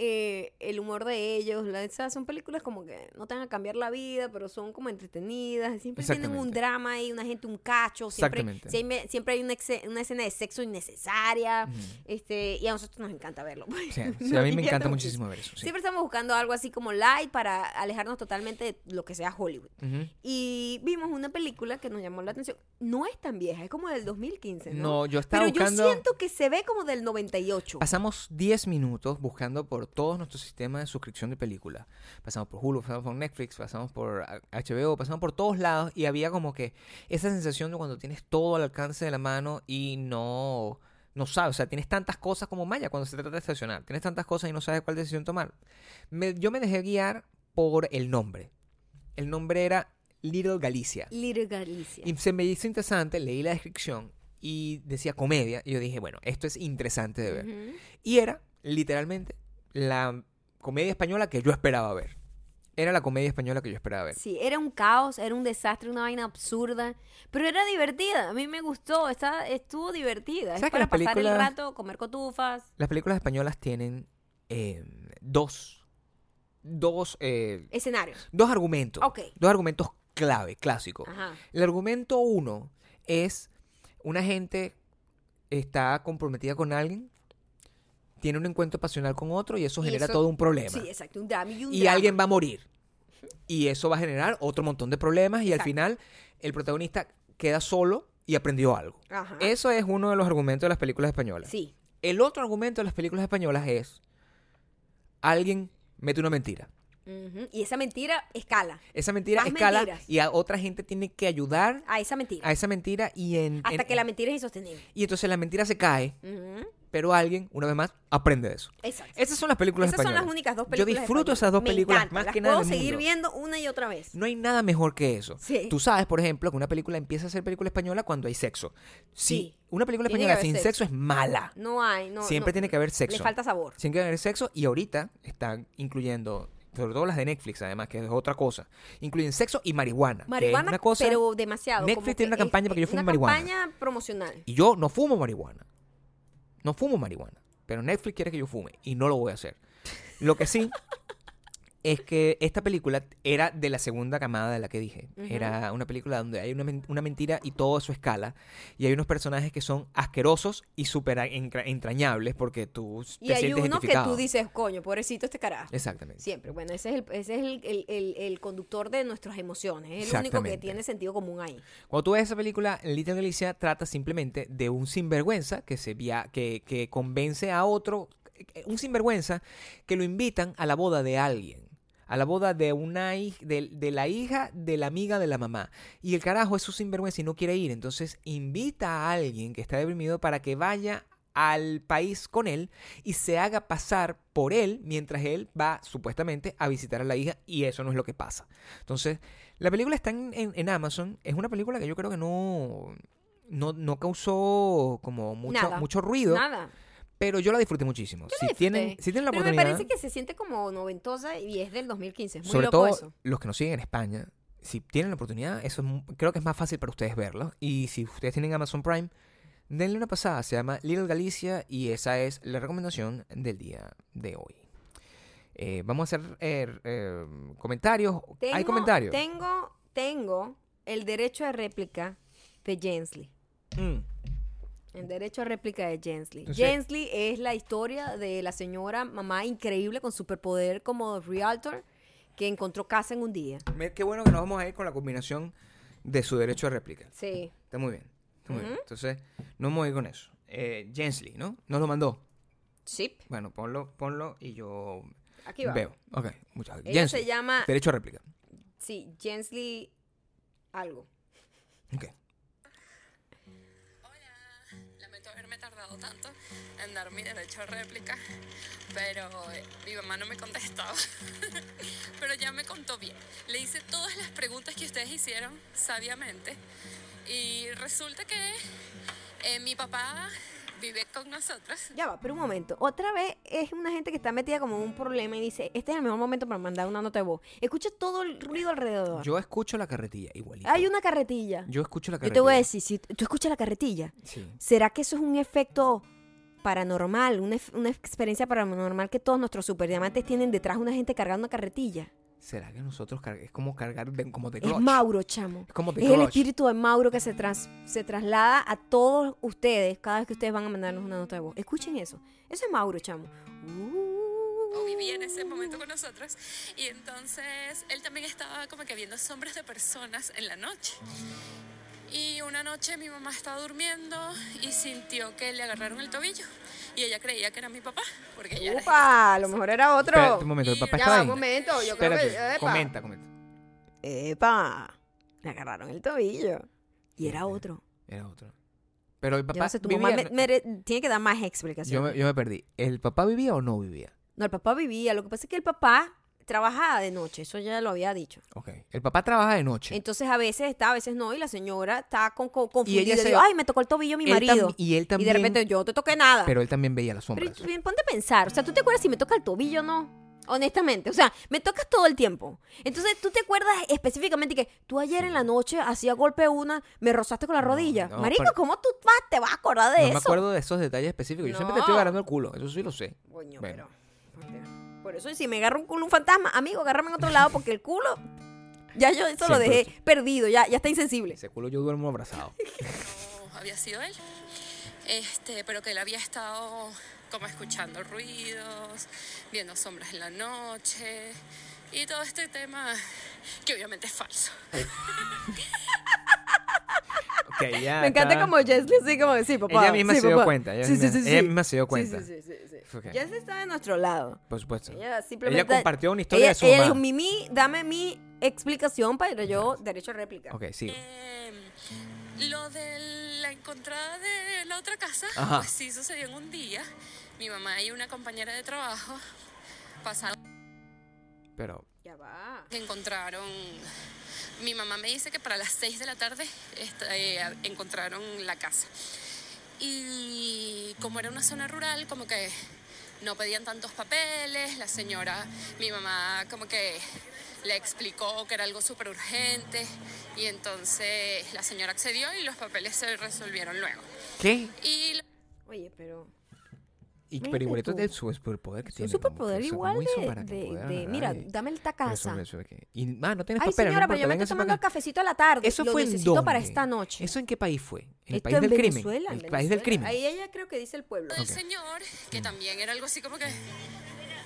[SPEAKER 1] eh, el humor de ellos. la- esas son películas como que no te van a cambiar la vida, pero son como entretenidas. Siempre tienen un
[SPEAKER 2] Exactamente.
[SPEAKER 1] drama ahí, una gente, un cacho. Siempre,
[SPEAKER 2] Exactamente.
[SPEAKER 1] siempre, siempre hay una, exe- una escena de sexo innecesaria.
[SPEAKER 2] Ujú.
[SPEAKER 1] este Y a nosotros nos encanta verlo.
[SPEAKER 2] O
[SPEAKER 1] (laughs)
[SPEAKER 2] sea, sí,
[SPEAKER 1] Nos
[SPEAKER 2] a mí me
[SPEAKER 1] divierte
[SPEAKER 2] encanta
[SPEAKER 1] muchísimo.
[SPEAKER 2] muchísimo ver eso. sí.
[SPEAKER 1] Siempre estamos buscando algo así como light para alejarnos totalmente de lo que sea Hollywood.
[SPEAKER 2] Ujú.
[SPEAKER 1] Y vimos una película que nos llamó la atención. No es tan vieja, es como del 2015, ¿no?
[SPEAKER 2] No, yo estaba
[SPEAKER 1] Pero
[SPEAKER 2] buscando-
[SPEAKER 1] yo siento que se ve como del 98.
[SPEAKER 2] Pasamos 10 minutos buscando por todos nuestros sistemas de suscripción de películas. Pasamos por Hulu, pasamos por Netflix, pasamos por ah, HBO, pasamos por todos lados y había como que esa sensación de cuando tienes todo al alcance de la mano y no no sabes, o sea, tienes tantas cosas como Maya cuando se trata de estacionar, tienes tantas cosas y no sabes cuál decisión tomar. Me- yo me dejé guiar por el nombre. El nombre era Little Galicia.
[SPEAKER 1] Little Galicia.
[SPEAKER 2] Y se me hizo interesante, leí la descripción y decía comedia. Y yo dije, bueno, esto es interesante de ver.
[SPEAKER 1] Ujú.
[SPEAKER 2] Y era, literalmente, la comedia española que yo esperaba ver. Era la comedia española que yo esperaba ver.
[SPEAKER 1] Sí, era un caos, era un desastre, una vaina absurda. Pero era divertida, a mí me gustó, está, estuvo divertida. Es
[SPEAKER 2] ¿Sabes que
[SPEAKER 1] para
[SPEAKER 2] las
[SPEAKER 1] pasar el
[SPEAKER 2] películas-
[SPEAKER 1] rato, comer cotufas.
[SPEAKER 2] Las películas españolas tienen eh, dos, dos, eh,
[SPEAKER 1] Escenarios.
[SPEAKER 2] dos argumentos.
[SPEAKER 1] Ok. Ah.
[SPEAKER 2] Dos argumentos clave, clásicos.
[SPEAKER 1] Ajá.
[SPEAKER 2] El argumento uno es una gente está comprometida con alguien, tiene un encuentro pasional con otro y eso
[SPEAKER 1] Y
[SPEAKER 2] genera
[SPEAKER 1] eso-
[SPEAKER 2] todo un problema.
[SPEAKER 1] Sí, exacto, un drama y un
[SPEAKER 2] y
[SPEAKER 1] drama.
[SPEAKER 2] alguien va a morir. Y eso va a generar otro montón de problemas y al
[SPEAKER 1] Exacto.
[SPEAKER 2] final el protagonista queda solo y aprendió algo.
[SPEAKER 1] Ajá.
[SPEAKER 2] Eso es uno de los argumentos de las películas españolas.
[SPEAKER 1] Sí.
[SPEAKER 2] El otro argumento de las películas españolas es alguien mete una mentira.
[SPEAKER 1] Ujú. Y esa mentira escala
[SPEAKER 2] Esa mentira
[SPEAKER 1] Más
[SPEAKER 2] escala
[SPEAKER 1] mentiras.
[SPEAKER 2] y a otra gente tiene que ayudar
[SPEAKER 1] a esa mentira.
[SPEAKER 2] a esa mentira y en,
[SPEAKER 1] hasta
[SPEAKER 2] en-
[SPEAKER 1] que la mentira es insostenible.
[SPEAKER 2] y entonces la mentira se cae,
[SPEAKER 1] Ujú.
[SPEAKER 2] pero alguien una vez más aprende de eso.
[SPEAKER 1] Exacto.
[SPEAKER 2] Esas son las películas
[SPEAKER 1] Esas son
[SPEAKER 2] españolas.
[SPEAKER 1] las únicas dos películas.
[SPEAKER 2] Yo disfruto
[SPEAKER 1] españolas.
[SPEAKER 2] esas dos
[SPEAKER 1] Me
[SPEAKER 2] películas
[SPEAKER 1] encantan,
[SPEAKER 2] más
[SPEAKER 1] las
[SPEAKER 2] que nada.
[SPEAKER 1] Puedo
[SPEAKER 2] en el
[SPEAKER 1] seguir
[SPEAKER 2] mundo.
[SPEAKER 1] viendo una y otra vez.
[SPEAKER 2] No hay nada mejor que eso.
[SPEAKER 1] Sí.
[SPEAKER 2] Tú sabes, por ejemplo, que una película empieza a ser película española cuando hay sexo. Si
[SPEAKER 1] Sí.
[SPEAKER 2] una película
[SPEAKER 1] Tiene que
[SPEAKER 2] española
[SPEAKER 1] haber
[SPEAKER 2] sin
[SPEAKER 1] sexo.
[SPEAKER 2] sexo. es mala.
[SPEAKER 1] No hay, no.
[SPEAKER 2] Siempre
[SPEAKER 1] no.
[SPEAKER 2] tiene que haber sexo.
[SPEAKER 1] Le falta sabor.
[SPEAKER 2] Tiene que haber sexo y ahorita están incluyendo, sobre todo las de Netflix, además, que es otra cosa. Incluyen sexo y marihuana. que es
[SPEAKER 1] Marihuana,
[SPEAKER 2] una cosa,
[SPEAKER 1] pero demasiado.
[SPEAKER 2] Netflix
[SPEAKER 1] como
[SPEAKER 2] tiene una
[SPEAKER 1] que es-
[SPEAKER 2] campaña para que yo fume
[SPEAKER 1] una
[SPEAKER 2] marihuana.
[SPEAKER 1] campaña promocional.
[SPEAKER 2] Y yo no fumo marihuana. No fumo marihuana. Pero Netflix quiere que yo fume y no lo voy a hacer. Lo
[SPEAKER 1] (laughs)
[SPEAKER 2] que sí es que esta película era de la segunda camada de la que dije. Era una película donde hay una, men- una mentira y todo a su escala. Y hay unos personajes que son asquerosos y súper entra- entrañables porque tú te
[SPEAKER 1] Y hay
[SPEAKER 2] sientes
[SPEAKER 1] uno que
[SPEAKER 2] identificado.
[SPEAKER 1] tú dices, coño, pobrecito este carajo.
[SPEAKER 2] Exactamente.
[SPEAKER 1] Siempre. Bueno, ese es, el, ese es el, el- el- el conductor de nuestras emociones. Es el único que
[SPEAKER 2] Exactamente.
[SPEAKER 1] tiene sentido común ahí.
[SPEAKER 2] Cuando tú ves esa película, Little Galicia trata simplemente de un sinvergüenza que se via que, que convence a otro, un sinvergüenza que lo invitan a la boda de alguien, a la boda de una hij- de, de la hija de la amiga de la mamá. Y el carajo es un sinvergüenza y no quiere ir, entonces invita a alguien que está deprimido para que vaya al país con él y se haga pasar por él mientras él va supuestamente a visitar a la hija y eso no es lo que pasa. Entonces, la película está en, en- en Amazon. Es una película que yo creo que no, no, no causó como mucho,
[SPEAKER 1] Nada.
[SPEAKER 2] mucho ruido,
[SPEAKER 1] Nada.
[SPEAKER 2] pero yo la disfruté muchísimo. si, Tienen,
[SPEAKER 1] disfruté.
[SPEAKER 2] si tienen la
[SPEAKER 1] Pero me
[SPEAKER 2] oportunidad,
[SPEAKER 1] parece que se siente como noventosa y es del 2015. Es muy
[SPEAKER 2] sobre
[SPEAKER 1] loco
[SPEAKER 2] todo
[SPEAKER 1] eso.
[SPEAKER 2] los que nos siguen en España, si tienen la oportunidad, eso es mu- creo que es más fácil para ustedes verlo. Y si ustedes tienen Amazon Prime, Denle una pasada, se llama Little Galicia y esa es la recomendación del día de hoy. Eh, vamos a hacer eh, eh, comentarios. ¿Hay comentarios?
[SPEAKER 1] Tengo, tengo el derecho a réplica de Jensley.
[SPEAKER 2] Mm.
[SPEAKER 1] El derecho a réplica de Jensley.
[SPEAKER 2] Entonces-
[SPEAKER 1] Jensley es la historia de la señora mamá increíble con superpoder como realtor que encontró casa en un día.
[SPEAKER 2] Me- Qué bueno que nos vamos a ir con la combinación de su derecho a réplica.
[SPEAKER 1] Sí.
[SPEAKER 2] Está muy bien. Está muy bien. Entonces, nos vamos a ir con eso. Eh, Jensley, ¿no? Nos lo mandó.
[SPEAKER 1] Sí.
[SPEAKER 2] Bueno, ponlo, ponlo y yo
[SPEAKER 1] Aquí va.
[SPEAKER 2] veo. Ok, muchas gracias.
[SPEAKER 1] Ella se
[SPEAKER 2] Jensley,
[SPEAKER 1] llama,
[SPEAKER 2] Derecho a réplica.
[SPEAKER 1] sí, Jensley algo.
[SPEAKER 2] Ok.
[SPEAKER 3] Hola, lamento haberme tardado tanto en dar mi derecho a réplica, pero eh, mi mamá no me contestaba. (laughs) pero ya me contó bien. Le hice todas las preguntas que ustedes hicieron sabiamente y resulta que eh, mi papá vive con nosotros.
[SPEAKER 1] Ya va, pero un momento. Otra vez es una gente que está metida como en un problema y dice, este es el mejor momento para mandar una nota de voz. Escucha todo el ruido alrededor.
[SPEAKER 2] Yo escucho la carretilla igualito.
[SPEAKER 1] Ah. Hay una carretilla. Yo,
[SPEAKER 2] Yo escucho la carretilla.
[SPEAKER 1] te voy a decir, si tú escuchas la carretilla,
[SPEAKER 2] Sí.
[SPEAKER 1] ¿será que eso es un efecto paranormal, una, ef- una experiencia paranormal que todos nuestros superdiamantes tienen detrás una gente cargando una carretilla?
[SPEAKER 2] ¿Será que nosotros carg- es como cargar de, como de
[SPEAKER 1] Es
[SPEAKER 2] clutch?
[SPEAKER 1] Mauro, chamo.
[SPEAKER 2] Es como The
[SPEAKER 1] Es el
[SPEAKER 2] Grudge.
[SPEAKER 1] espíritu de Mauro que se, tras- se traslada a todos ustedes cada vez que ustedes van a mandarnos una nota de voz. Escuchen eso. Eso es Mauro, chamo. Uh.
[SPEAKER 3] o vivía en ese momento con nosotros. Y entonces él también estaba como que viendo sombras de personas en la noche. Y una noche mi mamá estaba durmiendo y sintió que le agarraron el tobillo. Y ella creía que era mi papá, porque ella era
[SPEAKER 1] Upa, a lo mejor era
[SPEAKER 2] Espérate
[SPEAKER 1] otro.
[SPEAKER 2] un momento, el
[SPEAKER 1] Ya
[SPEAKER 2] papá estaba
[SPEAKER 1] va,
[SPEAKER 2] ahí.
[SPEAKER 1] un momento, yo creo
[SPEAKER 2] Espérate,
[SPEAKER 1] que- epa.
[SPEAKER 2] comenta, comenta.
[SPEAKER 1] Epa, le agarraron el tobillo. Y era otro.
[SPEAKER 2] Era otro. Pero el
[SPEAKER 1] Yo
[SPEAKER 2] papá
[SPEAKER 1] no sé, tu
[SPEAKER 2] vivía,
[SPEAKER 1] mamá me- mere- tiene que dar más explicaciones.
[SPEAKER 2] yo, me, yo me perdí. ¿El papá vivía o no vivía?
[SPEAKER 1] No, el papá vivía. Lo que pasa es que el papá trabajaba de noche. Eso ya lo había dicho.
[SPEAKER 2] Ok. El papá trabaja de noche.
[SPEAKER 1] Entonces a veces está, a veces no. Y la señora está con, con- confundida.
[SPEAKER 2] ella se-
[SPEAKER 1] digo, Ay, me tocó el tobillo mi
[SPEAKER 2] Él
[SPEAKER 1] marido.
[SPEAKER 2] tam- y él
[SPEAKER 1] de
[SPEAKER 2] también-
[SPEAKER 1] repente yo no te toqué nada.
[SPEAKER 2] Pero él también veía las
[SPEAKER 1] Pero,
[SPEAKER 2] sombras.
[SPEAKER 1] bien, ponte a pensar, o sea, ¿tú te acuerdas si me toca el tobillo o no? Honestamente, o sea, me tocas todo el tiempo. Entonces, ¿tú te acuerdas específicamente que tú ayer en la noche hacía golpe una, me rozaste con la rodilla?
[SPEAKER 2] no,
[SPEAKER 1] Marico,
[SPEAKER 2] pero-
[SPEAKER 1] ¿cómo tú vas- te vas a acordar de
[SPEAKER 2] no
[SPEAKER 1] eso?
[SPEAKER 2] me acuerdo de esos detalles específicos. Yo siempre te estoy
[SPEAKER 1] No.
[SPEAKER 2] agarrando el culo. Eso sí lo sé.
[SPEAKER 1] Coño,
[SPEAKER 2] Bueno.
[SPEAKER 1] pero- Por eso, si me agarra un culo un fantasma, amigo, agárrame en otro lado porque el culo, ya yo eso lo
[SPEAKER 2] Siempre
[SPEAKER 1] dejé
[SPEAKER 2] sí.
[SPEAKER 1] perdido, ya, ya está insensible.
[SPEAKER 2] Ese culo yo
[SPEAKER 1] (laughs)
[SPEAKER 2] duermo abrazado.
[SPEAKER 3] o había sido él. Este, pero que él había estado como escuchando ruidos, viendo sombras en la noche y todo este tema que obviamente es falso.
[SPEAKER 2] Ok, ya
[SPEAKER 1] me encanta
[SPEAKER 2] Ah, está.
[SPEAKER 1] como Jessie, así como decir, papá.
[SPEAKER 2] Ella misma
[SPEAKER 1] sí,
[SPEAKER 2] se dio
[SPEAKER 1] papá".
[SPEAKER 2] cuenta, ella
[SPEAKER 1] Sí, sí,
[SPEAKER 2] misma-
[SPEAKER 1] sí, sí.
[SPEAKER 2] ella misma se dio
[SPEAKER 1] Sí,
[SPEAKER 2] cuenta.
[SPEAKER 1] Sí, sí, sí. sí.
[SPEAKER 2] Ok.
[SPEAKER 1] Jessie está de nuestro lado.
[SPEAKER 2] Por supuesto.
[SPEAKER 1] Ella simplemente.
[SPEAKER 2] Ella compartió una historia
[SPEAKER 1] ella-
[SPEAKER 2] de su
[SPEAKER 1] ella
[SPEAKER 2] mamá.
[SPEAKER 1] dijo, Mimi, dame mi explicación para yo derecho a réplica.
[SPEAKER 2] Ok, sí.
[SPEAKER 3] Eh, lo de la encontrada de la otra casa,
[SPEAKER 2] Ajá.
[SPEAKER 3] pues sí sucedió en un día. Mi mamá y una compañera de trabajo pasaron
[SPEAKER 2] Pero
[SPEAKER 1] Ya va.
[SPEAKER 3] que encontraron. Mi mamá me dice que para las 6 de la tarde esta- eh, encontraron la casa. Y como era una zona rural, como que no pedían tantos papeles, la señora, mi mamá como que le explicó que era algo súper urgente y entonces la señora accedió y los papeles se resolvieron luego.
[SPEAKER 2] ¿qué?
[SPEAKER 3] Y lo-
[SPEAKER 1] Oye, pero.
[SPEAKER 2] Y
[SPEAKER 1] Imagínate
[SPEAKER 2] pero igualito
[SPEAKER 1] tú.
[SPEAKER 2] del su superpoder que
[SPEAKER 1] Es un
[SPEAKER 2] tiene.
[SPEAKER 1] superpoder
[SPEAKER 2] como- o sea,
[SPEAKER 1] igual
[SPEAKER 2] ¿cómo hizo
[SPEAKER 1] de-
[SPEAKER 2] para que
[SPEAKER 1] de-
[SPEAKER 2] pudiera
[SPEAKER 1] de,
[SPEAKER 2] agarrar
[SPEAKER 1] mira,
[SPEAKER 2] y-
[SPEAKER 1] dame esta casa.
[SPEAKER 2] Resolver eso, ok. Y, ah, no tienes
[SPEAKER 1] Ay, señora,
[SPEAKER 2] papeles, no
[SPEAKER 1] pero yo me
[SPEAKER 2] importa,
[SPEAKER 1] estoy
[SPEAKER 2] véngase
[SPEAKER 1] tomando el
[SPEAKER 2] para acá.
[SPEAKER 1] cafecito a la tarde.
[SPEAKER 2] Eso
[SPEAKER 1] Lo
[SPEAKER 2] fue en
[SPEAKER 1] necesito para
[SPEAKER 2] dónde?
[SPEAKER 1] esta noche.
[SPEAKER 2] ¿Eso en qué país fue? ¿En el
[SPEAKER 1] Esto
[SPEAKER 2] país
[SPEAKER 1] en
[SPEAKER 2] del crimen?
[SPEAKER 1] Venezuela, en
[SPEAKER 2] El país del
[SPEAKER 1] Venezuela.
[SPEAKER 2] crimen.
[SPEAKER 1] Ahí ella creo que dice el pueblo.
[SPEAKER 3] del señor, que también era algo así como que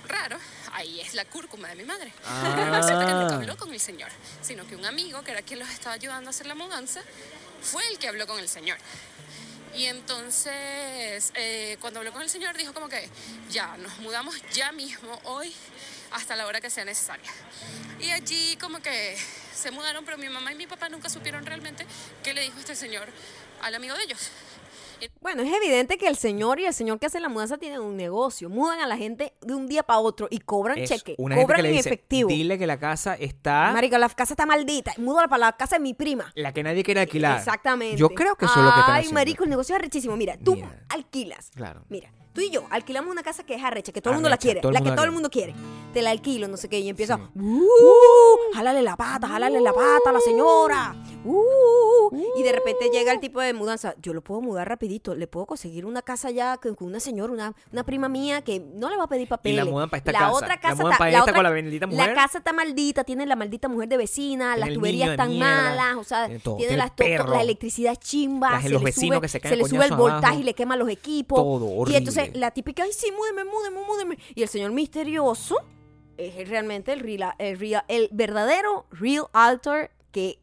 [SPEAKER 3] raro, ahí es la cúrcuma de mi madre. (laughs) Pero resulta que nunca habló con el señor, sino que un amigo, que era quien los estaba ayudando a hacer la mudanza, fue el que habló con el señor. Y entonces, eh, cuando habló con el señor, dijo como que ya, nos mudamos ya mismo, hoy, hasta la hora que sea necesaria. Y allí como que se mudaron, pero mi mamá y mi papá nunca supieron realmente qué le dijo este señor al amigo de ellos.
[SPEAKER 1] Bueno, es evidente que el señor y el señor que hace la mudanza tienen un negocio. Mudan a la gente de un día para otro y cobran
[SPEAKER 2] Es
[SPEAKER 1] cheque.
[SPEAKER 2] una gente que
[SPEAKER 1] cobran
[SPEAKER 2] le
[SPEAKER 1] en
[SPEAKER 2] dice,
[SPEAKER 1] efectivo.
[SPEAKER 2] Dile que la casa está...
[SPEAKER 1] Marico, la casa está maldita. Múdala para la casa de mi prima.
[SPEAKER 2] La que nadie quiere alquilar.
[SPEAKER 1] Exactamente.
[SPEAKER 2] Yo creo que eso es lo que están
[SPEAKER 1] Ay,
[SPEAKER 2] haciendo.
[SPEAKER 1] marico, el negocio es arrechísimo. Mira, tú
[SPEAKER 2] Mira.
[SPEAKER 1] alquilas.
[SPEAKER 2] Claro.
[SPEAKER 1] Mira, tú y yo alquilamos una casa que es arrecha, que todo el mundo la
[SPEAKER 2] Arrecha,
[SPEAKER 1] quiere,
[SPEAKER 2] todo el
[SPEAKER 1] la
[SPEAKER 2] mundo
[SPEAKER 1] que
[SPEAKER 2] la
[SPEAKER 1] todo el
[SPEAKER 2] quiere.
[SPEAKER 1] mundo quiere. Te la alquilo, no sé qué, y empieza,
[SPEAKER 2] Sí.
[SPEAKER 1] "Uh, jálale la pata, jálale la pata a la señora. Uh, y de repente llega el tipo de mudanza. Yo lo puedo mudar rapidito. Le puedo conseguir una casa ya con con una señora, una, una prima mía que no le va a pedir papel.
[SPEAKER 2] mudan pa' esta casa.
[SPEAKER 1] Otra
[SPEAKER 2] La
[SPEAKER 1] casa
[SPEAKER 2] mudan
[SPEAKER 1] está-
[SPEAKER 2] pa'
[SPEAKER 1] la
[SPEAKER 2] esta
[SPEAKER 1] otra-
[SPEAKER 2] con la bendita mujer.
[SPEAKER 1] La casa está maldita. Tiene la maldita mujer de vecina.
[SPEAKER 2] Tiene
[SPEAKER 1] las
[SPEAKER 2] el
[SPEAKER 1] tuberías
[SPEAKER 2] niño de
[SPEAKER 1] están
[SPEAKER 2] mierda.
[SPEAKER 1] malas. O sea,
[SPEAKER 2] Tiene
[SPEAKER 1] tiene,
[SPEAKER 2] todo. Tiene
[SPEAKER 1] las
[SPEAKER 2] el
[SPEAKER 1] to-
[SPEAKER 2] perro.
[SPEAKER 1] la electricidad chimba.
[SPEAKER 2] Las-
[SPEAKER 1] se
[SPEAKER 2] los
[SPEAKER 1] le
[SPEAKER 2] vecinos
[SPEAKER 1] sube,
[SPEAKER 2] que se caen
[SPEAKER 1] se le
[SPEAKER 2] a
[SPEAKER 1] sube el
[SPEAKER 2] coñazos
[SPEAKER 1] voltaje
[SPEAKER 2] abajo.
[SPEAKER 1] y le quema los equipos.
[SPEAKER 2] Todo,
[SPEAKER 1] Y entonces
[SPEAKER 2] horrible.
[SPEAKER 1] la típica, ay, sí, múdeme, múdeme, múdeme. Y el señor misterioso es realmente el, real- el, real- el verdadero real altar que...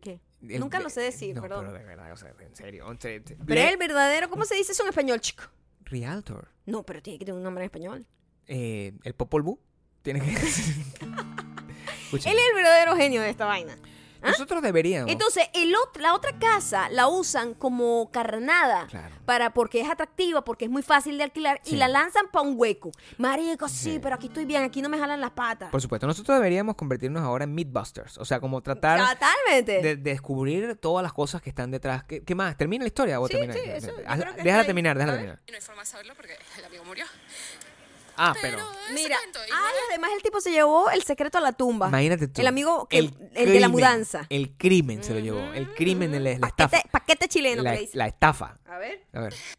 [SPEAKER 1] ¿Qué?
[SPEAKER 2] El-
[SPEAKER 1] Nunca lo sé decir,
[SPEAKER 2] no,
[SPEAKER 1] perdón.
[SPEAKER 2] Pero de verdad, o sea, en serio. o sea, te-
[SPEAKER 1] Pero
[SPEAKER 2] le-
[SPEAKER 1] es el verdadero, ¿cómo se dice eso en español, chico?
[SPEAKER 2] Realtor.
[SPEAKER 1] No, pero tiene que tener un nombre en español.
[SPEAKER 2] Eh, el Popol Vuh. Tiene que. (laughs) Escucha,
[SPEAKER 1] Él es el verdadero genio de esta vaina.
[SPEAKER 2] Nosotros deberíamos.
[SPEAKER 1] Entonces, el ot- la otra casa la usan como carnada.
[SPEAKER 2] Claro.
[SPEAKER 1] Para, porque es atractiva, porque es muy fácil de alquilar
[SPEAKER 2] Sí.
[SPEAKER 1] y la lanzan para un hueco. Marico, sí, pero aquí estoy bien, aquí no me jalan las patas.
[SPEAKER 2] Por supuesto, nosotros deberíamos convertirnos ahora en Meatbusters. O sea, como tratar
[SPEAKER 1] Totalmente.
[SPEAKER 2] de, de descubrir todas las cosas que están detrás. ¿Qué, qué más? ¿Termina la historia? o
[SPEAKER 1] Sí,
[SPEAKER 2] termina?
[SPEAKER 1] sí, eso, yo
[SPEAKER 2] Haz-
[SPEAKER 1] creo que está
[SPEAKER 2] déjala
[SPEAKER 1] ahí.
[SPEAKER 2] terminar, déjala
[SPEAKER 1] A ver.
[SPEAKER 2] terminar.
[SPEAKER 3] Y no hay forma de saberlo porque el amigo murió.
[SPEAKER 2] Ah,
[SPEAKER 3] Pero,
[SPEAKER 2] pero.
[SPEAKER 3] ese
[SPEAKER 1] Mira,
[SPEAKER 3] cuento, igual-
[SPEAKER 1] ay, además el tipo se llevó el secreto a la tumba.
[SPEAKER 2] Imagínate tú.
[SPEAKER 1] El amigo, que, el, de la
[SPEAKER 2] crimen,
[SPEAKER 1] mudanza.
[SPEAKER 2] El crimen se lo llevó.
[SPEAKER 1] Mm.
[SPEAKER 2] El crimen, la, la estafa.
[SPEAKER 1] Paquete, paquete chileno, que
[SPEAKER 2] la,
[SPEAKER 1] le dicen.
[SPEAKER 2] la estafa.
[SPEAKER 1] A ver.
[SPEAKER 2] A ver.
[SPEAKER 1] (laughs)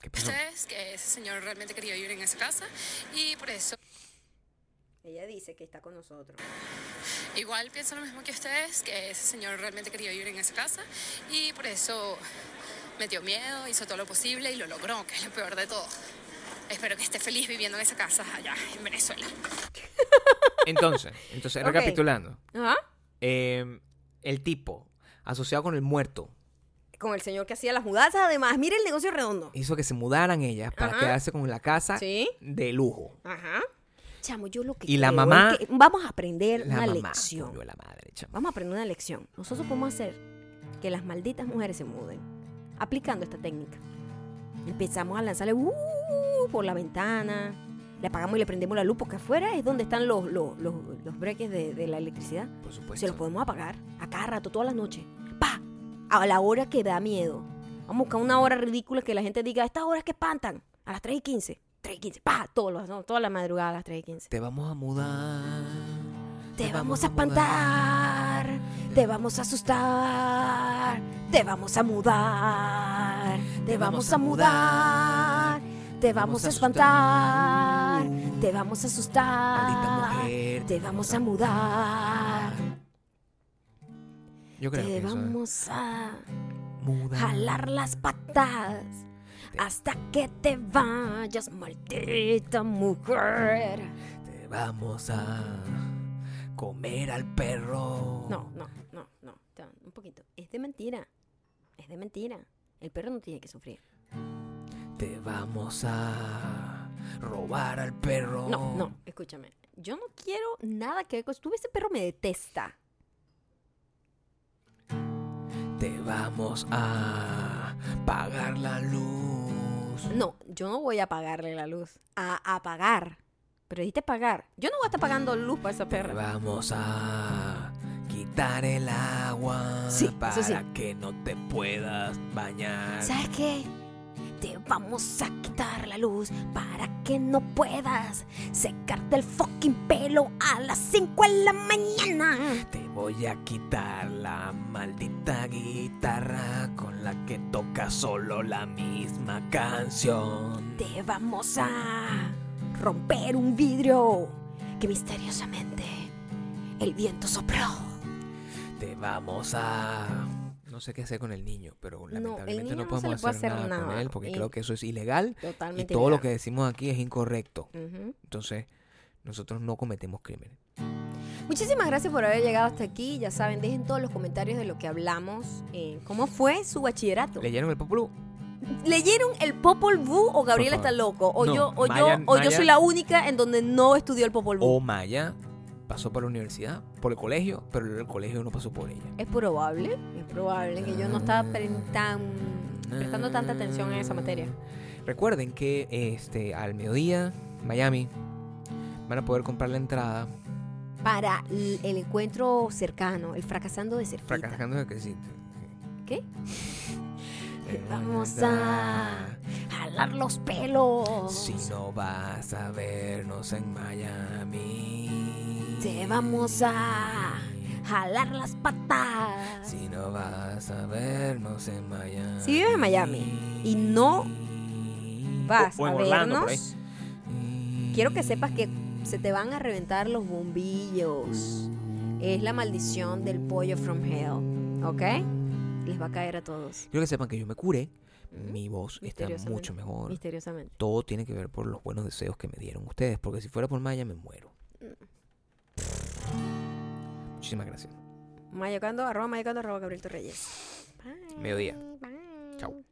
[SPEAKER 2] ¿Qué pasó?
[SPEAKER 3] Ustedes que ese señor realmente quería vivir en esa casa y por eso
[SPEAKER 1] Ella dice que está con nosotros.
[SPEAKER 3] Igual pienso lo mismo que ustedes, que ese señor realmente quería vivir en esa casa y por eso metió miedo, hizo todo lo posible y lo logró, que es lo peor de todo. Espero que esté feliz viviendo en esa casa allá en Venezuela.
[SPEAKER 2] Entonces, entonces
[SPEAKER 1] Ok.
[SPEAKER 2] recapitulando.
[SPEAKER 1] Ajá.
[SPEAKER 2] Eh, el tipo asociado con el muerto
[SPEAKER 1] Con el señor que hacía las mudanzas, además. Mira el negocio redondo.
[SPEAKER 2] hizo que se mudaran ellas para
[SPEAKER 1] Ajá.
[SPEAKER 2] quedarse con la casa
[SPEAKER 1] Sí.
[SPEAKER 2] de lujo.
[SPEAKER 1] Ajá. Chamo, yo lo que
[SPEAKER 2] Y la
[SPEAKER 1] creo es
[SPEAKER 2] mamá-
[SPEAKER 1] que vamos a aprender
[SPEAKER 2] La
[SPEAKER 1] una
[SPEAKER 2] mamá.
[SPEAKER 1] lección.
[SPEAKER 2] coño, la madre, chamo.
[SPEAKER 1] Vamos a aprender una lección. Nosotros podemos hacer que las malditas mujeres se muden aplicando esta técnica. Empezamos a lanzarle "Uh", por la ventana, le apagamos y le prendemos la luz porque afuera es donde están los, los, los, los breques de, de la electricidad.
[SPEAKER 2] Por
[SPEAKER 1] Se los
[SPEAKER 2] supuesto.
[SPEAKER 1] podemos apagar a cada rato, todas las noches. ¡Pa! A la hora que da miedo. Vamos a buscar una hora ridícula que la gente diga, estas horas que espantan. A las 3 y 15. 3 y 15. ¡Pa! Todos los, no, toda la madrugada a las 3 y 15.
[SPEAKER 2] Te vamos a mudar.
[SPEAKER 1] Te vamos a
[SPEAKER 2] mudar.
[SPEAKER 1] espantar, te vamos a asustar, te vamos a mudar, te vamos a mudar, te vamos a espantar, te vamos a
[SPEAKER 2] Maldita
[SPEAKER 1] asustar,
[SPEAKER 2] mujer.
[SPEAKER 1] te vamos a mudar,
[SPEAKER 2] Yo creo que
[SPEAKER 1] te
[SPEAKER 2] eso ¿eh? es.
[SPEAKER 1] vamos a
[SPEAKER 2] Mudar.
[SPEAKER 1] jalar las patas hasta que te vayas, maldita mujer.
[SPEAKER 2] Te vamos a comer al perro.
[SPEAKER 1] No, no, no, no, ya, un poquito. Es de mentira, es de mentira. El perro no tiene que sufrir.
[SPEAKER 2] Te vamos a robar al perro.
[SPEAKER 1] No, no, escúchame. Yo no quiero nada que ver con... Tú ves, ese perro me detesta.
[SPEAKER 2] Te vamos a pagar la luz.
[SPEAKER 1] No, yo no voy a apagarle la luz. A apagar. Pero dijiste pagar. Yo no voy a estar pagando luz para esa
[SPEAKER 2] Te
[SPEAKER 1] perra.
[SPEAKER 2] vamos a quitar el agua
[SPEAKER 1] Sí, eso
[SPEAKER 2] para
[SPEAKER 1] sí.
[SPEAKER 2] que no te puedas bañar.
[SPEAKER 1] ¿Sabes qué? Te vamos a quitar la luz para que no puedas secarte el fucking pelo a las 5 de la mañana.
[SPEAKER 2] Te voy a quitar la maldita guitarra con la que tocas solo la misma canción.
[SPEAKER 1] Te vamos a romper un vidrio que misteriosamente el viento sopló.
[SPEAKER 2] Te vamos a... No sé qué hacer con el niño, pero
[SPEAKER 1] el
[SPEAKER 2] lamentablemente
[SPEAKER 1] niño
[SPEAKER 2] no,
[SPEAKER 1] no se le
[SPEAKER 2] podemos
[SPEAKER 1] puede
[SPEAKER 2] hacer,
[SPEAKER 1] hacer
[SPEAKER 2] nada, con
[SPEAKER 1] nada.
[SPEAKER 2] él porque
[SPEAKER 1] Y-
[SPEAKER 2] creo que eso es ilegal y
[SPEAKER 1] Totalmente.
[SPEAKER 2] todo lo que
[SPEAKER 1] ilegal.
[SPEAKER 2] decimos aquí es incorrecto.
[SPEAKER 1] Ujú.
[SPEAKER 2] Entonces, nosotros no cometemos crímenes.
[SPEAKER 1] Muchísimas gracias por haber llegado hasta aquí. Ya saben, dejen todos los comentarios de lo que hablamos. eh, ¿Cómo fue su bachillerato?
[SPEAKER 2] ¿Leyeron el Popolo?
[SPEAKER 1] ¿Leyeron el Popol Vuh o Gabriel
[SPEAKER 2] Por favor.
[SPEAKER 1] está loco? O,
[SPEAKER 2] No,
[SPEAKER 1] yo, o,
[SPEAKER 2] Maya-
[SPEAKER 1] yo, o
[SPEAKER 2] Maya-
[SPEAKER 1] yo soy la única en donde no estudió el Popol Vuh.
[SPEAKER 2] O Maya pasó por la universidad, por el colegio, pero el colegio no pasó por ella.
[SPEAKER 1] Es probable, es probable que yo no estaba
[SPEAKER 2] Ah.
[SPEAKER 1] pre- tan- prestando tanta atención en esa materia.
[SPEAKER 2] Recuerden que este al mediodía, Miami, van a poder comprar la entrada
[SPEAKER 1] Para l- el encuentro cercano, el fracasando de cerquita.
[SPEAKER 2] fracasando de que sí.
[SPEAKER 1] ¿Qué?
[SPEAKER 2] (laughs) Eh,
[SPEAKER 1] Vamos a jalar los pelos.
[SPEAKER 2] Si no vas a vernos en Miami.
[SPEAKER 1] Te vamos a jalar las patas.
[SPEAKER 2] Si no vas a vernos en Miami.
[SPEAKER 1] Si vives en Miami y no vas
[SPEAKER 2] O- o en
[SPEAKER 1] a
[SPEAKER 2] Orlando, por
[SPEAKER 1] vernos, quiero que sepas que se te van a reventar los bombillos. Es la maldición del pollo from hell, ¿ok? Les va a caer a todos.
[SPEAKER 2] Quiero que sepan que yo me curé. Mi voz está
[SPEAKER 1] Misteriosamente.
[SPEAKER 2] mucho mejor.
[SPEAKER 1] Misteriosamente.
[SPEAKER 2] Todo tiene que ver por los buenos deseos que me dieron ustedes, porque si fuera por Maya me muero.
[SPEAKER 1] Mm.
[SPEAKER 2] Muchísimas gracias.
[SPEAKER 1] Mayocando, arroba mayocando, arroba Gabriel Torreyes. Bye.
[SPEAKER 2] Mediodía. Chao.
[SPEAKER 1] Bye.